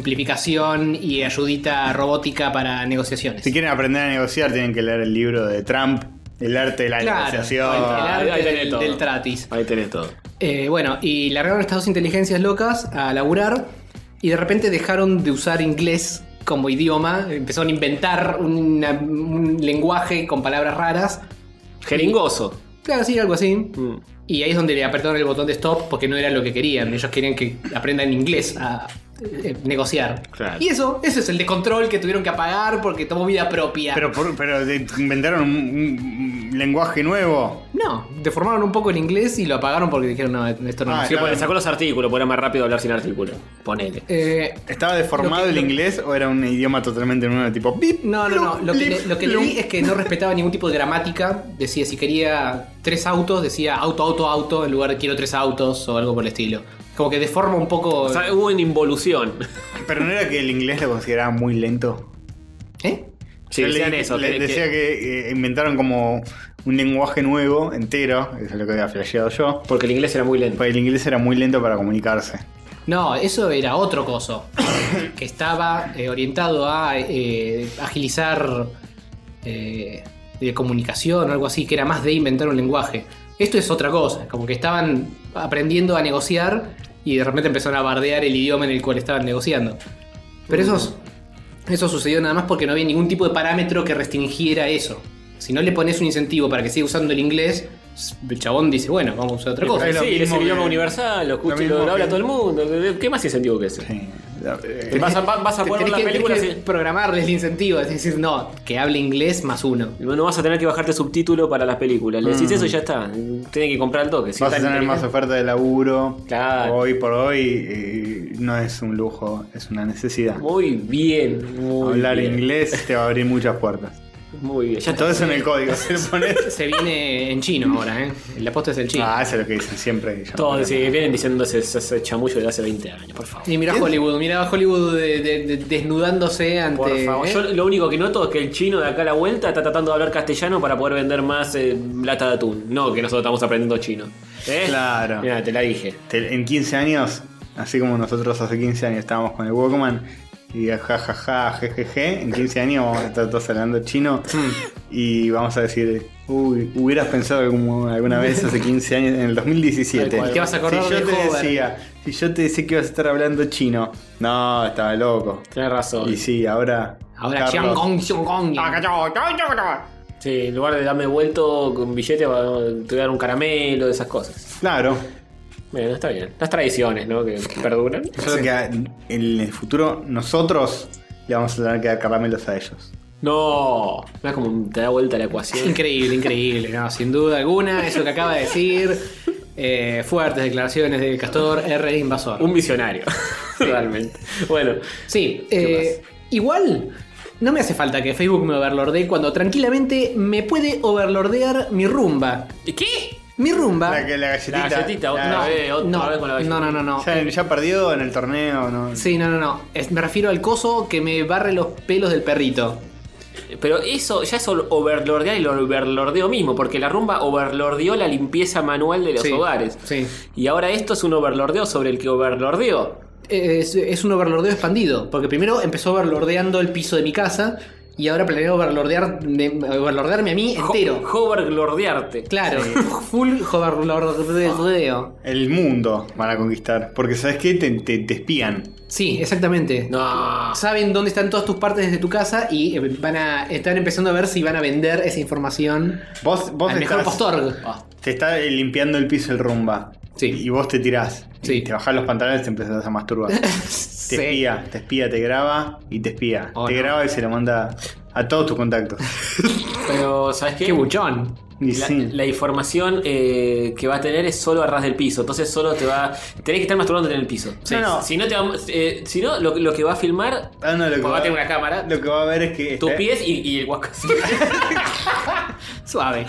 simplificación y ayudita robótica para negociaciones. Si quieren aprender a negociar, tienen que leer el libro de Trump, El arte de la Claro, el, el negociación. arte ahí tenés del, todo. del tratis. Ahí tenés todo. Eh, bueno, y largaron estas dos inteligencias locas a laburar y de repente dejaron de usar inglés como idioma, empezaron a inventar una- un lenguaje con palabras raras. Jeringoso. Claro, sí, algo así. Mm. Y ahí es donde le apretaron el botón de stop porque no era lo que querían. Ellos querían que aprendan inglés a eh, negociar. Claro. Y eso, eso es el descontrol que tuvieron que apagar porque tomó vida propia. Pero, por- pero de- inventaron un, un- un lenguaje nuevo. no, deformaron un poco el inglés y lo apagaron porque dijeron, no, esto no Ah, nos sirve". Sí, claro. porque sacó los artículos, porque era más rápido hablar sin artículo. Ponele. Eh, ¿Estaba Lo deformado que- el lo- inglés o era un idioma totalmente nuevo? Tipo, bip, No, no, no. blup, Lo que, blip, le- lo que blum? leí es que no respetaba ningún tipo de gramática. Decía, si quería tres autos, decía auto, auto, auto, en lugar de quiero tres autos o algo por el estilo. Como que deforma un poco. O sea, hubo una involución. (laughs) Pero no era que el inglés lo consideraba muy lento. ¿Eh? Sí, Yo decían leí- eso. le- que- decía que- que, eh, inventaron como un lenguaje nuevo, entero. Eso es lo que había flasheado yo. Porque el inglés era muy lento. Porque el inglés era muy lento para comunicarse. No, eso era otro coso. (coughs) que estaba eh, orientado a eh, agilizar eh, de comunicación o algo así, que era más de inventar un lenguaje. Esto es otra cosa, como que estaban aprendiendo a negociar y de repente empezaron a bardear el idioma en el cual estaban negociando. Pero eso, es- eso sucedió nada más porque no había ningún tipo de parámetro que restringiera eso. Si no le pones un incentivo para que siga usando el inglés, el chabón dice, bueno, vamos a usar otra cosa. Es lo Sí, es mismo el idioma que- universal, lo escucha y mismo lo, lo habla que- todo el mundo. ¿Qué más incentivo que ese? Sí. Eh, Te Vas a, vas a Te- poner tenés la que- película tenés que así. programarles el incentivo, es decir, no, que hable inglés más uno. No vas a tener que bajarte subtítulo para las películas. Le decís eso y ya está. Tiene que comprar el toque. Si Mm. Vas a está tener más inteligente. oferta de laburo. Claro. Hoy por hoy eh, no es un lujo, es una necesidad. Muy bien. Muy Hablar bien. (laughs) inglés te va a abrir muchas puertas. Muy bien. Todo eso en el código, se lo pones. Se viene en chino ahora, ¿eh? El aposta es el chino. Ah, eso es lo que dicen siempre. yo. Todos sí, vienen diciendo ese, ese chamullo de hace 20 años, por favor. Y mira Hollywood, mira Hollywood de- de- de- desnudándose ante. ¿eh? Por favor. Yo lo único que noto es que el chino de acá a la vuelta está tratando de hablar castellano para poder vender más eh, lata de atún. No, que nosotros estamos aprendiendo chino. ¿Eh? Claro. Mira, te la dije. Te- en 15 años, así como nosotros hace 15 años estábamos con el Walkman y jajaja, jejeje, en 15 años vamos a estar todos hablando chino Hmm. y vamos a decir, uy, hubieras pensado como alguna vez hace 15 años, en el 2017. Tal cual. Te vas a acordar si yo de te Hover. decía, si yo te decía que ibas a estar hablando chino, no, estaba loco. Tienes razón. Y sí, ahora. Ahora, Carlos- Xiang Gong, Xiang Gong. Ah, Sí, en lugar de darme vuelto con billete, va- te voy a dar un caramelo, esas cosas. Claro. Bueno, está bien. Las tradiciones, ¿no? Que perduran. Yo creo que a- en el futuro nosotros le vamos a tener que dar caramelos a ellos. No, es como te da vuelta la (laughs) ecuación. Increíble, increíble, no, sin duda alguna, eso que acaba de decir. eh, fuertes declaraciones del castor R. Invasor. Un visionario, realmente. Bueno, Sí, eh, igual no me hace falta que Facebook me overlordee cuando tranquilamente me puede overlordear mi rumba. ¿qué? Mi rumba. La, que- la La galletita. galletita, La- otra vez, otra no, vez con la galletita. no, no, no, no. Ya, ya perdió en el torneo, ¿no? Sí, no, no, no. Es- me refiero al coso que me barre los pelos del perrito. Pero eso ya es ol- overlordear y lo overlordeo mismo, porque la rumba overlordeó la limpieza manual de los Sí, hogares. sí. Y ahora esto es un overlordeo sobre el que overlordeó. Es, es un overlordeo expandido, porque primero empezó overlordeando el piso de mi casa y ahora planeo overlordear, de- overlordearme a mí entero. Jo- overlordearte. Claro, (laughs) full overlordeo. El mundo van a conquistar. Porque, ¿sabes qué? Te, te, te espían. Sí, exactamente. No. Saben dónde están todas tus partes desde tu casa y eh, van a están empezando a ver si van a vender esa información Vos, vos al mejor estás- postor. Te está eh, limpiando el piso el rumba. Sí. Y vos te tirás. Sí. Y te bajás los pantalones y te empezás (laughs) a masturbar. te Sí. espía, te espía, te graba y te espía. Oh, te no. graba y se lo manda a todos tus contactos. Pero, ¿sabes qué? Qué buchón. Y La, sí. la información eh, que va a tener es solo a ras del piso. Entonces solo te va. Tenés que estar masturbándote en el piso. Sí. No, no. Si no te va- eh, si no, lo, lo que va a filmar. Ah, no, lo que porque va a tener una cámara. Lo que va a ver es que. Tus está- pies y, y el guascas. Suave.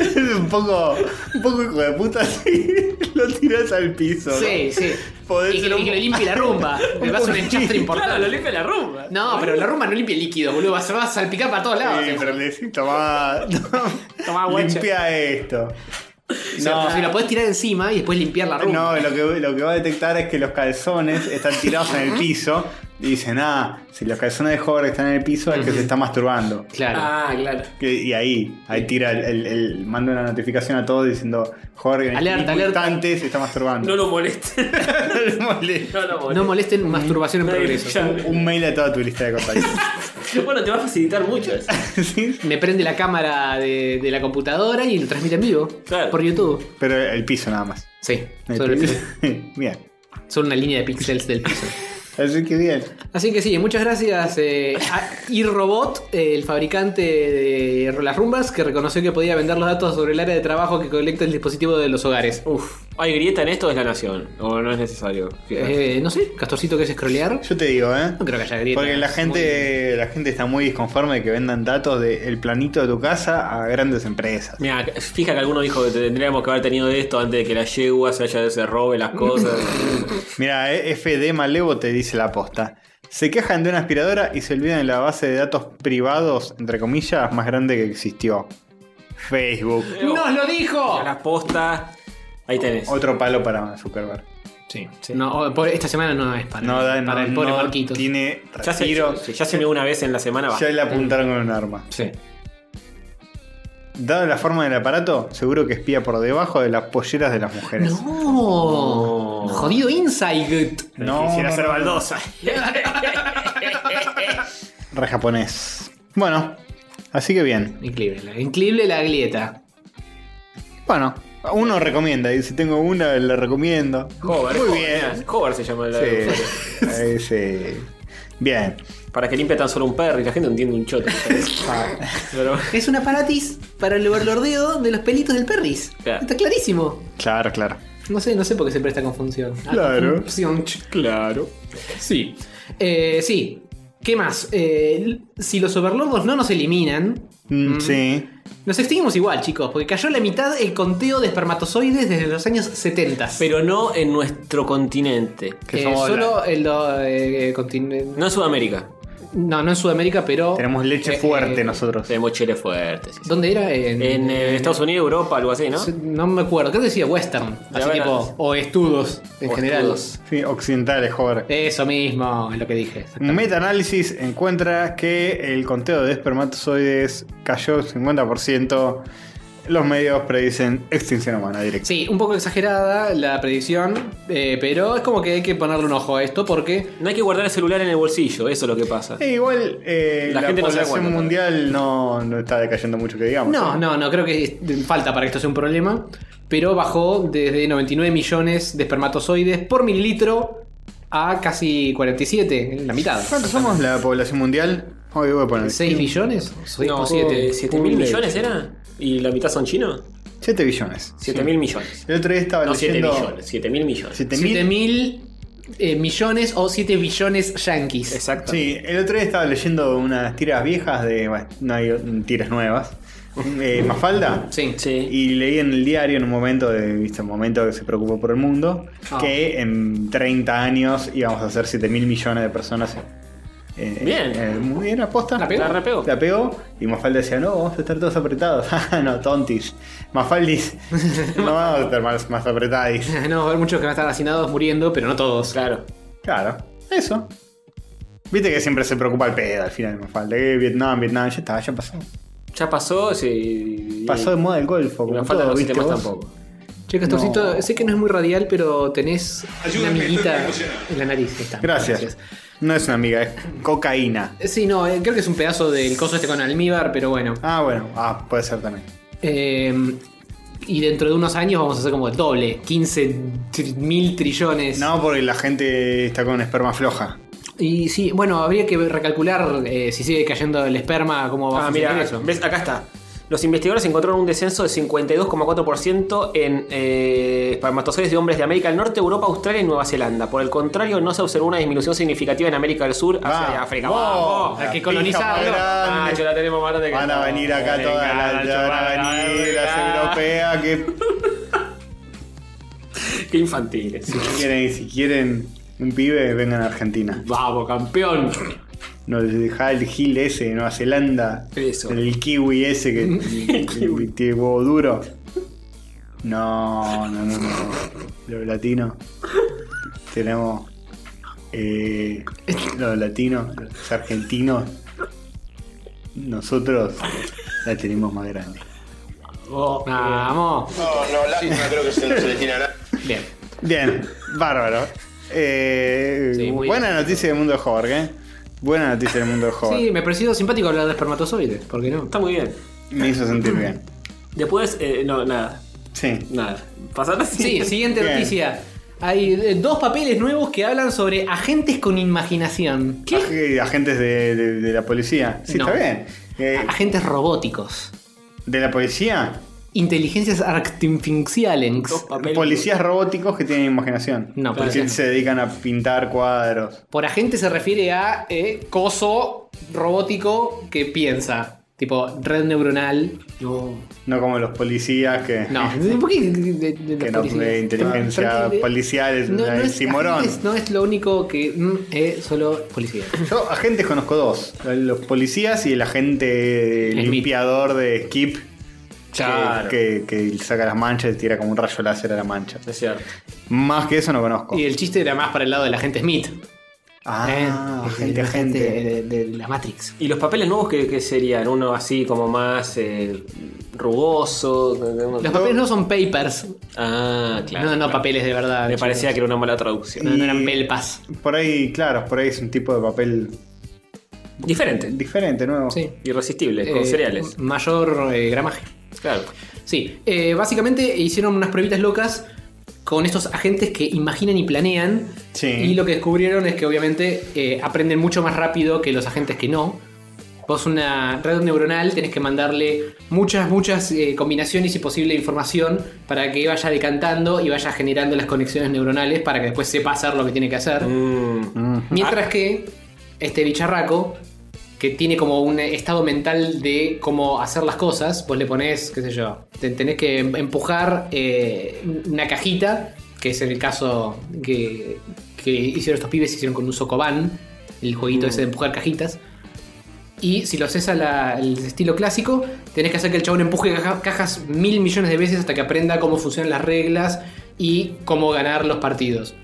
Es un poco. Un poco hijo de puta así. Lo tirás al piso. ¿no? Sí, sí. Podés Y que, ser un- y que lo limpie la (laughs) rumba. Me vas a un enchastre Claro, lo importante. limpia la rumba. No, pero la rumba no limpia el líquido, boludo. Vas vas a salpicar para todos lados. Sí, eso. pero le decís, tomá, Tomá, guacha. Limpia esto. No, si la podés tirar encima y después limpiar la rumba. No, lo que, lo que va a detectar es que los calzones están tirados en el piso. Y dicen, ah, si los calzones de Hover están en el piso es que se está masturbando. Claro. Ah, claro. Que- Y ahí, ahí tira el, el- el- manda una notificación a todos diciendo, Hover en Alerta, este alerta. instante se está No masturbando. lo molestes. No lo molestes. no molesten masturbación en Nadie progreso. ya- Un mail a toda tu lista de contactos. Bueno, te va a facilitar mucho eso. (laughs) Sí, Me prende la cámara de, de la computadora y lo transmite en vivo. Claro. Por YouTube. Pero el piso nada más. Sí. El Solo, piso. (laughs) (laughs) bien. solo una línea de píxeles del piso. Así que bien. Así que sí, muchas gracias eh, a iRobot, eh, el fabricante de las rumbas, que reconoció que podía vender los datos sobre el área de trabajo que colecta el dispositivo de los hogares. Uf. ¿Hay grieta en esto? Es la nación. O no es necesario. Eh, no sé, Castorcito, ¿qué es scrollear? Yo te digo, ¿eh? No creo que haya grietas. Porque la gente, la gente está muy disconforme de que vendan datos del planito de tu casa a grandes empresas. Mira, fija que alguno dijo que tendríamos que haber tenido esto antes de que la yegua se haya se robe las cosas. (laughs) Mira, FD eh, Malevo te dice la posta. Se quejan de una aspiradora y se olvidan de la base de datos privados, entre comillas, más grande que existió. Facebook. ¡Nos lo A dijo! las postas. Ahí tenés. Otro palo para Zuckerberg. Sí, No, oh, pobre- esta semana no es para, No, da, para no, el pobre no Marquitos. tiene Ya se, retiro. ya se me una vez en la semana. va. Ya le apuntaron con un arma. Sí. Dado la forma del aparato, seguro que espía por debajo de las polleras de las mujeres. No. Jodido Insight. No, Quisiera no, no, ser no. baldosa. Re japonés. Bueno, así que bien. Increíble, la- increíble la grieta. Bueno, uno recomienda, dice, tengo una, la recomiendo. Hover. Muy Hover, bien. mirá, Hover se llama la Sí. Ahí eh, sí. Bien. Para que limpie tan solo un perro y la gente no entiende (laughs) un choto. Pero- Es un aparatis para el overlordeo de los pelitos del perris. Claro. Está clarísimo. Claro, claro. No sé, no sé por qué siempre esta confusión. Ah, Claro. confusión. Claro. Sí. Eh, sí. ¿Qué más? Eh, l- si los overlordos no nos eliminan, Mm, Sí. nos extinguimos igual, chicos, porque cayó la mitad el conteo de espermatozoides desde los años 70. Pero no en nuestro continente. Eh, solo el do- eh, continente. No en Sudamérica. No, no en Sudamérica, pero. Tenemos leche Eh, fuerte eh, nosotros. Tenemos chile fuerte. sí, sí. ¿Dónde era? En eh, Estados Unidos, Europa, algo así, ¿no? Sí, No me acuerdo, creo que decía western, Ya así verás. tipo, o estudos en O general. estudos. Sí, occidentales, joder. Eso mismo es lo que dije. Metaanálisis encuentra que el conteo de espermatozoides cayó 50%. Los medios predicen extinción humana directa. Sí, un poco exagerada la predicción, eh, pero es como que hay que ponerle un ojo a esto porque No hay que guardar el celular en el bolsillo, eso es lo que pasa. E igual eh, La la, gente no se da población cuenta mundial no, no está decayendo mucho que digamos. No, no, no, creo que es- falta para que esto sea un problema. Pero bajó desde 99 millones de espermatozoides por mililitro a casi 47, la mitad. ¿Cuántos somos la población mundial? Hoy voy a poner ¿6 millones? oh, No, Oh, ¿O 7? 7 mil millones era? ¿Y la mitad son chinos? 7 billones. 7 mil millones. El otro día estaba No 7 leyendo millones, 7 mil millones. 7 mil- 7 mil eh, millones o 7 billones yanquis. Exacto. Sí, el otro día estaba leyendo unas tiras viejas de. bueno, no hay mm, tiras nuevas. Eh, Mafalda. Sí. Sí. Y leí en el diario en un momento, de, viste, un momento que se preocupó por el mundo, Ah. que en 30 años íbamos a ser 7 mil millones de personas. eh, Bien. eh, muy bien, aposta. La pegó. La repegó. La pegó y Mafalda decía, no, vamos a estar todos apretados. (laughs) Ah, no, tontis. Mafaldis, no vamos a estar más, más apretadis. No, va a haber muchos que van a estar hacinados muriendo, pero no todos. Claro. Claro, eso. Viste que siempre se preocupa el pedo al final, Mafalda. Eh, Vietnam, Vietnam, ya está, ya pasó. Ya pasó, sí. Pasó de moda el golfo, Y como me falta todo, los ¿viste vos? sistemas tampoco. Che, Castorcito, No. sé que no es muy radial, pero tenés Ayúdenme, una estoy amiguita muy emocionado. en la nariz. Está. Gracias. No es una amiga, es cocaína. Sí, no, eh, creo que es un pedazo del coso este con almíbar, pero bueno. Ah, bueno, ah, puede ser también. Eh, y dentro de unos años vamos a hacer como el doble, 15 tri- mil trillones. No, porque la gente está con esperma floja. Y sí, bueno, habría que recalcular eh, si sigue cayendo el esperma, cómo va Ah, a mira, funcionar eso. ¿ves? Acá está. Los investigadores encontraron un descenso de 52,4% en eh, espermatozoides de hombres de América del Norte, Europa, Australia y Nueva Zelanda. Por el contrario, no se observó una disminución significativa en América del Sur hacia Va. Ah, África. Vos, ¡Vamos! hay que la colonizarlo. pija más grande. Nacho, Ah, la tenemos más grande que Van a no. venir acá Venga, todas las, Nacho, ya van van a venir las europeas que Qué infantiles. si quieren, si quieren un pibe, vengan a Argentina. Vamos, campeón. No les dejá el gil ese de Nueva Zelanda. Eso. El kiwi ese que Mm. (laughs) que tiene huevo duro. No, no, no, no. Los latinos. Tenemos. eh, los latinos, los argentinos. Nosotros la tenemos más grande. Vos. Vamos. No, no, lástima, creo que se les destinará. Bien. Bien, bárbaro. Eh, Sí, muy buena bien. noticia del mundo de Jorge. ¿eh? Buena noticia del mundo de Jorge. Sí, me pareció simpático hablar de espermatozoides, ¿por qué no? Está muy bien. Me hizo sentir bien. Después, eh, no, nada. Sí. Nada. Pasar así. Sí, (laughs) siguiente Bien. noticia. Hay eh, dos papeles nuevos que hablan sobre agentes con imaginación. Ag- Agentes de, de- de la policía. Sí, No. Ah. está bien. Eh, Agentes robóticos. ¿De la policía? Inteligencias artificiales. Dos papeles. Policías robóticos que tienen imaginación. No, Porque policía- se dedican a pintar cuadros. Por agente se refiere a eh, coso robótico que piensa. Tipo, red neuronal. No. No como los policías que. ¿Por qué? de- de- de Que los no policías? de inteligencia Tranquilo. policial es, No, no es es, Simorón. agentes, no es lo único que mm, es solo policía. Yo agentes conozco dos. Los policías y el agente Smith. limpiador de Skip. Claro. Que, que- que saca las manchas y tira como un rayo láser a la mancha. Es cierto. Más que eso no conozco. Y el chiste era más para el lado del agente Smith. Ah, eh, el agente agente, agente. De, de- de la Matrix. ¿Y los papeles nuevos qué, qué serían? ¿Uno así como más eh, rugoso? Los papeles no son papers. Ah, claro. no, no papeles de verdad. Me chicos. parecía que era una mala traducción. No, no Y- eran pelpas. Por ahí, claro, por ahí es un tipo de papel eh, Diferente. diferente, nuevo. Sí. Irresistible, con Eh, cereales. Mayor eh, gramaje. Claro. Sí, eh, básicamente hicieron unas pruebitas locas con estos agentes que imaginan y planean. Sí. Y lo que descubrieron es que obviamente eh, aprenden mucho más rápido que los agentes que no. Vos una red neuronal tenés que mandarle muchas, muchas eh, combinaciones y posible información para que vaya decantando y vaya generando las conexiones neuronales para que después sepa hacer lo que tiene que hacer. Mm, Mientras que este bicharraco, que tiene como un estado mental de cómo hacer las cosas, pues le pones, qué sé yo, te- tenés que em-, empujar eh, una cajita, que es el caso que, que hicieron estos pibes, hicieron con un socobán, el jueguito ese de empujar cajitas. Y si lo haces al estilo clásico, tenés que hacer que el chabón empuje caja- cajas mil millones de veces hasta que aprenda cómo funcionan las reglas y cómo ganar los partidos.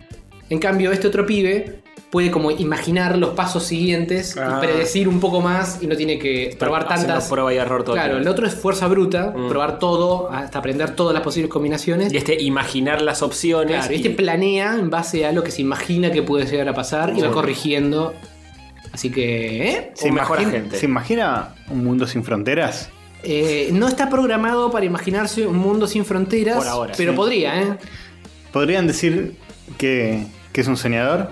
En cambio, este otro pibe puede como imaginar los pasos siguientes Ah. y predecir un poco más y no tiene que probar haciendo tantas. prueba y error todo el Claro, el tiempo. otro es fuerza bruta, probar todo hasta aprender todas las posibles combinaciones. Y este imaginar las opciones. Claro, y- este planea en base a lo que se imagina que puede llegar a pasar y va Bueno. corrigiendo. Así que, ¿eh? ¿Se O imagina, imagina- ¿Se imagina un mundo sin fronteras? Eh, no está programado para imaginarse un mundo sin fronteras, Por ahora, pero sí. podría, ¿eh? ¿Podrían decir que, que es un soñador?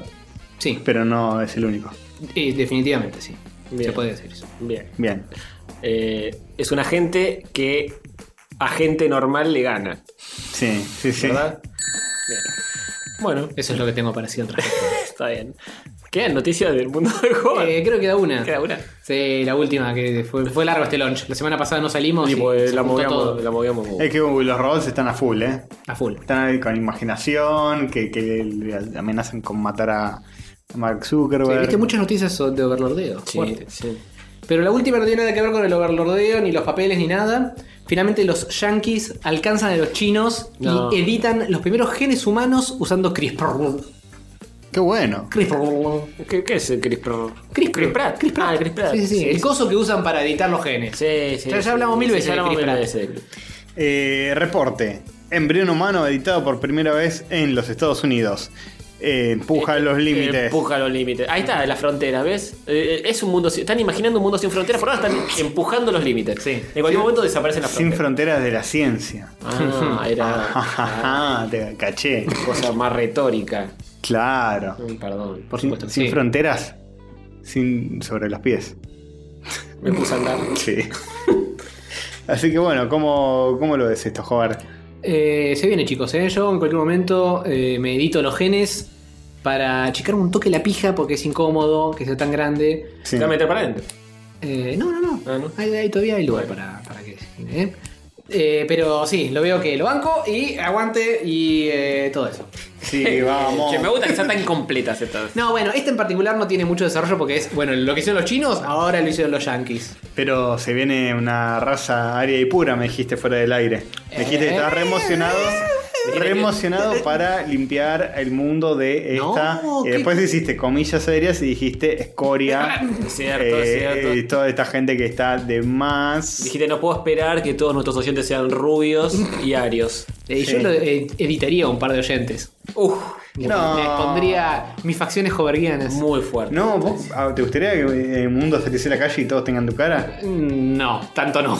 Sí. Pero no es el único. Eh, definitivamente, sí. Bien. Se puede decir eso. Bien. Bien. Eh, es un agente que a gente normal le gana. Sí, sí, sí. ¿Verdad? Bien. Bueno, Eso es lo que tengo para decir al respecto. está bien. ¿Quedan noticias del mundo del juego? Eh, creo que da una. ¿Queda una? Sí, la última, que fue, fue largo este launch. La semana pasada no salimos. Sí, Y pues se la juntó movíamos, todo la movíamos mucho. Es que uy, los robots están a full, ¿eh? a full. Están ahí con imaginación, que, que le amenazan con matar a Mark Sí, Zuckerberg. Viste muchas noticias so- de overlordeo. Sí, fuerte. sí. Pero la última no tiene nada que ver con el overlordeo, ni los papeles, ni nada. Finalmente los yankees alcanzan a los chinos No. y editan los primeros genes humanos usando CRISPR. Qué bueno. CRISPR. ¿Qué, qué es el Chris Pratt? Chris Chris Pratt. Chris Pratt. Ah, Chris Pratt. Sí, sí, sí. El coso que usan para editar los genes. Sí, sí, Ya- ya sí. hablamos mil Sí, veces ya de hablamos Chris mil Pratt. veces de Chris Pratt. Eh, reporte. Embrión humano editado por primera vez en los Estados Unidos. Eh, empuja los límites. Eh, Empuja los límites. Ahí está la frontera, ¿ves? Eh, eh, es un mundo. sin- Están imaginando un mundo sin fronteras, por ahora están empujando los límites. Sí. En cualquier momento desaparecen las Sin fronteras. fronteras de la ciencia. Ah, era (laughs) Ajá, (laughs) te caché. cosa más retórica. Claro. Mm, Perdón. Por supuesto que Sin, sí. fronteras. Sin sobre los pies. Me puse a andar. Sí. (laughs) Así que bueno, ¿cómo, cómo lo ves esto, Jover? Eh, se viene, chicos. ¿eh? Yo en cualquier momento eh, me edito los genes para achicar un toque la pija porque es incómodo que sea tan grande. Sí. Te vas a meter para adentro. Eh, no, no, no. Ah, ¿no? Ahí, ahí todavía hay lugar para, para que. ¿eh? Eh, pero sí, lo veo que lo banco y aguante y eh, todo eso. Sí, vamos. Che, me gusta que sean tan completas estas. No, bueno, este en particular no tiene mucho desarrollo porque es, bueno, lo que hicieron los chinos, ahora lo hicieron los yankees. Pero se viene una raza aria y pura, me dijiste fuera del aire. Me dijiste que estabas re emocionado. Re emocionado para limpiar el mundo de No, esta. y ¿qué? después hiciste comillas serias y dijiste (laughs) escoria. Eh, Cierto, y cierto. toda esta gente que está de más. Dijiste, no puedo esperar que todos nuestros oyentes sean rubios y (laughs) arios. Eh, Sí. Yo lo eh, editaría a un par de oyentes. Uf, Le No. pondría- pondría mis facciones hoverguianas. muy fuerte. No, ¿vos, ah, ¿te gustaría que el mundo saliese a la calle y todos tengan tu cara? No, tanto no.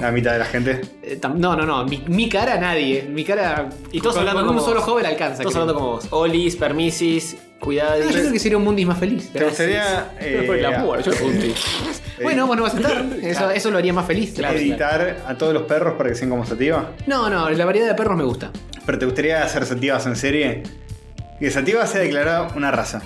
La mitad de la gente. Eh, tam- No, no, no. Mi, mi cara nadie. Mi cara. Y todos con, hablando con como un solo vos. joven alcanza. Estamos creo. hablando como vos. Olis, permisis, cuidado. Ah, yo creo que sería un mundis más feliz. ¿Te (laughs) gustaría eh, Fue la púa, yo apunté. Bueno, vos no vas a estar. Eso, eso lo haría más feliz. editar a todos los perros para que sean como Sativa? No, no, la variedad de perros me gusta. ¿Pero te gustaría hacer Sativas en serie? Que Sativa sea declarada una raza.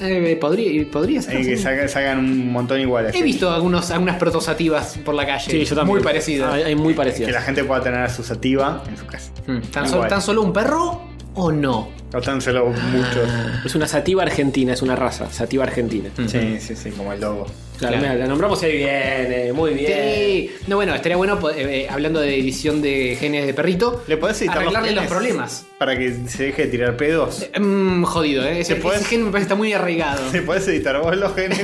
Eh, podría, podría ser. Eh, (laughs) que sí. salga- salgan un montón iguales. He visto algunos, algunas protosativas por la calle. Sí, yo también. Muy parecidas. Hay, hay muy Que la parecidas. gente pueda tener a su Sativa en su casa. Mm, ¿Tan, Igual. sol- ¿Tan solo un perro o no? No tan solo muchos. Ah. Es una sativa argentina, es una raza, sativa argentina. Sí, sí, sí, como el lobo. Mm, Claro, mira, la nombramos y ahí viene, muy bien. Sí. No, bueno, estaría bueno, po- eh, eh, hablando de edición de genes de perrito, ¿Le podés editar los arreglarle los, genes? problemas. Para que se deje de tirar pedos. Mm, jodido, ¿eh? ¿Se Ese, puede? ese gen me parece que está muy arraigado. ¿Se podés editar vos (laughs) los genes?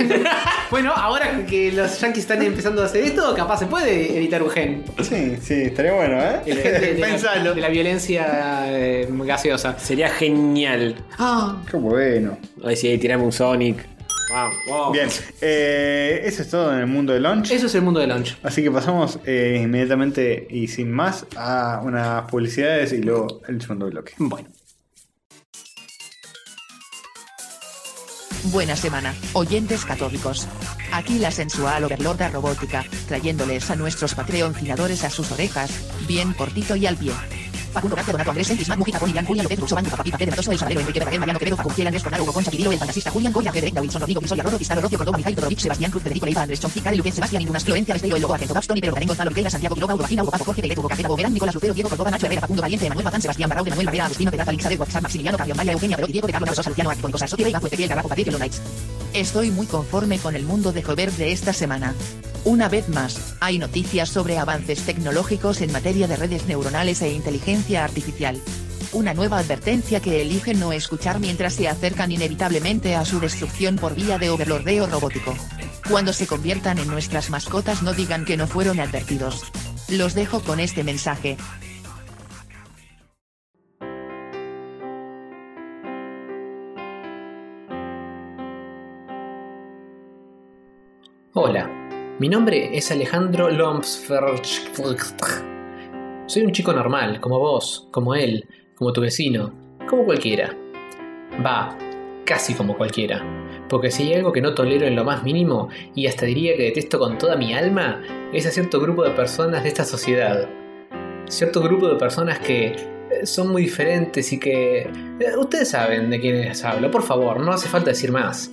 Bueno, ahora que los yankees están empezando a hacer esto, capaz se puede editar un gen. Sí, sí, estaría bueno, El gen de, ¿eh? (laughs) de la, Pensalo. de la violencia eh, gaseosa. Sería genial. Ah, Qué bueno. Ay, sí, tirame un Sonic. Wow, wow. Bien, eh, eso es todo en el mundo de launch. eso es el mundo del launch. Así que pasamos eh, inmediatamente y sin más a unas publicidades y luego el segundo bloque. Bueno. Buena semana, oyentes católicos. Aquí la sensual overlorda robótica, trayéndoles a nuestros Patreon giradores a sus orejas, bien cortito y al pie. Facundo García, Donato Andrés, Entis, Mac, Mujica, Julián, Julia, López, Russo, Bando, Papá, Pipa, Pedro, Matoso, El Sabadero, Enrique, Verdaguer, Mariano, Quevedo, Facundo, Andrés, Cornaro, Hugo, Concha, Pirilo, El Fantasista, Julián, Goya, Pedrenda, Wilson, Rodrigo, Pisoya, Rodo, Pistaro, Rocio, Córdoba, Mijail, Todorovic, Sebastián, Cruz, Federico, Leiva, Andrés, Chonci, Karen, Luquen, Sebastián, Indunas, Florencia, Besteiro, El Lobo, Argento, Gabston, Ibero, Darín, Gonzalo, Ortega, Santiago, Quiroga, Urbacina, Hugo, Papo, Jorge, Peleto, Hugo, Cajera, Boguerán, Nicolás Lucero, Diego, Córdoba, Nacho, Herrera, Facundo, Valiente, Manuel, Bazán, Sebastián, Barraude, Manuel, Barrera, Agustino, Peralta, Alixader, Guaxar, Maximiliano, Carrión, Valle, Eugenia, Perotti, Diego, de Carlos, Sosa, Luciano, Arquipón, Cosa, Sotiba, Ibajo, Ezequiel, Garrafo, Patricio, Knights. Estoy muy conforme con el mundo de Hover de esta semana. Una vez más, hay noticias sobre avances tecnológicos en materia de redes neuronales e inteligencia artificial. Una nueva advertencia que eligen no escuchar mientras se acercan inevitablemente a su destrucción por vía de overlordeo robótico. Cuando se conviertan en nuestras mascotas no digan que no fueron advertidos. Los dejo con este mensaje. Hola, mi nombre es Alejandro Lomsferch. Soy un chico normal, como vos, como él, como tu vecino, como cualquiera. Va, casi como cualquiera. Porque si hay algo que no tolero en lo más mínimo, y hasta diría que detesto con toda mi alma, es a cierto grupo de personas de esta sociedad. Cierto grupo de personas que eh, son muy diferentes y que... eh, Ustedes saben de quiénes hablo, por favor, no hace falta decir más.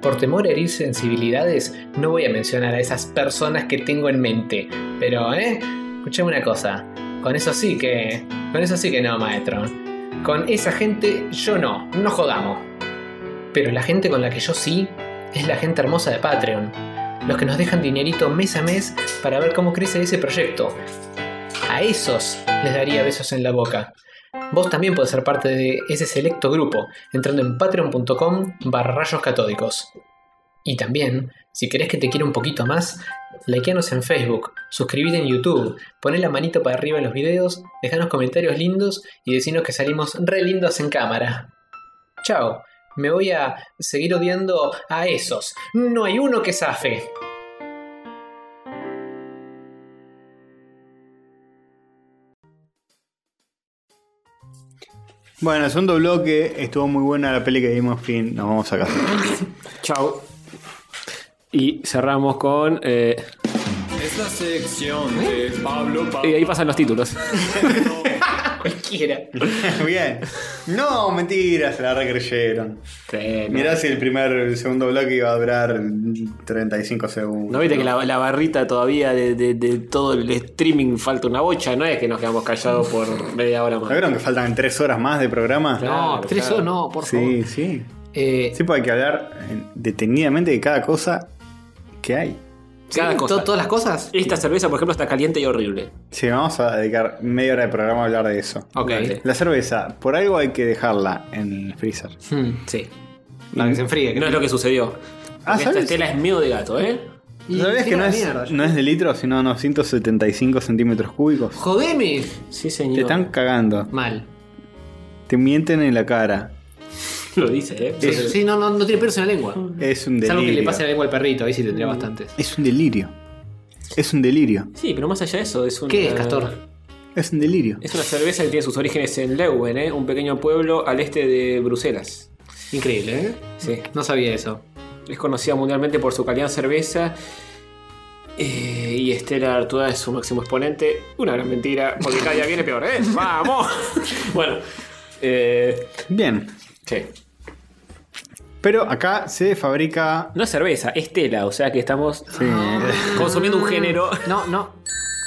Por temor a herir sensibilidades, no voy a mencionar a esas personas que tengo en mente. Pero, ¿eh? Escuchame una cosa. Con eso sí que... Con eso sí que no, maestro. Con esa gente yo no, no jodamos. Pero la gente con la que yo sí es la gente hermosa de Patreon. Los que nos dejan dinerito mes a mes para ver cómo crece ese proyecto. A esos les daría besos en la boca. Vos también podés ser parte de ese selecto grupo entrando en patreon.com barra rayos catódicos. Y también, si querés que te quiera un poquito más, likeanos en Facebook, suscribite en YouTube, poné la manito para arriba en los videos, dejanos comentarios lindos y decinos que salimos re lindos en cámara. Chao, me voy a seguir odiando a esos. No hay uno que zafe. (laughs) Bueno, el segundo bloque estuvo muy buena la peli que vimos, fin, nos vamos a casa. Chao. Y cerramos con. eh, Es la sección de Pablo y ahí pasan los (laughs) títulos. Cualquiera. Bien. No, mentira, se la recreyeron. Mirá si el primer, el segundo bloque iba a durar 35 segundos. ¿No viste que la, la barrita todavía de, de- de todo el streaming falta una bocha? No es que nos quedamos callados por media hora ¿No más. vieron que faltan 3 horas más de programa? Claro, tres claro. horas no, por Sí, sí. sí, porque hay que hablar eh, detenidamente de cada cosa que hay. Cada cosa. ¿Todas las cosas? Esta cerveza, por ejemplo, está caliente y horrible. Sí, vamos a dedicar media hora de programa a hablar de eso. Ok. La cerveza, por algo hay que dejarla en el freezer. Hmm, sí. La que se enfríe. No es lo que sucedió. Ah, Porque esta ¿sabes? tela es miedo de gato, ¿eh? ¿Sabías que no es, no es de litro, sino 975 centímetros cúbicos? ¡Jodeme! Sí, Te señor. están cagando. Mal. Te mienten en la cara. (laughs) Lo dice, ¿eh? Sí, Es- sí, no, no, no tiene pelos en la lengua. Es un Salvo que le delirio. pase la lengua al perrito, ahí sí tendría bastantes. Es un delirio. Es un delirio. Sí, pero más allá de eso, es una. ¿Qué es, Castor? Es un delirio. Es una cerveza que tiene sus orígenes en Leuven, ¿eh? un pequeño pueblo al este de Bruselas. Increíble, ¿eh? Sí. No sabía eso. Es conocida mundialmente por su calidad en cerveza. eh, y Estela Artois es su máximo exponente. Una gran mentira, porque cada día viene peor, ¿eh? ¡Vamos! bueno, eh, Bien. sí. Pero acá se fabrica. No es cerveza, es tela, o sea que estamos Sí. consumiendo un género. No, no.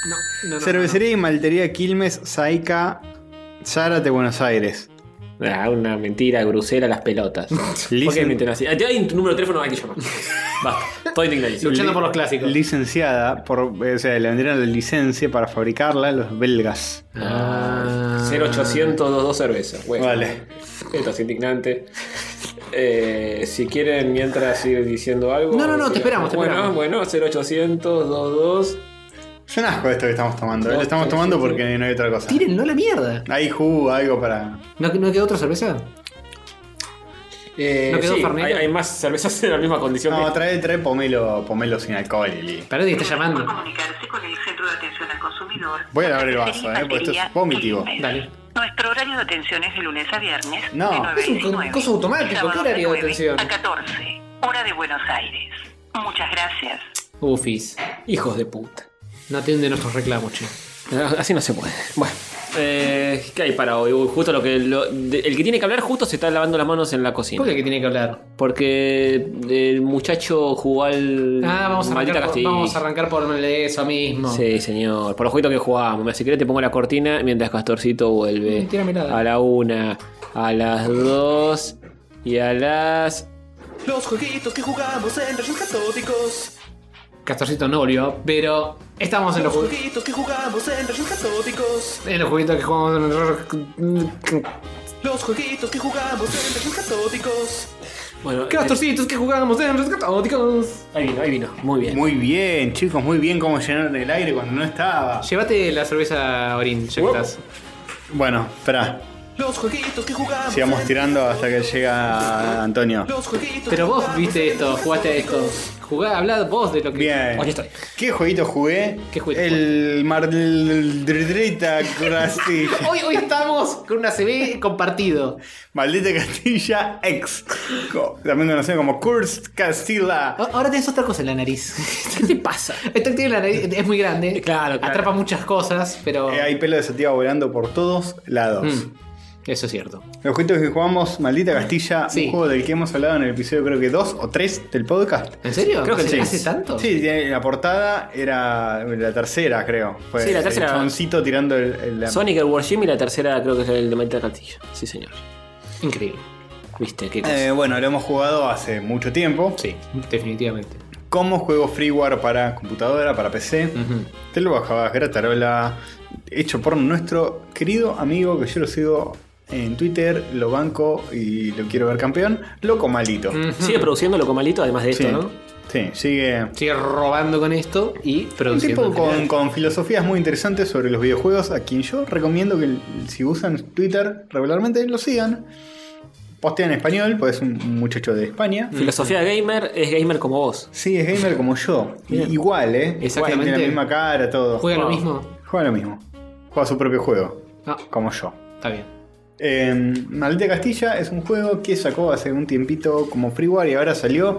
No, no, no. Cervecería y maltería Quilmes, Saica, Zárate, Buenos Aires. Ah, una mentira, Bruselas, (laughs) las pelotas. ¿Por qué Listen- mienten así? Ah, Te doy un número de teléfono, hay que llamar. Basta, estoy indignadísimo. Luchando por los clásicos. Licenciada, por, eh, o sea, le vendieron la licencia para fabricarla los belgas. Ah. 0800 22 cervezas. Bueno, Vale. Esto es indignante. Eh, si quieren, mientras ir diciendo algo. No, no, no, te sigan. esperamos, te bueno, esperamos. bueno, 0800 22. Es un asco esto que estamos tomando. ¿eh? Lo estamos tomando porque no hay otra cosa. Tírenlo a la mierda. Hay jugo, algo para. ¿No, no quedó otra cerveza? Eh, ¿No quedó sí, Fernet? hay, hay más cervezas en la misma condición No, que. trae, trae pomelo, pomelo sin alcohol. Lili. Parece que está llamando. Voy a lavar el vaso, ¿eh? porque esto es vomitivo. Dale. Nuestro horario de atención es de lunes a viernes. No. de 9 a Es un 19, coso automático, sábado ¿qué horario de 9 atención? A 14, hora de Buenos Aires. Muchas gracias. Ufis. Hijos de puta. No atiende nuestros reclamos, che. Ah, Así no se puede. Bueno. Eh, ¿Qué hay para hoy? Uy, justo lo que. lo- de- el que tiene que hablar justo se está lavando las manos en la cocina. ¿Por qué que tiene que hablar? Porque el muchacho jugó al. Ah, vamos a, Maldita arrancar por, Castilla. vamos a arrancar por eso mismo. Sí, señor. Por los jueguitos que jugábamos. Mira, Si querés te pongo la cortina mientras Castorcito Mm, vuelve. A la una, a las dos y a las. Los jueguitos que jugamos en rayos catódicos. Castorcito no volvió, pero estamos en los, (laughs) ju- jueguitos que jugamos en rayos catódicos. en los jueguitos que jugamos en el... Los jueguitos que jugamos en rayos catódicos. Bueno, Castorcitos que jugábamos en rayos catódicos. Ahí vino, ahí vino. Muy bien. Muy bien, chicos, muy bien cómo llenaron el aire cuando no estaba. Llévate la cerveza Orin, ya que estás. Bueno, espera, Los jueguitos que jugamos. sigamos tirando hasta que llega Antonio. Los jueguitos. Pero vos viste esto, jugaste a esto. Jugá, hablad vos de lo que. Bien. Aquí estoy. ¿Qué jueguito jugué? ¿Qué El Maldita Castilla. Hoy, hoy estamos con una CB compartido. Maldita Castilla X. Co- También conocido como Cursed Castilla. A- Ah, Ahora tenés otra cosa en la nariz. ¿Qué te pasa? Esta tiene la nariz, es muy grande. Claro, Atrapa muchas cosas, pero. Eh, hay pelo de sativa volando por todos lados. Mm. Eso es cierto. Los juegos que jugamos, Maldita Castilla, Sí. un juego del que hemos hablado en el episodio creo que 2 o 3 del podcast. ¿En serio? Creo que ¿Hace- sí. hace tanto? Sí, tiene- la portada era la tercera, creo. Fue Sí, la tercera. El chaboncito tirando el... el- la- Sonic el Warship y la tercera creo que es el de Maldita Castilla. Sí, señor. Increíble. ¿Viste? Qué cosa. Eh, bueno, lo hemos jugado hace mucho tiempo. Sí, definitivamente. Como juego freeware para computadora, para PC. Te lo bajabas gratarola. Hecho por nuestro querido amigo que yo lo sigo en Twitter, lo banco y lo quiero ver campeón. Loco malito. Sigue produciendo lo comalito, además de Mm, esto, Sí. ¿no? Sí, sigue. Sigue robando con esto y Un produciendo. tipo con, material. con filosofías muy interesantes sobre los videojuegos, a quien yo recomiendo que si usan Twitter regularmente lo sigan. Postea en español, pues es un muchacho de España. Filosofía gamer es gamer como vos. Sí, es gamer como yo. I- Igual, ¿eh? Exactamente. Tiene la misma cara, todo. ¿Juega lo Wow. mismo? Juega lo mismo. Juega su propio juego. Ah. Como yo. Está bien. Eh, Maldita Castilla es un juego que sacó hace un tiempito como freeware y ahora salió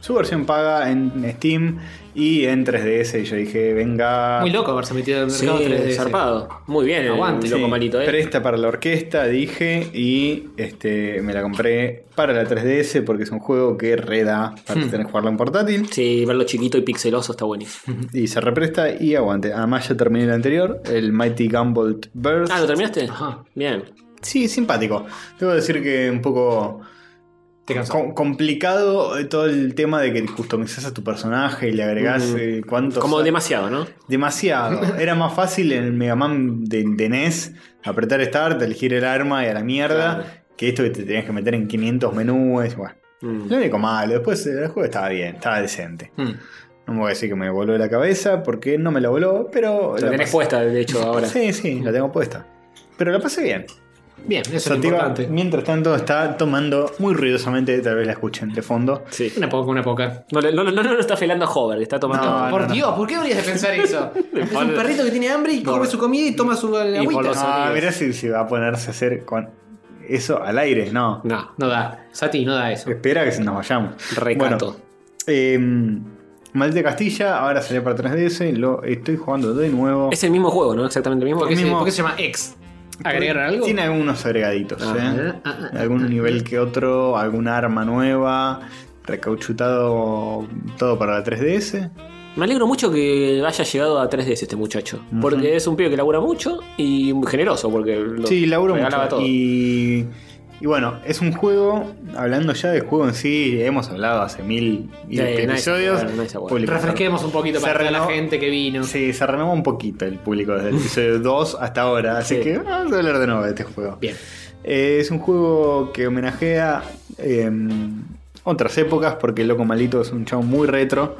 su versión paga en Steam y en 3DS. Y yo dije, venga. Muy loco haberse metido en el mercado 3D. zarpado. Muy bien, el Aguante. loco Sí, malito, ¿eh? Presta para la orquesta, dije, y este me la compré para la 3DS porque es un juego que reda para Hmm. tener que jugarlo en portátil. Sí, verlo chiquito y pixeloso está buenísimo. Y se represta y aguante. Además ya terminé el anterior, el Mighty Gumball Burst. Ah, ¿lo terminaste? Bien. Sí, simpático. Debo decir que un poco com- complicado eh, todo el tema de que customizás a tu personaje y le agregás Mm. eh, cuántos... Como demasiado, ¿no? (laughs) Demasiado. Era más fácil en el Mega Man de, de NES apretar Start, elegir el arma y a la mierda. Que esto que te tenías que meter en 500 menúes. Bueno, Mm. lo único malo. Después eh, el juego estaba bien, estaba decente. Hmm. No me voy a decir que me voló la cabeza porque no me la voló, pero. Lo la tenés pasé- puesta, de hecho, ahora. Sí, sí, la tengo puesta. Pero la pasé bien. Bien, eso es lo Sativa, importante. mientras tanto, está tomando muy ruidosamente, tal vez la escuchen de fondo. Sí. Una poca, una poca. No, no, no, no, no está felando a Hover, está tomando. No, Por no, no. Dios, ¿por qué deberías de pensar (laughs) eso? es un perrito que tiene hambre y come su comida y toma su agüita. Ah, mirá si, si va a ponerse a hacer con eso al aire, no. No, no da. Sati, no da eso. Espera que se nos vayamos. Recato. Bueno, eh, Maldita Castilla, ahora salió para 3DS, lo estoy jugando de nuevo. Es el mismo juego, ¿no? Exactamente el mismo. ¿Por qué, se, mismo- por qué se llama ex? ¿Agregar algo? Tiene algunos agregaditos, ¿eh? Ah, ah, ah. Algún nivel que otro, alguna arma nueva, recauchutado todo para la 3DS. Me alegro mucho que haya llegado a 3DS este muchacho. Porque es un pibe que labura mucho y muy generoso, porque lo sí, laburo regalaba mucho. todo. Y, y bueno, es un juego, hablando ya del juego en sí, hemos hablado hace mil y pico Sí, nadie se episodios. acuerda, nadie se acuerda. Público- Refresquemos un poquito Se para toda la renovó- gente que vino. Sí, se renovó un poquito el público desde el episodio 2 hasta ahora, así Sí. que ah, vamos a hablar de nuevo de este juego. Bien. Eh, es un juego que homenajea eh, otras épocas, porque Loco Malito es un chavo muy retro,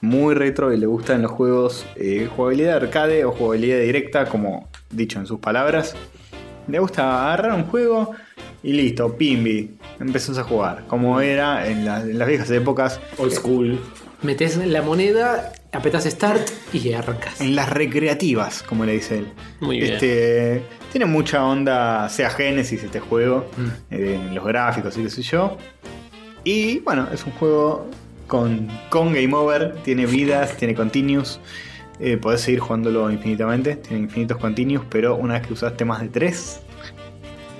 muy retro y le gustan los juegos eh, jugabilidad arcade o jugabilidad directa, como dicho en sus palabras. Le gusta agarrar un juego y listo, pimbi, empezás a jugar, como era en, la- en las viejas épocas. Old school. Metes la moneda, apetas start y arrancas. En las recreativas, como le dice él. Muy bien. Este, tiene mucha onda, sea Genesis este Mm. juego, eh, en los gráficos y qué sé yo. Y bueno, es un juego con, con Game Over, tiene vidas, tiene continues. eh, podés seguir jugándolo infinitamente, tiene infinitos continues, pero una vez que usaste más de 3,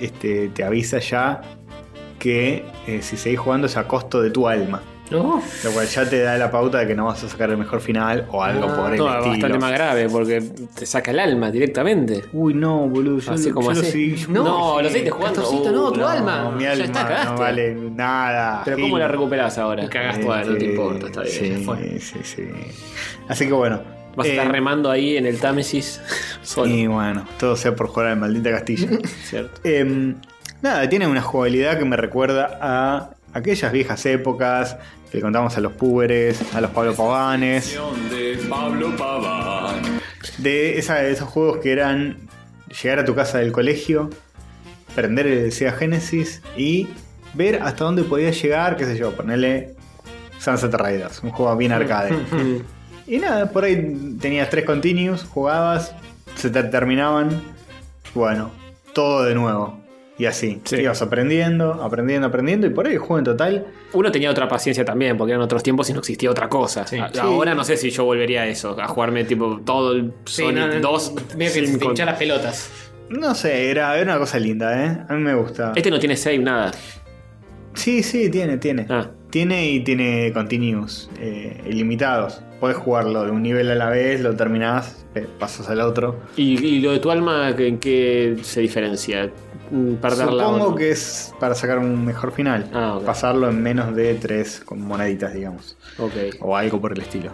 este, te avisa ya que eh, si seguís jugando es a costo de tu alma. Lo cual ya te da la pauta de que no vas a sacar el mejor final o algo Ah, por el no, estilo. bastante más grave porque te saca el alma directamente. Uy, no, boludo. Así como así. no, lo seguiste jugando. Uh, Castorcito, no, tu alma. Mi Ya alma está, no cagaste. vale nada. Pero ¿cómo la recuperás ahora? Cagaste, no te importa, está bien, Sí, ya fue. sí, sí. Así que bueno. eh, Vas Eh, a estar remando ahí en (laughs) el Támesis solo. Y bueno, todo sea por jugar al maldita Castilla. (laughs) Cierto. Eh, nada, tiene una jugabilidad que me recuerda a aquellas viejas épocas que le contamos a los púberes, a los Pablo Pavanes, De Pablo Paván. de esa- de esos juegos que eran llegar a tu casa del colegio, prender el Sega Genesis y ver hasta dónde podías llegar, qué sé yo, ponerle Sunset Riders, un juego bien arcade. Mm. Y nada, por ahí tenías tres continues, jugabas, se te terminaban. Bueno, todo de nuevo. Y así. Ibas aprendiendo, aprendiendo, aprendiendo. Y por ahí el juego en total. Uno tenía otra paciencia también, porque eran otros tiempos y no existía otra cosa. A- Sí. Ahora no sé si yo volvería a eso, a jugarme tipo todo el Sonic no, no, 2. medio que se te hincha las pelotas. No sé, era, era una cosa linda, ¿eh? A mí me gusta. Este no tiene save, nada. Sí, sí, tiene, tiene. Ah. Tiene y tiene continues eh, ilimitados. Puedes jugarlo de un nivel a la vez, lo terminás, eh, pasas al otro. ¿Y, y lo de tu alma en qué se diferencia? Mm, Perder la Supongo onda. Ah, que es para sacar un mejor final. Pasarlo en menos de tres con moneditas, digamos. O algo por el estilo.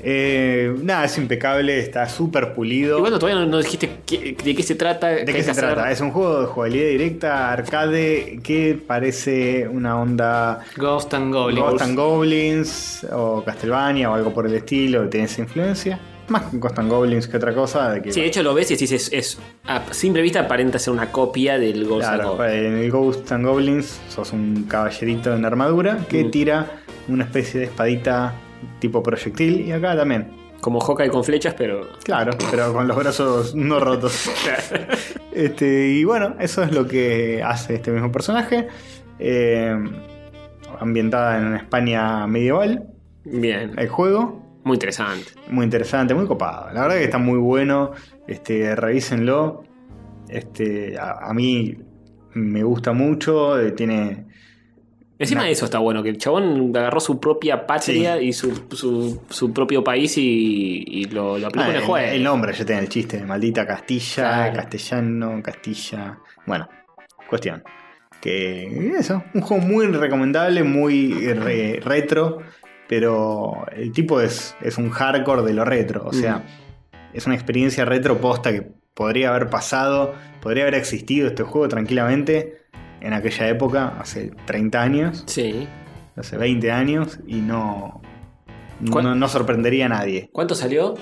Eh, nada, es impecable, está súper pulido. Y bueno, todavía no, no dijiste qué- de qué se trata. ¿De qué se trata? Es un juego de jugabilidad directa, arcade, que parece una onda. Ghost and Goblins. Ghost and Goblins o Castlevania o algo por el estilo, que tiene esa influencia. Más que Ghost and Goblins que otra cosa. De que, Sí, de hecho lo ves y decís, es, es- a simple vista aparenta ser una copia del Ghost and Claro, Goblins. en el Ghost and Goblins sos un caballerito en armadura que Mm. tira una especie de espadita tipo proyectil y acá también. Como Hawkeye con flechas, pero. Claro, pero con los brazos no rotos. este, y bueno, eso es lo que hace este mismo personaje. eh, ambientada en una España medieval. Bien. El juego. Muy interesante. Muy interesante, muy copado. La verdad que está muy bueno. Este, revísenlo. Este, a, a mí me gusta mucho. eh, tiene. Encima de eso está bueno, que el chabón agarró su propia patria y su, su, su propio país y, y lo, lo aplicó Ah, en el el, juego. el nombre, ya tiene el chiste. Maldita Castilla, castellano, Castilla. Bueno, cuestión. Que eso, un juego muy recomendable, muy re- retro. Pero el tipo es, es un hardcore de lo retro. O sea, es una experiencia retro posta que podría haber pasado, podría haber existido este juego tranquilamente en aquella época, hace 30 años. Sí. Hace 20 años y no. No, no sorprendería a nadie. ¿Cuánto salió?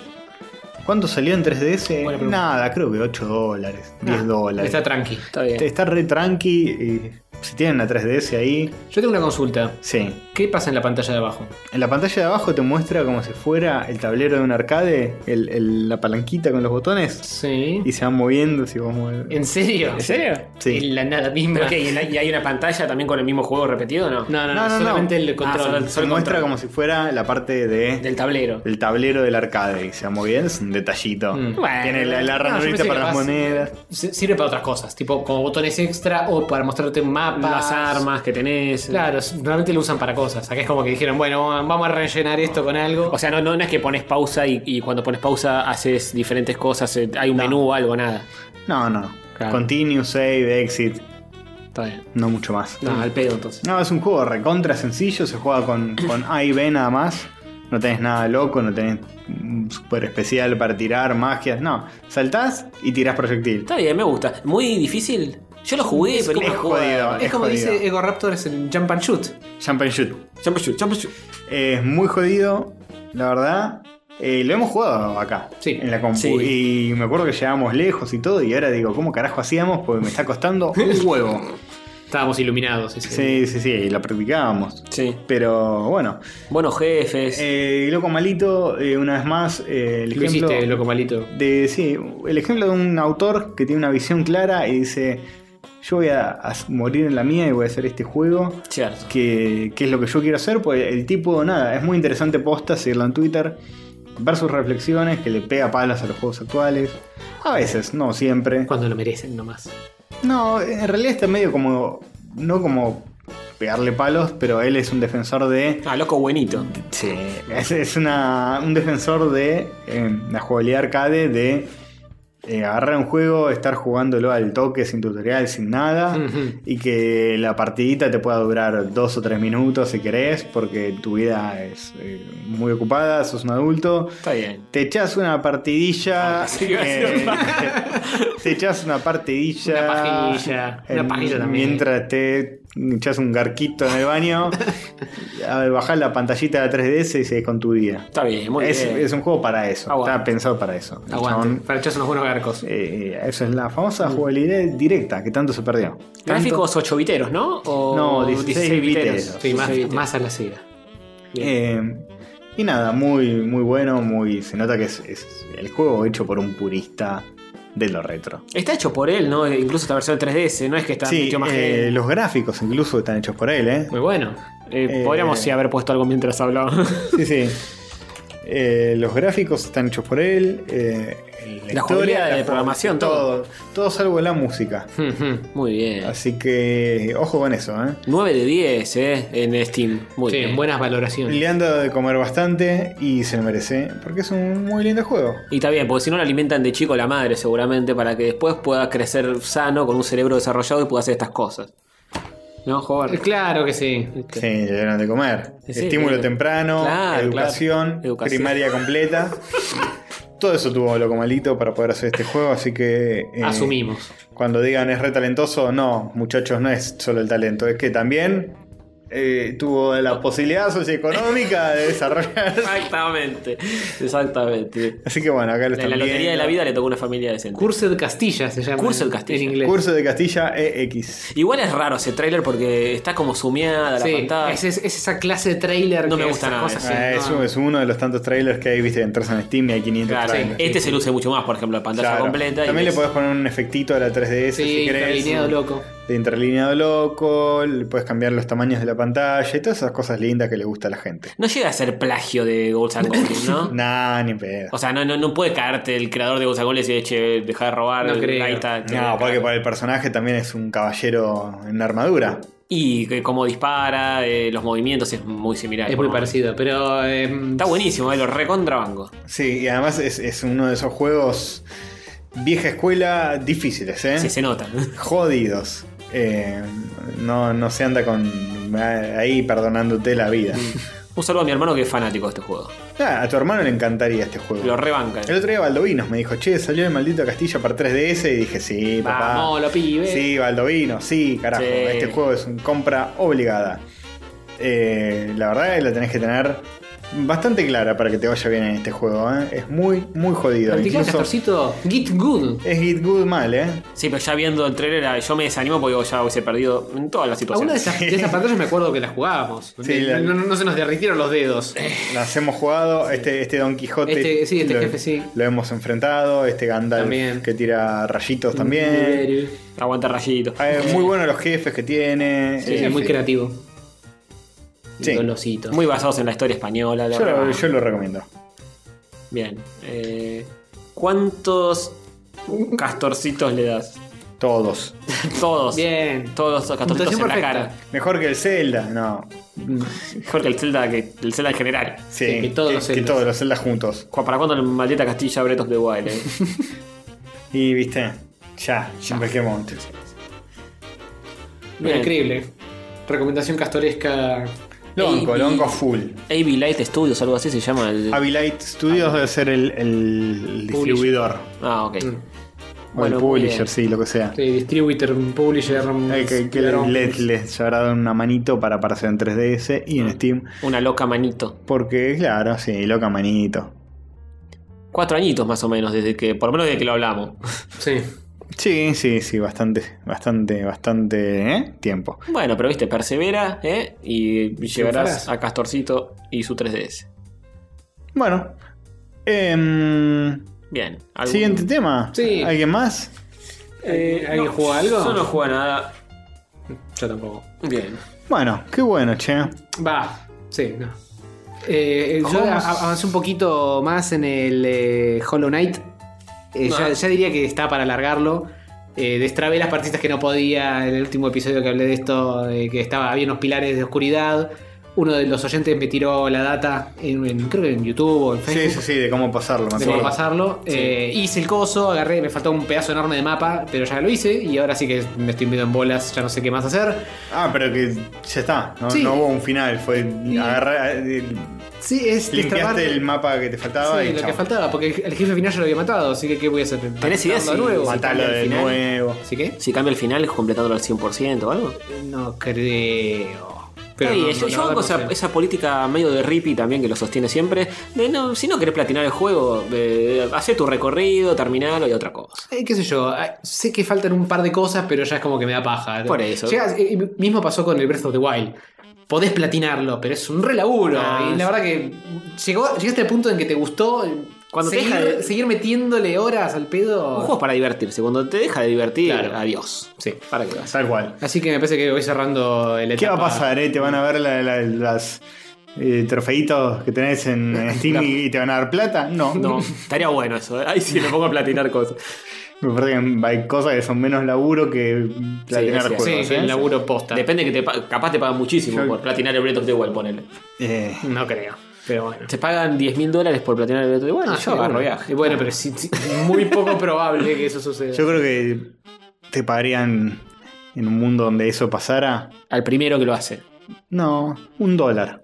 ¿Cuánto salió en 3DS? Buena pregunta. Nada, creo que 8 dólares, 10 Ah, dólares. eh. Está tranqui. Está bien. Está- está re tranqui. y si tienen la 3DS ahí. Yo tengo una consulta. Sí. ¿Qué pasa en la pantalla de abajo? En la pantalla de abajo te muestra como si fuera el tablero de un arcade, el- el- la palanquita con los botones. Sí. Y se van moviendo si vos mueves. ¿En serio? ¿En serio? Sí. En la nada misma. Pero, ¿qué? ¿Y, en la- y hay una pantalla también con el mismo juego repetido o no? No, no, no, solamente el control. Ah, solo- se solo el muestra control. como si fuera la parte de, del tablero. El tablero del arcade. Y se va moviendo, es un detallito. Bueno, Tiene la, Mm. la no, yo ranurita pensé para que las capaz monedas. si- Sirve para otras cosas, tipo como botones extra o para mostrarte un mapa. Las armas que tenés. Claro, normalmente lo usan para cosas. Acá es como que dijeron, bueno, vamos a rellenar esto con algo. O sea, no, no, no es que pones pausa y, y cuando pones pausa haces diferentes cosas, eh, hay un menú o algo, nada. No, no. Claro. Continue, save, exit. Está bien. No mucho más. No, al pedo entonces. No, es un juego recontra sencillo, se juega con, con A y B nada más. No tenés nada loco, no tenés un super especial para tirar, magias, no. Saltás y tirás proyectil. Está bien, me gusta. Muy difícil. Yo lo jugué, Es pero como- no es jugaba. jodido, es como jodido. dice Ego Raptor, es el jump and shoot. Jump and shoot. Jump and shoot, jump and shoot. Es muy jodido, la verdad. Eh, lo hemos jugado acá, en la compu. Y me acuerdo que llegábamos lejos y todo. Y ahora digo, ¿cómo carajo hacíamos? Porque me está costando (laughs) un huevo. Estábamos iluminados. Ese Sí, sí, sí, y la practicábamos. Sí. Pero bueno. Buenos jefes. loco malito, eh, una vez más, eh, el Lo ejemplo. hiciste, loco malito. de, sí, el ejemplo de un autor que tiene una visión clara y dice: yo voy a, a morir en la mía y voy a hacer este juego. Que, que es lo que yo quiero hacer. Pues el tipo, nada, es muy interesante posta, seguirlo en Twitter. Ver sus reflexiones, que le pega palas a los juegos actuales. A veces, no siempre. Cuando lo merecen nomás. No, en realidad está medio como. No como pegarle palos, pero él es un defensor de. Ah, loco buenito. Sí. Eh, Es, es una, un defensor de eh, la jugabilidad arcade de. eh, agarrar un juego, estar jugándolo al toque, sin tutorial, sin nada, Mm. Ujú. y que la partidita te pueda durar dos o tres minutos si querés, porque tu vida es eh, muy ocupada, sos un adulto. Está bien. Te echas una partidilla. eh, (laughs) te echas una partidilla. Una pajilla, una pajilla también. Mientras te echas un garquito en el baño. a ver, bajás la pantallita de 3DS y seguís con tu vida. Está bien, muy es, bien. Es un juego para eso. Aguante. Está pensado para eso. El Aguante, para echarse unos buenos Eh, garcos. eso es la famosa jugabilidad directa que tanto se perdió. Gráficos 8 biteros, ¿no? O No, 16 biteros. Sí, más, 16 biteros. más a la SEGA. Eh, y nada, muy, muy bueno, muy. Se nota que es, es el juego hecho por un purista de lo retro. Está hecho por él, ¿no? Eh, Incluso esta versión 3DS, no es que está sí, metido más eh, que los gráficos incluso están hechos por él, ¿eh? Muy bueno. Eh, podríamos sí haber puesto algo mientras hablaba. Sí, sí. Eh, los gráficos están hechos por él. eh, la, La jugabilidad, la programación, todo. Todo salvo la música. (laughs) Muy bien. Así que, ojo con eso, ¿eh? 9 de 10, ¿eh? En Steam. Muy Sí, bien. buenas valoraciones. Le han dado de comer bastante y se lo merece porque es un muy lindo juego. Y está bien, porque si no lo alimentan de chico la madre seguramente para que después pueda crecer sano con un cerebro desarrollado y pueda hacer estas cosas. ¿No, joven? Claro que sí. Sí, le dieron de comer. Sí, Estímulo claro. temprano, Claro, educación, claro. Educación. primaria (laughs) completa. Todo eso tuvo loco malito para poder hacer este juego, así que. eh, Asumimos. Cuando digan es re talentoso, no, muchachos, no es solo el talento, es que también eh, tuvo la posibilidad socioeconómica de desarrollar. Exactamente, exactamente. (laughs) Así que bueno, acá lo En están la lotería de la viendo. vida le tocó una familia decente. Cursed Castilla se llama. Cursed Castilla. En inglés. Curso de Castilla E EX. Igual es raro ese tráiler porque está como sumiada la Sí, pantalla. es, es- es esa clase de trailer No que me gusta esas nada cosas eso. que- Ah, es, no. un- es uno de los tantos trailers que hay, viste, entras en Steam y hay 500 Claro, trailers. este se luce mucho más, por ejemplo, la pantalla Claro. completa. y También le ves- podés poner un efectito a la 3DS Sí, si querés. interlineado loco. De interlineado loco, le puedes cambiar los tamaños de la pantalla y todas esas cosas lindas que le gusta a la (laughs) gente. No llega a ser plagio de Ghosts and (laughs) Goblins, ¿no? Nah, ni pedo. O sea, no, no, no puede caerte el creador de Ghosts and Goblins y decir, che, deja de robar. No creo. ahí está, te- No, porque para el personaje también es un caballero en armadura. Y que cómo dispara, eh, los movimientos es muy similar. Es muy parecido, pero. em, está buenísimo, eh, lo recontrabanco. Sí, y además es, es uno de esos juegos vieja escuela difíciles, ¿eh? Sí, se nota. (laughs) Jodidos. Eh, no, no se anda con eh, ahí perdonándote la vida. Mm. Un saludo a mi hermano que es fanático de este juego. Ah, a tu hermano le encantaría este juego. Lo rebancan. El otro día Baldovinos me dijo, che, salió el maldito Castillo para 3DS y dije, sí, papá. Vamos, lo pibe. Sí, Baldovino, sí, carajo. Sí. Este juego es una compra obligada. Eh, la verdad es que la tenés que tener bastante clara para que te vaya bien en este juego. ¿eh? Es muy, muy jodido. Practicá, Castorcito, Git Good. Es Git Good mal, ¿eh? Sí, pero ya viendo el trailer ah, yo me desanimo porque digo, ya hubiese perdido en todas las A una de situaciones. esas, de esas pantallas me acuerdo que las jugábamos. Sí, la- no, no- no se nos derritieron los dedos. Las hemos jugado, este, este Don Quijote. Este- sí, este lo, jefe sí. Lo hemos enfrentado, este Gandalf También. que tira rayitos también. Aguanta rayitos. Eh, muy buenos los jefes que tiene. Sí, Eh, muy sí. creativo. Sí. Muy basados en la historia española. la Yo lo, verdad. yo lo recomiendo. Bien. eh, ¿Cuántos castorcitos le das? (laughs) Todos. Todos. Bien. Todos los castorcitos en Puntuación la perfecta. cara. Mejor que el Zelda, no. Mejor que el Zelda, que el Zelda en general. Sí, que todos, los que todos los Zelda juntos. Cu- ¿Para cuándo el maldita Castilla Bretos de Wild? eh? Y viste, ya, en cualquier momento. Bien. Increíble. Recomendación castoresca. Lonco, AB lonco full. AB Light Studios, algo así se llama. El... Avilite Studios debe ser el, el distribuidor. Ah, ok. Mm. O Bueno, el muy publisher, bien. sí, lo que sea. Sí, eh, distributor, publisher. Ay, que que le- les, les habrá dado una manito para aparecer en 3DS y en Steam. Una loca manito. Porque, claro, sí, loca manito. Cuatro añitos más o menos, desde que, por lo menos desde que lo hablamos. (laughs) Sí. Sí, sí, sí, bastante, bastante, bastante ¿eh? tiempo. Bueno, pero viste, persevera, ¿eh? Y llevarás Triunfarás. a Castorcito y su 3DS. Bueno. em, Bien. ¿algún- Siguiente tema. Sí. ¿Alguien más? Eh, ¿Alguien No, juega algo? Yo no juego a nada. Yo tampoco. Bien. Bueno, qué bueno, che. Va, sí, no. Eh, eh, yo Vamos. a- avancé un poquito más en el eh, Hollow Knight. Eh, Ah. ya, ya diría que está para alargarlo. Eh, destrabé las partidas que no podía en el último episodio que hablé de esto, de que estaba, había unos pilares de oscuridad. Uno de los oyentes me tiró la data, en, en- creo que en YouTube o en Sí, Facebook. sí, sí, de cómo pasarlo, me de cómo acuerdo. pasarlo. Eh, hice el coso, agarré, me faltó un pedazo enorme de mapa, pero ya lo hice y ahora sí que me estoy medio en bolas, ya no sé qué más hacer. Ah, pero que ya está. No, Sí. no hubo un final, fue agarrar. eh, Sí, es destrabar- Limpiaste el mapa que te faltaba Sí, y lo chao. que faltaba, porque el- el jefe final ya lo había matado, así que ¿qué voy a hacer? ¿Tenés idea ideas si, de nuevo? si Matarlo cambia el de final? nuevo. ¿Sí qué? Si cambia el final completándolo al 100% o algo. No creo. Pero Pero no, yo no, la yo hago verdad no esa, sé. esa política medio de Rippy también que lo sostiene siempre. De no, si no querés platinar el juego, eh, hace tu recorrido, terminalo y otra cosa. Eh, qué sé yo, eh, sé que faltan un par de cosas, pero ya es como que me da paja. Por eso. Llegás- eh, eh, mismo pasó con el Breath of the Wild. Podés platinarlo, pero es un re laburo. Ah, y la sí. verdad que llegó, llegaste al punto en que te gustó. eh, Cuando te seguir, deja de- seguir metiéndole horas al pedo. Un juego es para divertirse. Cuando te deja de divertir, adiós. Sí. ¿Para qué vas? Tal cual. Así que me parece que voy cerrando el ¿Qué va a pasar, eh? Te van a ver la- la- las eh, trofeitos que tenés en, (laughs) en Steam y te van a dar plata? No. No, estaría bueno eso. ¿eh? Ahí sí me pongo a platinar cosas. (laughs) Me parece que hay cosas que son menos laburo que platinar sí, juegos. sí, ¿eh? el laburo posta. Depende que te pa- capaz te pagan muchísimo Yo- por platinar el Breath of the Wild, ponele. Eh, No creo. Pero bueno. Te pagan 10 mil dólares por platinar el Breath of the Wild. Ah, y sí, yo agarro bueno. viaje. Y bueno, pero sí, sí, muy poco probable que eso suceda. Yo creo que te pagarían en un mundo donde eso pasara. Al primero que lo hace. No, un dólar.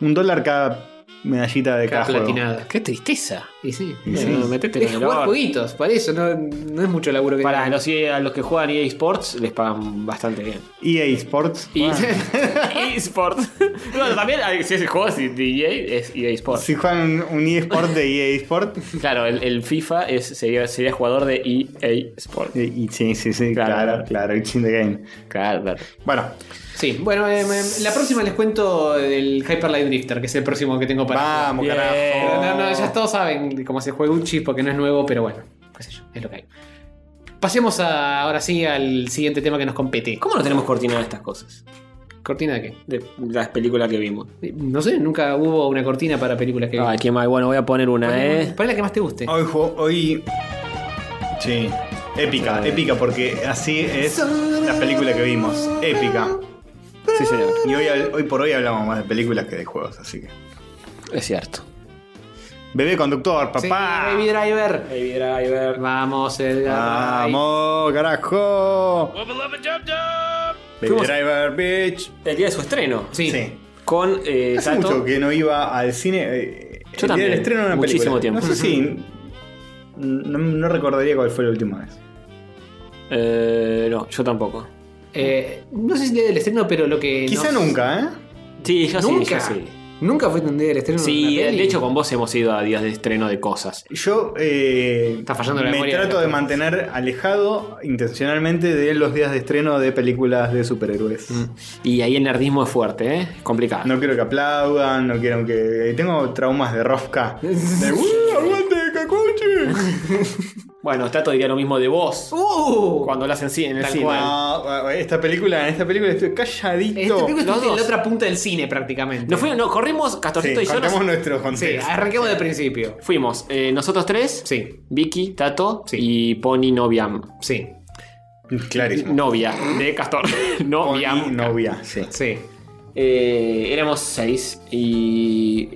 Un dólar cada medallita de Cada cada, juego. platinada. Qué tristeza. Y sí. Y sí. Bueno, eh, metete Es en el jugar eh. orto. jueguitos, para eso, no, no es mucho laburo que Para los, E a los que juegan EA Sports les pagan bastante bien. EA E Sports. (laughs) Y- (laughs) bueno. EA Sports. bueno, también hay- si ese juego es de EA, es EA Sports. Si juegan un EA Sport de E EA Sport. Claro, el, el FIFA es, sería, sería jugador de EA Sports. eh, Y, y sí, sí, sí, claro, claro, it's in the game. Claro, claro. Bueno, Sí, bueno, em, em, la próxima les cuento del Hyper Light Drifter, que es el próximo que tengo para. Vamos, Bien. carajo. No, no, ya todos saben cómo se juega Uchi porque no es nuevo, pero bueno, qué sé yo, es lo que hay. Pasemos a- ahora sí al siguiente tema que nos compete. ¿Cómo no tenemos cortina de estas cosas? ¿Cortina de qué? De las películas que vimos. No sé, nunca hubo una cortina para películas que. Ay, qué mal. Bueno, voy a poner una, Ponle- ¿eh? ponle la que más te guste. hoy, ju- hoy. Sí, épica, épica, porque así es la película que vimos. Épica. Sí, señor. Y hoy, al- hoy por hoy hablamos más de películas que de juegos, así que. Es cierto. Bebé conductor, Sí, papá. Baby Driver. Baby Driver. Vamos, Edgar. Vamos, carajo. Baby Fuimos- Driver, bitch. El día de su estreno. Sí. Sí. Con eh, Hace Tato. mucho que no iba al cine. eh, Yo el día también, del estreno de una muchísimo película. tiempo. No sé (laughs) si. No, no recordaría cuál fue la última vez. Eh, no, yo tampoco. Eh, no sé si el día del estreno, pero lo que. Quizá nos- nunca, ¿eh? Sí, yo sí, yo Nunca. sí. Nunca fue un día del estreno. de Sí, una eh, peli. de hecho con vos hemos ido a días de estreno de cosas. Yo eh, Está fallando la me memoria. trato de mantener alejado intencionalmente de los días de estreno de películas de superhéroes. Y ahí el nerdismo es fuerte, ¿eh? Es complicado. No quiero que aplaudan, no quiero que. eh, Tengo traumas de rosca. De, "Uh, aguante, Kakashi". Bueno, Tato diría lo mismo de vos ¡Uh! cuando lo hacen ci- en el Tal cine. cual. No, eh, esta película, en esta película estoy calladito. Este película Los estuviste en la dos. otra punta del cine prácticamente. Nos fuimos, no, corrimos, Sí, Castorcito y yo. nos- contamos nuestro Sí, contexto. arranquemos de principio. Fuimos eh, nosotros tres, Sí, Vicky, Tato Sí. y Pony Noviam. sí, Clarísimo. Novia de Castor. (laughs) Pony Noviam. novia, sí. sí. Eh, éramos seis y.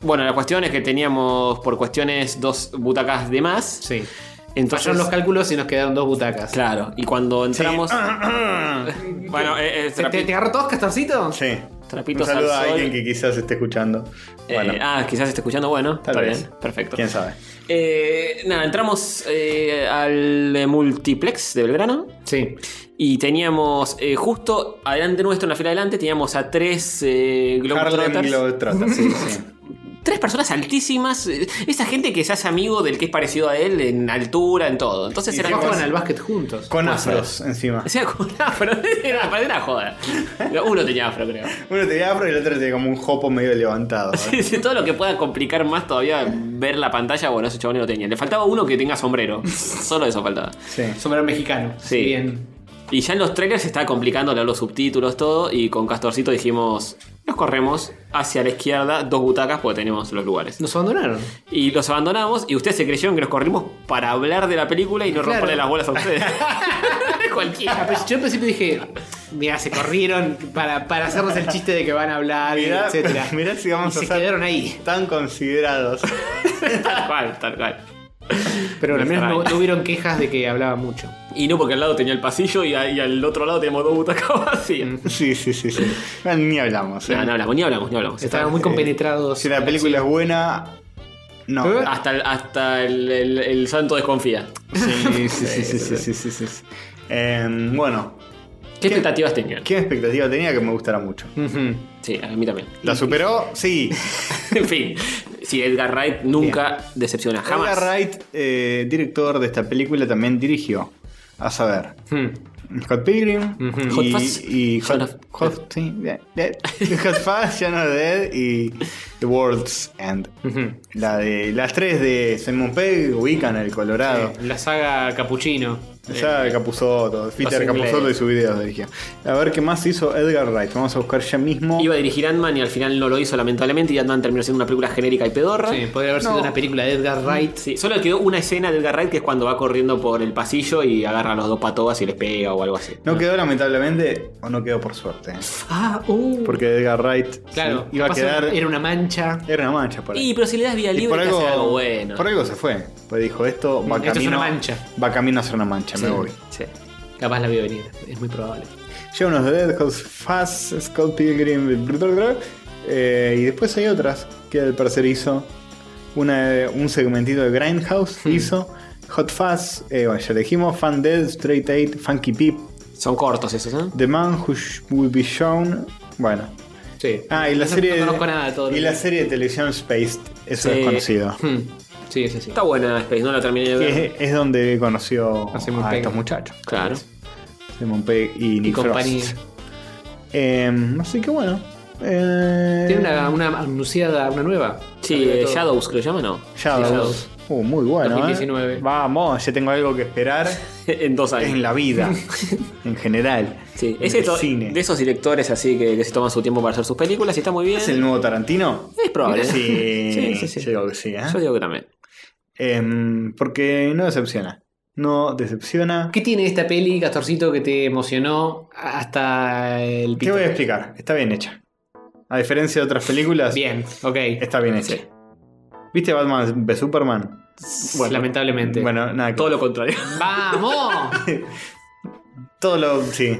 Bueno, la cuestión es que teníamos por cuestiones dos butacas de más. sí. Entonces, Fallaron los cálculos y nos quedaron dos butacas. claro, y cuando entramos. Sí. Ah, ah. Bueno, eh, eh, ¿Te, trapi- te, te agarró todos, Castorcito? Sí. Trapitos Un saludo al a sol. alguien que quizás esté escuchando. eh, Bueno, ah, quizás esté escuchando. Bueno, Tal está vez. bien, perfecto. quién sabe. Eh, nada, entramos eh, al eh, multiplex de Belgrano Sí. y teníamos eh, justo adelante nuestro, en la fila adelante, teníamos a tres eh, Harlem Globetrotters. Globetrotters, sí, sí. Tres personas altísimas. eh, Esa gente que se hace amigo del que es parecido a él en altura, en todo. Entonces Y eran encima todos- (laughs) juegan al básquet juntos. Con Puede ser. afros encima. O sea, con afro. (laughs) Era, parecía una joda. Uno tenía afro, (laughs) creo. Uno tenía afro y el otro tenía como un jopo medio levantado. ¿eh? Sí, sí, todo lo que pueda complicar más todavía ver la pantalla, bueno, ese chabón no lo tenía. Le faltaba uno que tenga sombrero. Solo eso faltaba. Sombrero mexicano. Sí. Y ya en los trailers se estaba complicando leer los subtítulos, todo. Y con Castorcito dijimos: Nos corremos hacia la izquierda, dos butacas, porque tenemos los lugares. Nos abandonaron. Y los abandonamos. Y ustedes se creyeron que nos corrimos para hablar de la película y no Claro. romperle las bolas a ustedes. (laughs) Cualquiera. Yo al principio dije, mira, se corrieron para, para hacernos el chiste de que van a hablar, Mirá- etcétera. mirá si vamos Y a se ser quedaron ahí. tan considerados. (laughs) tal cual, tal cual. Pero al menos no, Extraño. no hubieron quejas de que hablaba mucho. Y no, porque al lado tenía el pasillo y, a- y al otro lado teníamos dos butacas (laughs) vacías. Sí, sí, sí, sí. Bueno, Ni hablamos. ¿eh? No, no hablamos, ni hablamos, ni hablamos. Estaban muy compenetrados. Si la película es buena. No. Ah, (laughs) Hasta, el, hasta el, el- el santo desconfía. Sí, sí, sí, sí, sí, sí, sí, sí, sí. Em, bueno. ¿Qué expectativas tenían? ¿Qué expectativa tenía que me gustara mucho? Sí, a mí también. (laughs) ¿La superó? Sí. en fin, sí, Edgar Wright nunca decepciona, jamás. Edgar Wright, eh, director de esta película, también dirigió. A saber. Hmm. Scott Pilgrim y, Hot Fuzz. y Shaun Hot, Hot- sí, bien, (laughs) bien. Hot Fuzz, Shaun of the Dead y The World's End. La de las tres de Simon Pegg ubican el Colorado. La saga Capuchino. Ya Capuzoto, Peter ingleses. Capuzotto y sus videos dirigió. A ver qué más hizo Edgar Wright. Vamos a buscar ya mismo. Iba a dirigir Ant-Man y al final no lo hizo, lamentablemente. Y Ant-Man terminó siendo una película genérica y ¿Ah? pedorra. Sí, podría haber sido No. una película de Edgar Wright. Sí, solo quedó una escena de Edgar Wright que es cuando va corriendo por el pasillo y agarra a los dos patobas y les pega o algo así. No quedó lamentablemente, o no quedó por suerte. Ah, uh. Porque Edgar Wright sí, Claro, iba a pasa, quedar. Era una mancha. Era una mancha por ahí. Y pero si le das vía Y por libre, te hace algo, algo bueno. por algo se fue. Pues dijo, esto va Esto es camino- una mancha. Va camino a ser una mancha, me Sí, voy. Sí. Capaz la vio venir, es muy probable. Shaun of the Dead, House Fast, Scott Pilgrim, bla, bla, bla. Eh, y después hay otras que el parecer hizo. Una, un segmentito de Grindhouse Hmm. hizo. Hot Fast, eh, bueno, ya le dijimos, Fan Dead, Straight Eight, Funky Peep, Son cortos esos, ¿eh? The Man Who Sh- Will Be Shown. Bueno. Sí. Ah, y la No- serie. no de- conozco nada de todo lo Y que- Mm. la serie de televisión Spaced, eso Sí. (laughs) es conocido. Sí, sí, sí. Eh. Está buena Space, no la terminé de ver. Que es, es donde conoció a, Simon Pegg. estos muchachos. Claro. Simon Pegg y Nick Frost. compañía. Em, así que bueno. eh, Tiene una, una anunciada, una nueva. Sí, eh, todo. Shadows, creo que llaman, ¿no? Shadows. Sí, Shadows. Uh, muy bueno. 2019. ¿eh? Vamos, ya tengo algo que esperar (laughs) en dos años. en la vida, en general. Sí, en es el esto- cine. de esos directores así que, que se toman su tiempo para hacer sus películas y está muy bien. ¿Es el nuevo Tarantino? Es probable. Sí, Sí, sí, sí. yo digo que sí. ¿eh? Yo digo que también. Em, porque no decepciona. No decepciona. ¿Qué tiene esta peli, Castorcito, que te emocionó hasta el Te pito? voy a explicar. Está bien hecha. A diferencia de otras películas, Bien, ok. está bien hecha. ¿Viste Batman v Superman? Bueno, lamentablemente. Bueno, nada. que- Todo lo contrario. (laughs) ¡Vamos! Todo lo. Sí.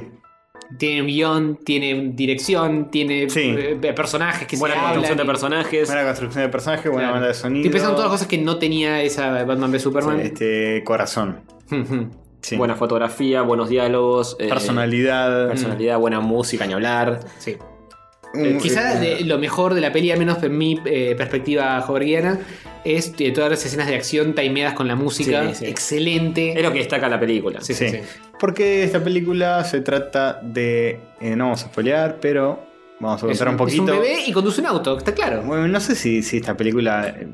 tiene un guión, tiene dirección, tiene Sí. eh, personajes que Buena se construcción de hablan. personajes. Buena construcción de personaje, buena Claro. banda de sonido. Te pesan todas las cosas que no tenía esa Batman v Superman. Este, corazón. (laughs) Sí. Buena fotografía, buenos diálogos. eh, personalidad. personalidad, buena música, ni hablar. Sí. Un- Quizás eh, lo mejor de la peli, al menos en mi eh, perspectiva jorgiana, es eh, todas las escenas de acción timeadas con la música. Sí, sí. Excelente. Es lo que destaca la película. Sí, sí, sí. sí. Porque esta película se trata de. eh, no vamos a spoilear, pero vamos a Es contar un es un poquito. bebé y conduce un auto, está claro. Bueno, no sé si, si esta película eh,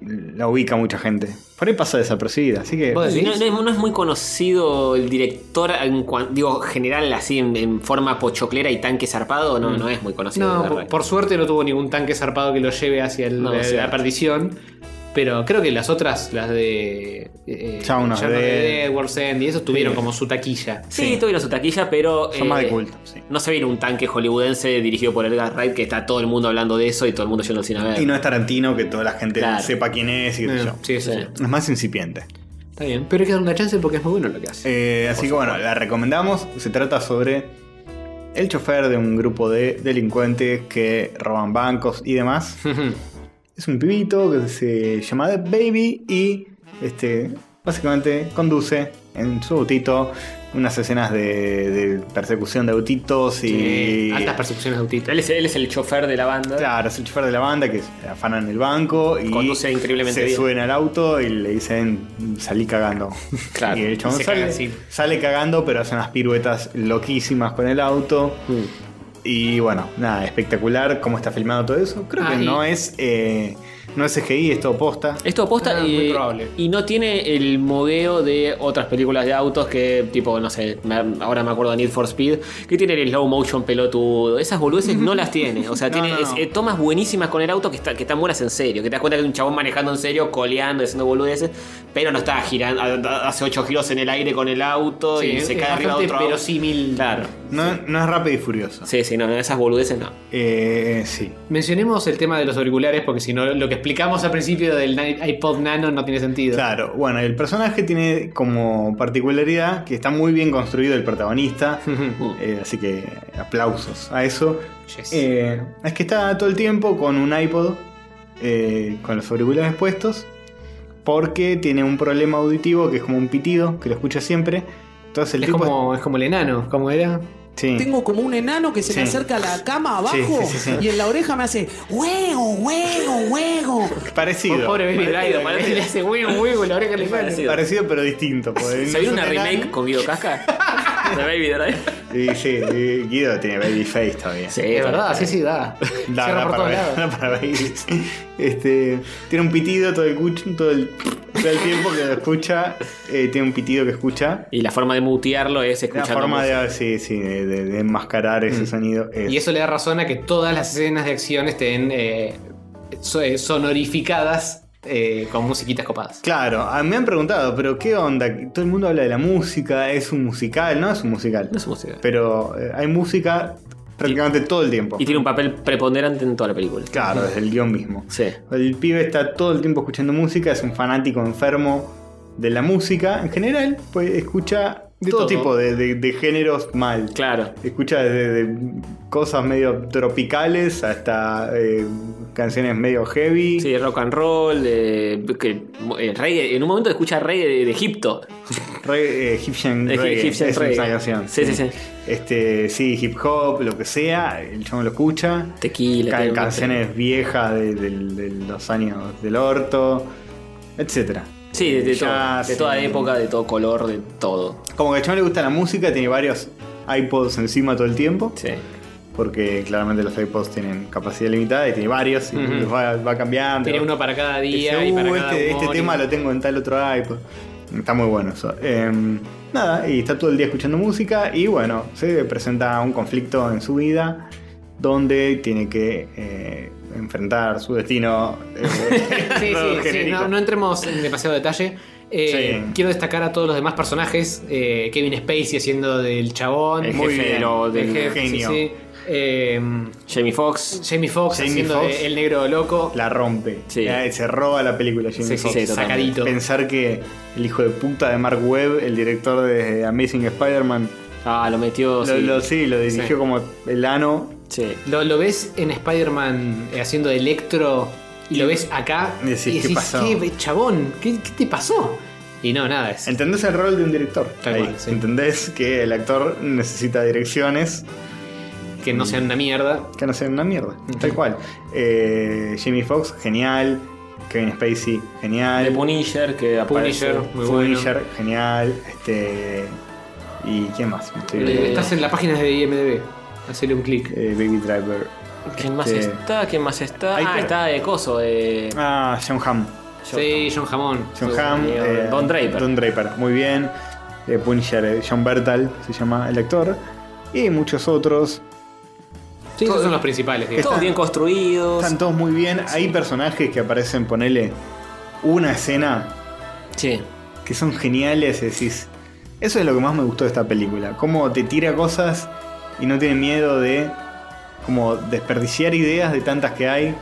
la ubica mucha gente. Por ahí pasa desapercibida, así que. ¿Vos No, decís? no es, no es muy conocido el director, en cuan- digo, general, así en, en forma pochoclera y tanque zarpado, Mm. no, no es muy conocido. No, la por, verdad. por suerte no tuvo ningún tanque zarpado que lo lleve hacia el- No, la, sí. la perdición. Pero creo que las otras, las de. eh, Shaun of Shaun of the Dead. Dead, World's End y eso tuvieron Sí. como su taquilla. sí, tuvieron su taquilla, pero. Son más eh, de culto, sí. No se viene un tanque hollywoodense dirigido por Edgar Wright que está todo el mundo hablando de eso y todo el mundo yendo al cine a ver. Y no es Tarantino que toda la gente Claro. sepa quién es y qué sé Eh, yo. sí, eso sí. Sí. Es más incipiente. Está bien. Pero hay que dar una chance porque es muy bueno lo que hace. Eh, así que bueno, la recomendamos. Se trata sobre el chofer de un grupo de delincuentes que roban bancos y demás. es un pibito que se llama Baby y este, básicamente conduce en su autito unas escenas de, de persecución de autitos y. Sí, altas persecuciones de autitos. Él es, él es el chofer de la banda. Claro, es el chofer de la banda que afanan el banco y. Conduce increíblemente Se bien. suben al auto y le dicen salí cagando. (laughs) Claro, Y el chabón y se sale, caga, sí. sale cagando, pero hace unas piruetas loquísimas con el auto. Mm. Y bueno, nada, espectacular cómo está filmado todo eso. Creo Ah, que y- no es. eh, no es CGI, es todo posta. Esto aposta y, y no tiene el mogueo de otras películas de autos que, tipo, no sé, me- ahora me acuerdo de Need for Speed, que tiene el slow motion pelotudo. Esas boludeces no las tiene. O sea, tiene es- eh, tomas buenísimas con el auto que, está, que están buenas en serio. Que te das cuenta que es un chabón manejando en serio, coleando, haciendo boludeces, pero no está girando, a- a- hace ocho giros en el aire con el auto Sí, y se es cae arriba de bastante otro auto. verosímil. Claro. No, no es rápido y furioso. Eh, Sí, sí, no, no, esas boludeces no. sí. Mencionemos el tema de los auriculares porque si no, lo que explicamos al principio del ni- iPod Nano no tiene sentido. Claro, bueno, el personaje tiene como particularidad que está muy bien construido el protagonista, eh, así que aplausos a eso. Eh, es que está todo el tiempo con un iPod, eh, con los auriculares puestos, porque tiene un problema auditivo que es como un pitido, que lo escucha siempre. Entonces el Es tipo como, es como el enano, ¿cómo era? Sí. Tengo como un enano que se me Sí. acerca a la cama abajo Sí, sí, sí, sí. y en la oreja me hace huevo, huevo, huevo. Parecido. Pobre Baby Driver, parece que le hace huevo, huevo la oreja le Parecido. Parecido, pero distinto. porque ¿Se viene una no es un remake con Guido Casca? De Baby Drive. Sí, sí, sí, Guido tiene babyface todavía. Sí, Es verdad, sí, sí, da. Da, Cierra da por para, todos ver- lados. da (laughs) para babies. Este, tiene un pitido todo el, cuch- todo el, todo el tiempo que lo escucha. eh, tiene un pitido que escucha. Y la forma de mutearlo es La escuchando. forma música. Mm. de, sí, sí, de, de- de enmascarar ese sonido. es- (laughs) Y eso le da razón a que todas las escenas de acción estén eh, so- eh, sonorificadas eh, con musiquitas copadas. Claro, a- me han preguntado, pero ¿qué onda? Todo el mundo habla de la música, es un musical, no es un musical. No es un musical. Pero eh, hay música prácticamente todo el tiempo. Y tiene un papel preponderante en toda la película. Claro, desde el guión mismo. Sí. El pibe está todo el tiempo escuchando música, es un fanático enfermo de la música. En general, pues escucha de todo, todo. tipo de, de- de géneros mal. Claro. Escucha desde de cosas medio tropicales hasta eh, canciones medio heavy. Sí, rock and roll, eh, que, eh, reggae. En un momento escucha reggae de, de Egipto. Reggae, eh, Egyptian Eh, reggae, Egyptian es reggae. una canción. Sí, sí, sí. Este, sí, hip hop, lo que sea, el chabón lo escucha. Tequila. Ca- tiene un canciones viejas de, de- de los años del orto, etcétera. Sí, de, de todo, Jazz, de toda eh, época, de todo color, de todo. Como que al chabón le gusta la música, tiene varios iPods encima todo el tiempo. Sí. Porque claramente los iPods tienen capacidad limitada y tiene varios y Ujú. los va, va cambiando. Tiene uno para cada día Dice, y para "Uh, cada este, humor este y- tema lo tengo en tal otro iPod. Está muy bueno eso. Em, nada, y está todo el día escuchando música y bueno, se presenta un conflicto en su vida donde tiene que eh, enfrentar su destino. eh, (laughs) Sí, todo (laughs) sí, sí, genérico. no, no entremos en demasiado detalle. Eh, Sí. Quiero destacar a todos los demás personajes. eh, Kevin Spacey haciendo del chabón. El Muy jefe bien. de lo- del El jefe, sí, genio. sí. Eh, Jamie Foxx. Jamie Foxx Jamie haciendo de Foxx. el negro loco. La rompe. Eh, se roba la película Jamie Sí, sí, Foxx. sí, totalmente. Sacadito. Pensar que el hijo de puta de Mark Webb, el director de Amazing Spider-Man. Ah, lo metió. sí, sí. lo, dirigió Oh, Sí. como el ano. Sí. Lo, lo ves en Spider-Man eh, haciendo de electro y lo ves acá. Y decís, y ¿qué pasó? "Qué chabón, ¿qué, qué te pasó? Y no, nada, es. ¿Entendés el rol de un director? Tal Ahí. cual, sí. ¿Entendés que el actor necesita direcciones? Que no sean una mierda. Que no sean una mierda. Tal cual. Eh, Jamie Foxx, genial. Kevin Spacey, genial. De Punisher, que aparece. Punisher, genial. Este. ¿Y quién más? Estoy- Eh, Estás en la página de IMDB. Hacele un clic. Eh, Baby Driver. ¿Quién más Este- está? ¿Quién más está? Ahí ah, está. está de coso. eh, Ah, John Hamm. Sí, John Jamón. John Hamm. eh, Don Draper. Don Draper, muy bien. Eh, Punisher, eh, John Bertal se llama el actor. Y muchos otros. Sí, esos son los principales. digamos. Todos bien construidos. Están todos muy bien. Hay personajes que aparecen, ponele una escena. Que son geniales. y Decís. Eso es lo que más me gustó de esta película. Cómo te tira cosas y no tiene miedo de. Como desperdiciar ideas de tantas que hay.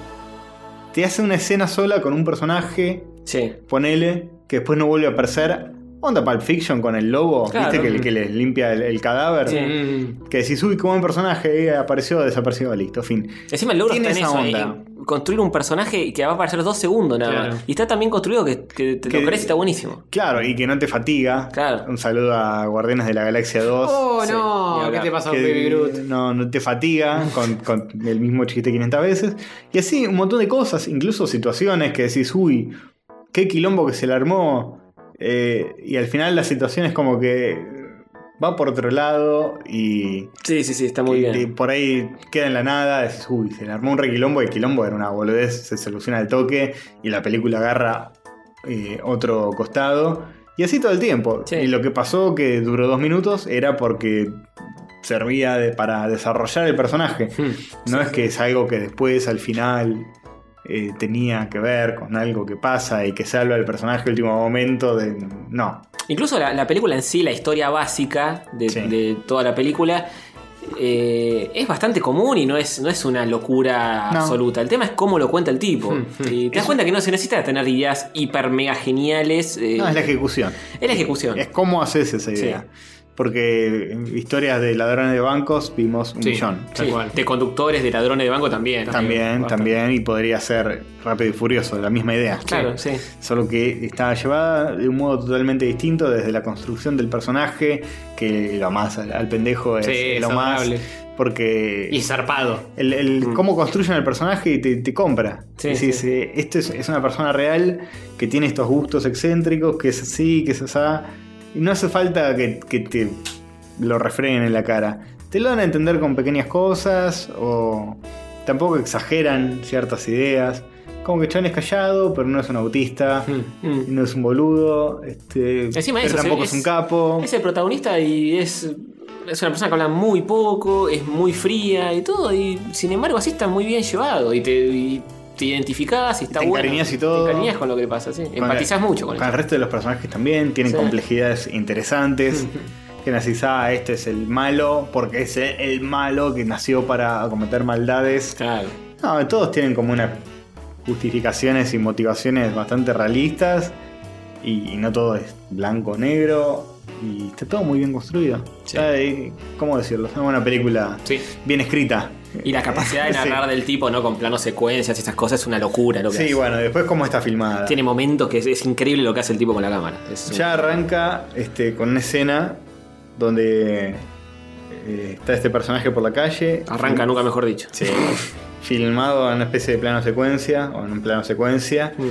Te hace una escena sola con un personaje. Sí. Ponele. Que después no vuelve a aparecer. Onda Pulp Fiction con el lobo. Claro. ¿Viste? Que, que les limpia el, el cadáver. Sí. Mm. Que decís, uy, qué buen personaje. eh, apareció, desapareció, listo, fin. Encima el logro Tiene está en esa eso. onda. eh, construir un personaje que va a aparecer dos segundos nada Claro. más. Y está tan bien construido que, que te lo crees y está buenísimo. Claro, y que no te fatiga. Un saludo a Guardianes de la Galaxia 2. Oh, no, ni hablar. ¿qué te pasó, Que Baby Groot? No, no te fatiga con, con el mismo chiste 500 veces. Y así, un montón de cosas, incluso situaciones que decís, uy, qué quilombo que se le armó. Eh, y al final la situación es como que va por otro lado y. Sí, sí, sí, está muy bien. por ahí queda en la nada, decís, uy, se le armó un requilombo y el quilombo era una boludez, se soluciona al toque y la película agarra eh, otro costado. Y así todo el tiempo. Y lo que pasó, que duró dos minutos, era porque servía de- para desarrollar el personaje. Hmm. no es que es algo que después, al final, eh, tenía que ver con algo que pasa y que salva al personaje último momento. De... No. Incluso la, la película en sí, la historia básica de, de toda la película, eh, es bastante común y no es, no es una locura No. Hmm, absoluta. El tema es cómo lo cuenta el tipo. Y te das cuenta que no se necesita tener ideas hiper mega geniales. eh, No, es la ejecución. Es la ejecución. Es cómo haces esa idea. Porque en historias de ladrones de bancos vimos un Sí, millón. sí. De conductores, de ladrones de banco también. También, también, y podría ser rápido y furioso, la misma idea. Ah, Claro, sí. Solo que está llevada de un modo totalmente distinto, desde la construcción del personaje, que lo más al, al pendejo es, Sí, es es lo más. adorable. Porque. Y zarpado. El, el Mm. cómo construyen el personaje y te, te compra. Sí, Decís, sí. eh, esto es, es una persona real que tiene estos gustos excéntricos, que es así, que es así. Y no hace falta que, que te lo refrenen en la cara. Te lo dan a entender con pequeñas cosas o tampoco exageran ciertas ideas. Como que Chan es callado, pero no es un autista, Mm, no es un boludo, este, Mm. Encima de pero eso, tampoco es- es un capo. Mm. Es el protagonista y es, es una persona que habla muy poco, es muy fría y todo. Y sin embargo, así está muy bien llevado. Y te, y te identificás y está te bueno. encariñas y todo. Te encariñas con lo que le pasa, sí. Con Empatizás el- mucho con, el eso. resto de los personajes también, tienen Sí. complejidades Mm, interesantes. que nacís, ah, este es el malo, porque es el, el malo que nació para cometer maldades. No, todos tienen como unas justificaciones y motivaciones bastante realistas. Y, y no todo es blanco o negro. Y está todo muy bien construido. Está, eh, ¿Cómo decirlo? Es una película bien escrita. (laughs) Y la capacidad de Sí. narrar del tipo, ¿no? Con planos secuencias y esas cosas es una locura lo que Sí, hace. bueno, después cómo está filmada. Tiene momentos que es, es increíble lo que hace el tipo con la cámara. Es un- Ya arranca este, con una escena donde eh, está este personaje por la calle. Arranca, nunca mejor dicho. Sí. este, filmado en una especie de plano secuencia o en un plano secuencia. Mm.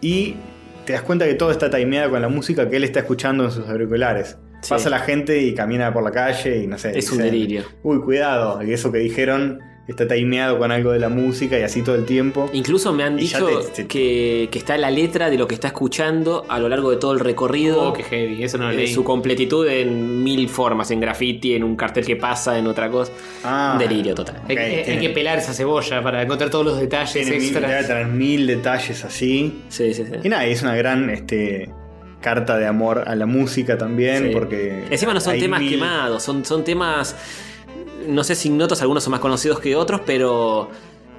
Y te das cuenta que todo está timeado con la música que él está escuchando en sus auriculares. Sí. Pasa la gente y camina por la calle y no sé. Es un dicen, delirio. Uy, cuidado, y eso que dijeron está timeado con algo de la música y así todo el tiempo. Incluso me han Y ya dicho te- Que, que está la letra de lo que está escuchando a lo largo de todo el recorrido. Oh, qué heavy, eso no lo En leí. su completitud en mil formas, en graffiti, en un cartel que pasa, en otra cosa. Ah. Un delirio total. Hay, hay- hay que eh. pelar esa cebolla para encontrar todos los detalles Tiene mil, debe extras. tener mil detalles así. Sí, sí, sí. Y nada, y es una gran este, carta de amor a la música también, Sí. porque... Encima no son hay temas mil- quemados, son, son temas, no sé si notos, algunos son más conocidos que otros, pero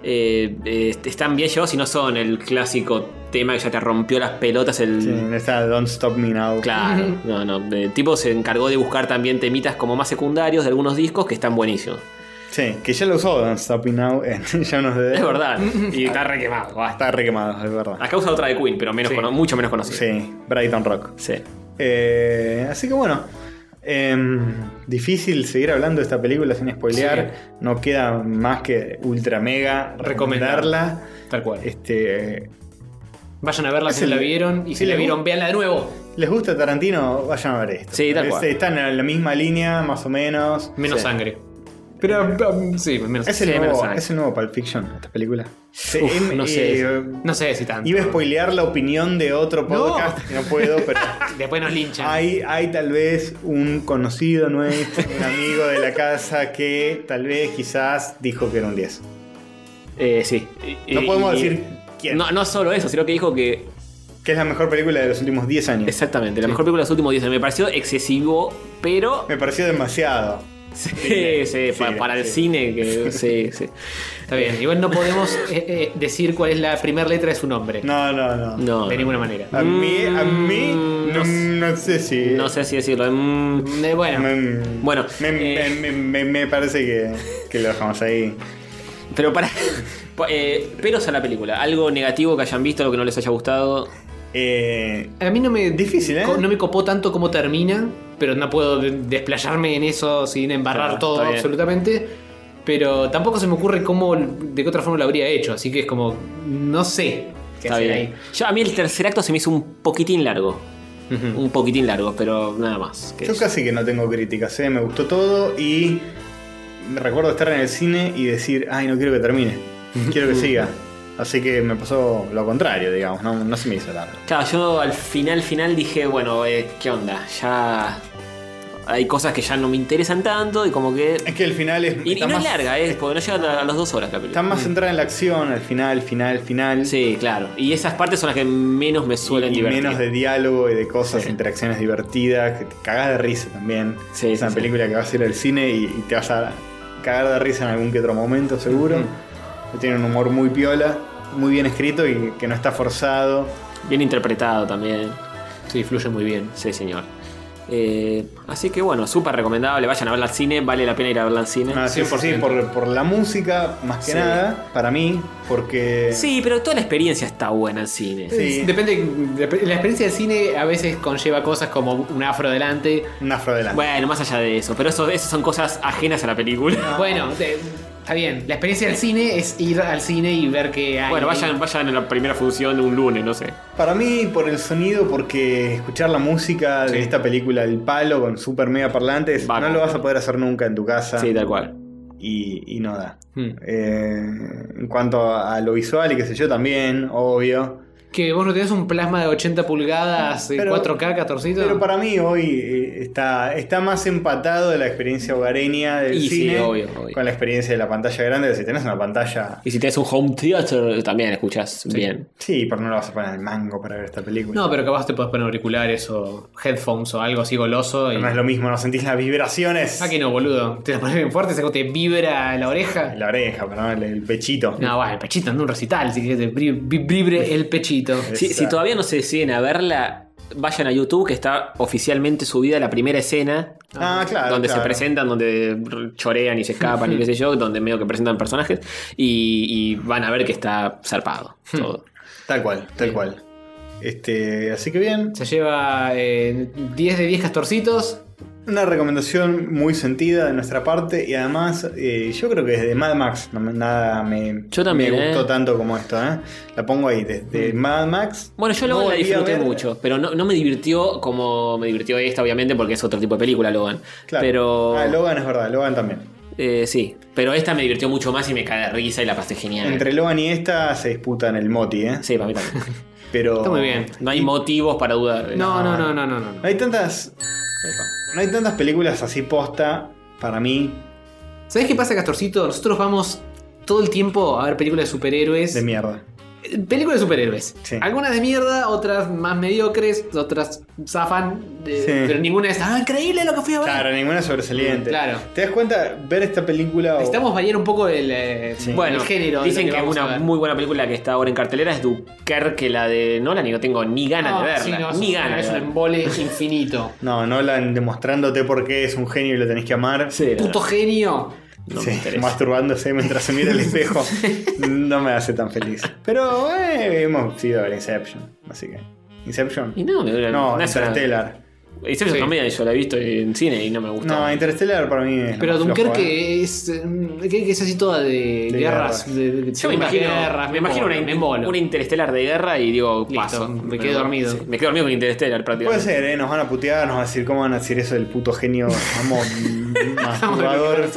eh, eh, están bien llevados y no son el clásico tema que ya te rompió las pelotas el... Sí, no está Mm, Don't Stop Me Now. Claro, (laughs) no, no. El tipo se encargó de buscar también temitas como más secundarios de algunos discos que están buenísimos. Sí, que ya lo usó Don't Stop Me Now en (laughs) ya unos de... (laughs) (laughs) Es verdad. Y está re quemado. basta. Ah, Está requemado, es verdad. Ah, A causa de otra de Queen, pero menos cono- mucho menos conocida. Sí, Brighton Rock. Sí. Eh, así que bueno. em, difícil seguir hablando de esta película sin spoilear. No queda más que ultra mega recomendarla. Tal cual. Este, Vayan a verla Es si no el- la vieron y si si la les vieron, gu- veanla de nuevo. ¿Les gusta Tarantino? Vayan a ver esto. Sí, tal Es- cual. Están en la misma línea, más o menos. Menos Sí. sangre. Pero um, sí, menos Es el, sí, menos nuevo, sangre. Oh, es el nuevo Pulp Fiction, esta película. Sí, Uf, em, no, sé, eh, no sé si tanto. Iba a spoilear la opinión de otro podcast, que no puedo, (laughs) pero Después nos linchan. hay, hay tal vez un conocido nuestro, un amigo de la casa que tal vez quizás dijo que era un 10. Eh, sí. No Y- podemos y- decir quién. No, no solo eso, sino que dijo que. Que es la mejor película de los últimos 10 años. Exactamente, la mejor película de los últimos 10 años. Me pareció excesivo, pero. Me pareció demasiado. Sí, (laughs) sí, pa- para el cine. (laughs) Que, sí, sí. Está bien, igual no podemos eh, eh, decir cuál es la primera letra de su nombre. No, no, no. No, De no. ninguna manera. A mí, a mí, no, no sé si. No sé si decirlo. mm. Eh, bueno, bueno. eh. Me, me- me- me- me parece que, que lo dejamos ahí. Pero para, (laughs) Eh, peros a la película. Algo negativo que hayan visto, algo que no les haya gustado. Eh, a mí no me. Difícil, ¿eh? co- No me copó tanto como termina, pero no puedo de- desplayarme en eso sin embarrar Claro, todo está bien. absolutamente. Pero tampoco se me ocurre cómo, de qué otra forma lo habría hecho, así que es como. No sé. Está bien. Yo, a mí el tercer acto se me hizo un poquitín largo. Un poquitín largo, pero nada más. que Yo eso. casi que no tengo críticas, ¿eh? me gustó todo y me recuerdo estar en el cine y decir, ay, no quiero que termine, quiero que (laughs) siga. Así que me pasó lo contrario, digamos, no, no se me hizo largo. Claro, yo al final, final dije, bueno, eh, ¿qué onda? Ya. Hay cosas que ya no me interesan tanto y como que. Es que el final es. Y, y está no más- es larga, es porque no llega a- a las dos horas la Está película. más centrada en la acción, al final, final, final. Sí, claro. Y esas partes son las que menos me suelen y divertir. menos de diálogo y de cosas, interacciones divertidas, que te cagás de risa también. es una película que vas a ir al cine y, y te vas a cagar de risa en algún que otro momento, seguro. Tiene un humor muy piola, muy bien escrito y que no está forzado. Bien interpretado también. Sí, fluye muy bien. Sí, señor. Eh, así que bueno, súper recomendable. Vayan a verla al cine, vale la pena ir a verla al cine. Ah, sí, sí, sí, por, por la música, más que Sí. nada, para mí, porque. Sí, pero toda la experiencia está buena en cine. Es- Depende. de- La experiencia del cine a veces conlleva cosas como un afro delante. Un afro delante. Bueno, más allá de eso, pero eso, eso son cosas ajenas a la película. Bueno, te- está bien. La experiencia del cine es ir al cine y ver que Ah, hay. (laughs) Bueno, vayan, vayan a la primera función de un lunes, no sé. Para mí, por el sonido, porque escuchar la música de esta película, El Palo, con super mega parlantes, no lo vas a poder hacer nunca en tu casa. Sí, tal cual. Y, y no da. Eh, en cuanto a, a lo visual y qué sé yo, también, obvio. Que vos no tenés un plasma de 80 pulgadas, eh, Pero- 4K, 14. Pero para mí hoy eh, está, está más empatado de la experiencia hogareña del Y sí, cine obvio, obvio. con la experiencia de la pantalla grande. Si tenés una pantalla. Y si tenés un home theater, también escuchas bien. Sí, pero no la vas a poner al mango para ver esta película. No, pero capaz te podés poner auriculares o headphones o algo así goloso. No es lo mismo, no sentís las vibraciones. Ah, que no, boludo. Te la pones bien fuerte, se te vibra la oreja. La oreja, pero el, el pechito. No, bueno, el pechito, anda un recital, si que te bri- bri- vibre el pechito. Si, si todavía no se deciden a verla, vayan a YouTube, que está oficialmente subida la primera escena. Ah, claro. donde se claro. presentan, donde chorean y se escapan y qué sé yo, donde medio que presentan personajes y, y van a ver que está zarpado todo. Tal cual, tal cual. Este, así que bien. Se lleva eh, 10 de 10 castorcitos. Una recomendación muy sentida de nuestra parte y además eh, yo creo que desde Mad Max no me- nada me, Yo también, me gustó eh. Mm. tanto como esto. ¿eh? La pongo ahí, desde Mad Max. Bueno, yo Logan no la volví a disfruté ver- mucho, pero no, no me divirtió como me divirtió esta, obviamente, porque es otro tipo de película, Logan. Claro. Pero. Ah, Logan es verdad, Logan también. eh, sí, pero esta me divirtió mucho más y me cae de risa y la pasé genial. Entre Logan y esta se disputan el moti, ¿eh? Sí, para mí también. Pero. Está muy bien. No hay motivos para dudar. No, no, no, no, no. no. No hay tantas. No hay tantas películas así posta para mí. ¿Sabés qué pasa, Castorcito? Nosotros vamos todo el tiempo a ver películas de superhéroes. De mierda. Eh, Películas de superhéroes. Algunas de mierda, otras más mediocres, otras zafan. de- Sí. Pero ninguna es. ¡Ah, increíble lo que fui a ver! Claro, ninguna sobresaliente. Claro. ¿Te das cuenta? Ver esta película. o- Necesitamos variar un poco el, eh, el Bueno, género. de lo dicen que, vamos a una ver. muy buena película que está ahora en cartelera es Dunkerque, la de Nolan, y no tengo ni ganas No, de verla. Ah, sí, no, ni es- ganas. Es de un verla. embole infinito. No, Nolan demostrándote por qué es un genio y lo tenés que amar. Sí, Puto genio. Sí, masturbándose mientras se mira el espejo. no me hace tan feliz. Pero eh, hemos ido a ver Inception. Así que. ¿Inception? Y no, me- no, me hace una- Interstellar. Inception Sí. también, yo la he visto en cine y no me gustó. No, Interstellar para mí. es lo Pero más flojo, ¿eh? Dunkerque es, eh, que que es así toda de, De guerras. De, de- Yo me imagino, guerras, me imagino embolo, una, me embolo. una interestelar de guerra y digo, paso. me quedé dormido. Sí, me quedé dormido con interestelar Puede prácticamente. ser, ¿eh? Nos van a putear, nos van a decir cómo van a decir eso del puto genio amo, masturbador.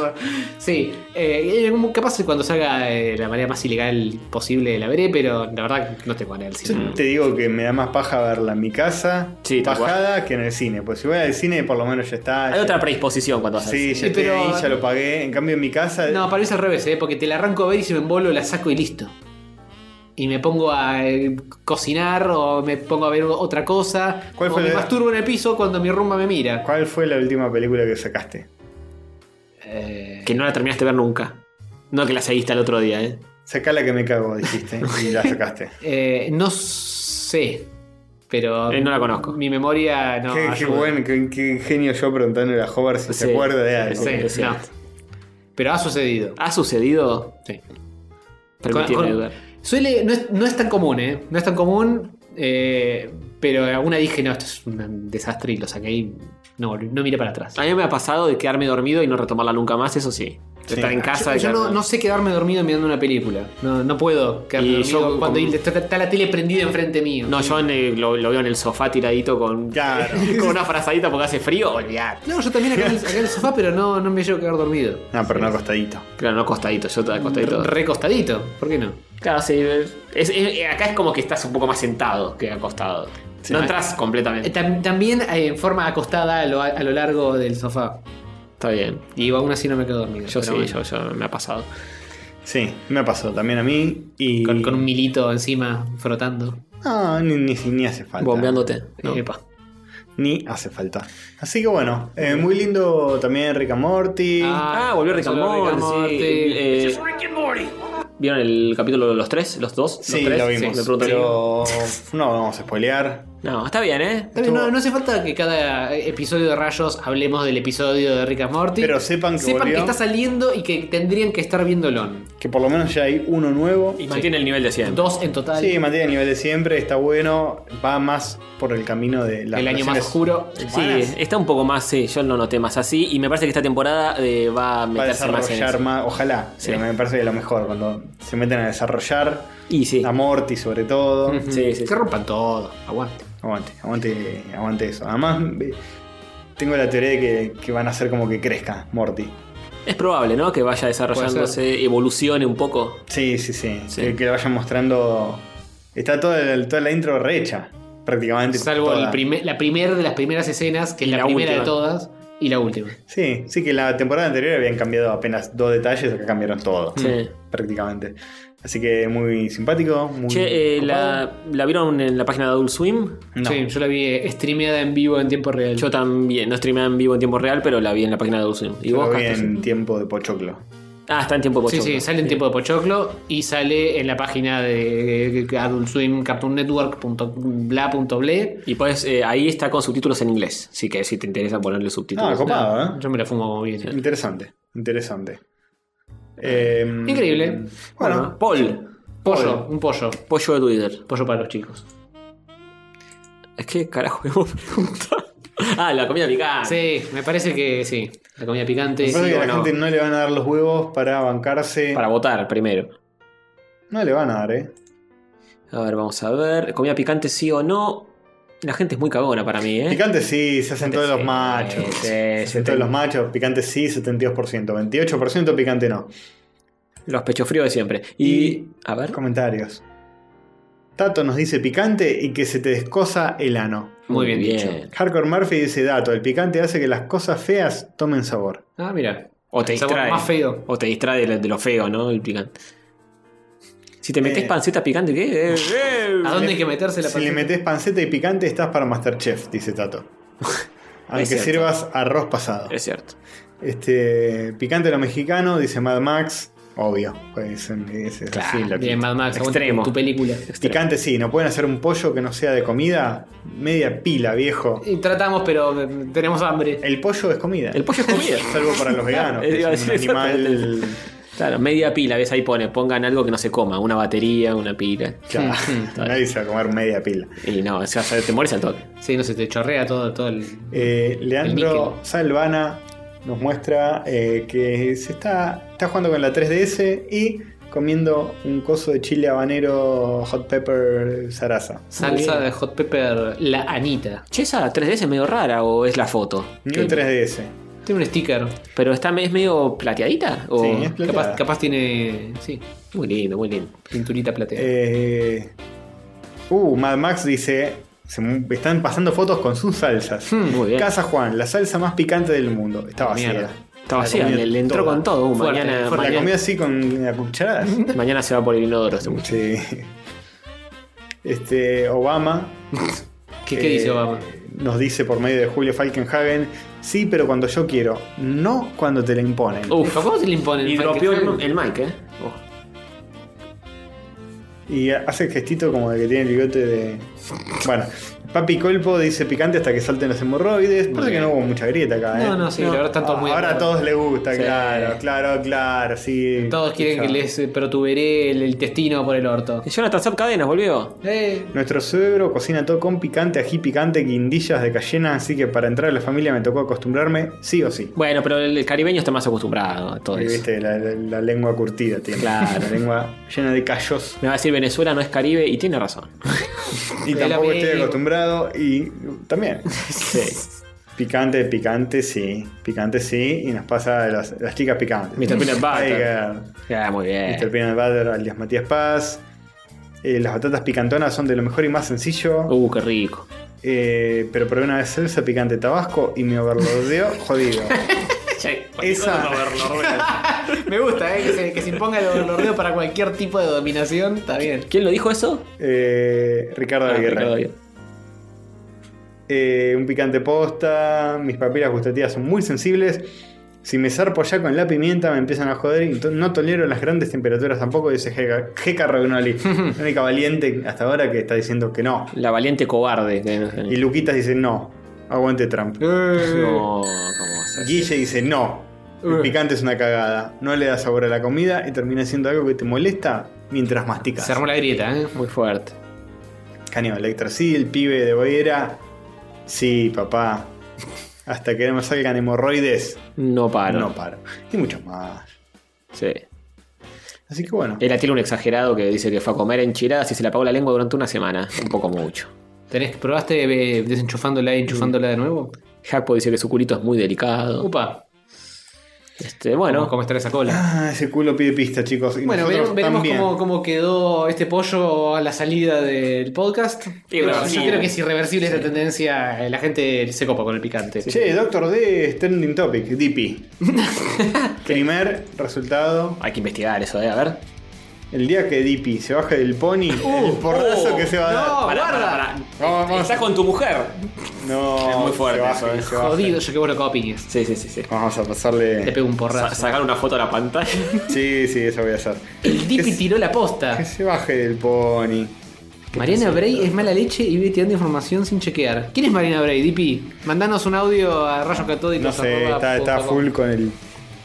Sí, eh, eh, capaz que cuando salga eh, la manera más ilegal posible la veré, pero la verdad no te pone el cine. Yo te digo que me da más paja verla en mi casa, tal cual. bajada, que en el cine. Pues si voy al cine, por lo menos ya está. Hay ya- otra predisposición cuando haces. Sí, ya Y estoy pero- ahí, ya lo pagué. En cambio, en mi casa. (laughs) No, para mí es al revés, eh, porque te la arranco a ver y si me embolo la saco y listo. Y me pongo a eh, cocinar o me pongo a ver otra cosa. ¿Cuál o fue me la- masturbo en el piso cuando mi rumba me mira. ¿Cuál fue la última película que sacaste? Que no la terminaste de ver nunca. No que la seguiste al otro día, ¿eh? Sacá la que me cago, dijiste, y la sacaste. Eh, no sé, pero... Eh, no la conozco. Ah, Mi memoria no... qué, qué ayuda. buen, qué, qué genio yo preguntándole a Hobart Sí, si se acuerda de sí, algo. sí, no. Pero ha sucedido. ¿Ha sucedido? Sí. Permitirme Con- con- dudar. Suele, no es, no es tan común, ¿eh? No es tan común, eh, pero alguna dije, no, esto es un desastre y lo saqué y no, volví- no miré para atrás. A mí me ha pasado de quedarme dormido y no retomarla nunca más, eso sí. Estar en casa. Yo, yo no, no sé quedarme dormido mirando una película. No, no puedo quedarme Y dormido yo cuando como- está, está la tele prendida enfrente mío. No, yo en el- lo, lo veo en el sofá tiradito con, (laughs) con una frazadita porque hace frío, olvidate. No, yo también acá, en el- acá en el sofá, pero no, no me llevo a quedar dormido. No, pero no acostadito. Claro, no acostadito, yo estaba acostadito. Recostadito, ¿por qué no? Claro, sí. es- es- acá es como que estás un poco más sentado que acostado. no entras completamente. Eh, tam- también eh, en forma acostada a lo, a lo largo del sofá. Está bien. Y aún así no me quedo dormido. Yo pero sí, bueno. yo, yo me ha pasado. Sí, me ha pasado también a mí. Y... Con, con un milito encima, frotando. No, ni, ni, ni hace falta. Bombeándote. No. Eh, Epa. Ni hace falta. Así que bueno, eh, muy lindo también Rick and Morty. Ah, volvió Rick and Morty. sí. Eh, ¿Vieron el capítulo de los tres? ¿Los dos? ¿Los Sí, tres? lo Sí, vimos. me pregunto pero no vamos a spoilear. No, está bien, ¿eh? Está bien, No, no hace falta que cada eh, episodio de Rayos hablemos del episodio de Rick and Morty. Pero sepan que volvió. está saliendo y que tendrían que estar viéndolo. Que por lo menos ya hay uno nuevo. Y mantiene el nivel de siempre. Dos en total. Sí, mantiene el nivel de siempre, está bueno. Va más por el camino de la El año más oscuro. Sí, está un poco más, sí, yo lo noté más así. Y me parece que esta temporada eh, va va a a meterse más en desarrollar eso. más, ojalá. Sí. pero Me parece que es lo mejor cuando se meten a desarrollar. Y sí. A Morty sobre todo. Ujú. Sí, sí, Que sí. rompan todo. Aguante. Aguante, aguante, aguante eso. Además, eh, tengo la teoría de que, que van a hacer como que crezca Morty. Es probable, ¿no? Que vaya desarrollándose, evolucione un poco. Sí, sí, sí. Que, que lo vayan mostrando. Está toda, la- toda la intro rehecha, prácticamente. Salvo toda. el primer- la primera de las primeras escenas, que es la, la primera última. de todas, y la última. Sí, sí, que en la temporada anterior habían cambiado apenas dos detalles, acá cambiaron todo. Sí. Prácticamente. Así que muy simpático, muy. Che, copado. eh, Mm. la, ¿la vieron en la página de Adult Swim? No. Sí, yo la vi eh, streameada en vivo en tiempo real. Yo también, no streamé en vivo en tiempo real, pero la vi en la página de Adult Swim. ¿Y Yo vos, lo vi Castor? en tiempo de Pochoclo. Ah, está en tiempo Sí, pochoclo. sí, sale en tiempo de Pochoclo y sale en la página de Adult Swim Cartoon Network punto bla punto ble. Y pues ahí está con subtítulos en inglés, así que si te interesa ponerle subtítulos. Ah, copado, ¿eh? Yo me la fumo como bien. Interesante, interesante. Eh, Increíble. Bueno, Paul. Pollo, un pollo. Pollo de Twitter. Pollo para los chicos. Es que carajo, hemos preguntado. (laughs) Ah, la comida picante. Sí, me parece que sí. La comida picante. Me parece sí que o a la no. gente no le van a dar los huevos para bancarse. Para votar primero. No le van a dar, ¿eh? A ver, vamos a ver. Comida picante sí o no. La gente es muy cagona para mí, ¿eh? Picante sí, se hacen todos los machos. sí, se hacen todos los machos. Picante sí, 72%. 28% picante no. Los pechos fríos de siempre. Y, a ver. Comentarios. Tato nos dice picante y que se te descosa el ano. Muy bien dicho. Hardcore Murphy dice dato, el picante hace que las cosas feas tomen sabor. Ah, mira. O te El sabor distrae. más feo. O te distrae de, de lo feo, ¿no? El picante. Si te metes Eh. panceta (laughs) picante, ¿qué? Eh, eh. ¿A dónde hay que meterse la Si le panceta? metes panceta y picante estás para Masterchef, dice (laughs) Tato. Aunque cierto. sirvas arroz pasado. Es cierto. Este, picante lo mexicano, dice Mad Max. Obvio. Pues, es, es así lo que- Bien, Mad Max, aguante Extremo. tu película. Picante sí, no pueden hacer un pollo que no sea de comida. Media pila, viejo. Y tratamos, pero eh, tenemos hambre. El pollo es comida. El pollo es comida. (laughs) Salvo para los veganos. Eh, que (laughs) iba a es un decir animal. Claro, media pila, ves ahí pone, pongan algo que no se coma, una batería, una pila. (laughs) Claro, nadie se va a comer media pila. Y no, o sea, te mueres al toque. Sí, no se te chorrea todo, todo el. Eh, El Leandro níquel. Salvana nos muestra eh, que se está, está jugando con la 3DS y comiendo un coso de chile habanero hot pepper zaraza. Salsa de hot pepper, la Anita. Che, esa 3DS es medio rara o es la foto. New 3DS. Tiene un sticker. Pero está, es medio plateadita. O... Sí, es plateada. Capaz, capaz tiene. Sí, Muy lindo, muy lindo. pinturita plateada. Eh, uh, Mad Max dice. se mu- están pasando fotos con sus salsas. Muy Hmm. bien. Hmm. Casa Juan, la salsa más picante del mundo. Está vacía. Mierda. Está vacía, le, le entró con todo. Uh, Fuerte, mañana, Por la mañana- comida así con la (laughs) cucharada. mañana se va por el inodoro. seguro. Sí. Este, Obama. ¿Qué, qué eh, dice Obama? Nos dice por medio de Julio Falkenhagen, sí, pero cuando yo quiero, no cuando te la imponen. Uh. Uf. ¿Cómo se le impone el Y Mike dropeó Jackson? el, el mic, ¿eh? Y hace el gestito como de que tiene el bigote de. Bueno, Papi Colpo dice picante hasta que salten los hemorroides. Parece que no hubo mucha grieta acá, ¿eh? No, no, sí, la verdad están todos muy de Ahora a acuerdo. todos les gusta, Sí. claro, claro, claro, sí. Todos quieren que les eh, protuberé el, el intestino por el orto. Jonathan Zap Cadenas volvió. Eh, Nuestro suegro cocina todo con picante, ají picante, guindillas de cayena, así que para entrar a la familia me tocó acostumbrarme, sí o sí. Bueno, pero el caribeño está más acostumbrado a todo Y eso. viste, la, la- la lengua curtida tiene. Claro. La lengua llena de callos. Me va a decir Venezuela no es Caribe y tiene razón. Y El tampoco estoy amigo. acostumbrado y también. Sí. Picante, picante, sí. Picante, sí. Y nos pasa de las, las chicas picantes. Mr. Peanut Butter. Ahí que- Ah, muy bien. Mr. Peanut Butter, alias Matías Paz. Eh, las batatas picantonas son de lo mejor y más sencillo. Uh, qué rico. Eh, pero probé una vez salsa picante tabasco y me overlodeó jodido. Esa- (laughs) me gusta, eh, que se, que se imponga el overlordeo para cualquier tipo de dominación, está bien. ¿Quién lo dijo eso? Eh, Ricardo Ah, Aguirre. Ricardo Aguirre. Eh, un picante posta. Mis papilas gustativas son muy sensibles. Si me zarpo ya con la pimienta me empiezan a joder y to- no tolero las grandes temperaturas tampoco, dice Jeca Jeca Ragnoli. (laughs) La única valiente hasta ahora que está diciendo que no. La valiente cobarde. Y Luquitas dice no. Aguante Trump. Eh. No, ¿cómo vas a Guille dice no. El picante es una cagada. No le da sabor a la comida y termina siendo algo que te molesta mientras masticas. Se armó la grieta, ¿eh? Muy fuerte. Caño Electra, sí, el pibe de Boyera. Sí, papá. Hasta que no me salgan hemorroides. No Ah, paro. No paro. Y muchos más. Sí. Así que bueno. Eh, Era tiene un exagerado que dice que fue a comer enchiladas y se le apagó la lengua durante una semana. Un poco mucho. ¿Tenés, ¿Probaste eh, desenchufándola y enchufándola de nuevo? Jacob dice que su culito es muy delicado. Upa. Este, bueno. ¿Cómo, cómo estará esa cola? Ah, ese culo pide pista, chicos. Y Bueno, nosotros vere- veremos también. cómo, cómo quedó este pollo a la salida del podcast. Pero yo irreversible. creo que es irreversible esa tendencia. eh, La gente se copa con el picante. Che, Doctor D es trending topic, (laughs) DP. Primer resultado. Hay que investigar eso, eh. A ver. El día que DP se baje del pony, el porrazo oh, que se va a dar. No, Pará, guarda. Eh, pará, pará. Está con tu mujer. No, Es muy fuerte se baja, eso, eh. se baja. Jodido, yo que bueno que opines. Sí, sí, sí, sí. Vamos a pasarle. Le pego un porrazo. Sa- sacar una foto a la pantalla. (laughs) Sí, sí, eso voy a hacer. El Dipi tiró la posta. Que se baje del pony. Mariana Bray es mala leche y vive tirando información sin chequear. ¿Quién es Mariana Bray, Dipi? Mandanos un audio a rayoscatódicos. No sé, está, está full con el,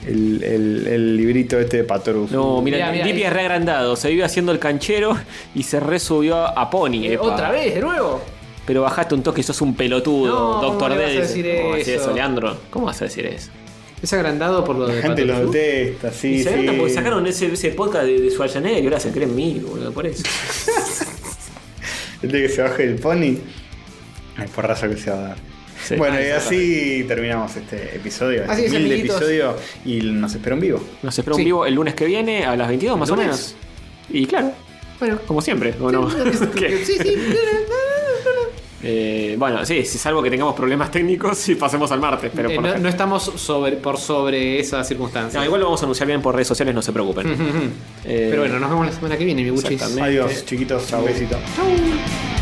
el, el- el librito este de Patorus. No, mira, Mirá, mirá, Dipi ahí. es reagrandado. Se vive haciendo el canchero y se resubió a Pony. epa. Eh, ¿Otra vez, de nuevo? Pero bajaste un toque, sos un pelotudo, No, Doctor ¿cómo le D. vas a dice. decir ¿Cómo vas a decir eso? eso, Leandro? ¿Cómo vas a decir eso? Es agrandado por lo de La gente lo Pato Cruz. detesta, sí, Y se agranda sí. porque sacaron ese, ese podcast de, de Schwarzenegger y ahora se creen mil, boludo, por eso. El día que se baje del pony, el porrazo que se va a dar. Sí. bueno, Ah, y eso así terminamos este episodio, Así este es, humilde amiguitos. episodio, y nos espera en vivo. (laughs) Nos espera un Sí. vivo el lunes que viene a las 22 más o menos. Y claro, Bueno, como siempre, ¿o no? (laughs) ¿Qué? sí, sí. Eh, bueno, sí, sí, salvo que tengamos problemas técnicos y pasemos al martes, pero por Eh, lo no, general- no estamos sobre, por sobre esa circunstancia. No, igual lo vamos a anunciar bien por redes sociales, no se preocupen. (laughs) Pero bueno, nos vemos la semana que viene, mi buchis. eh, Exactamente. Adiós, chiquitos, un besito. Chau.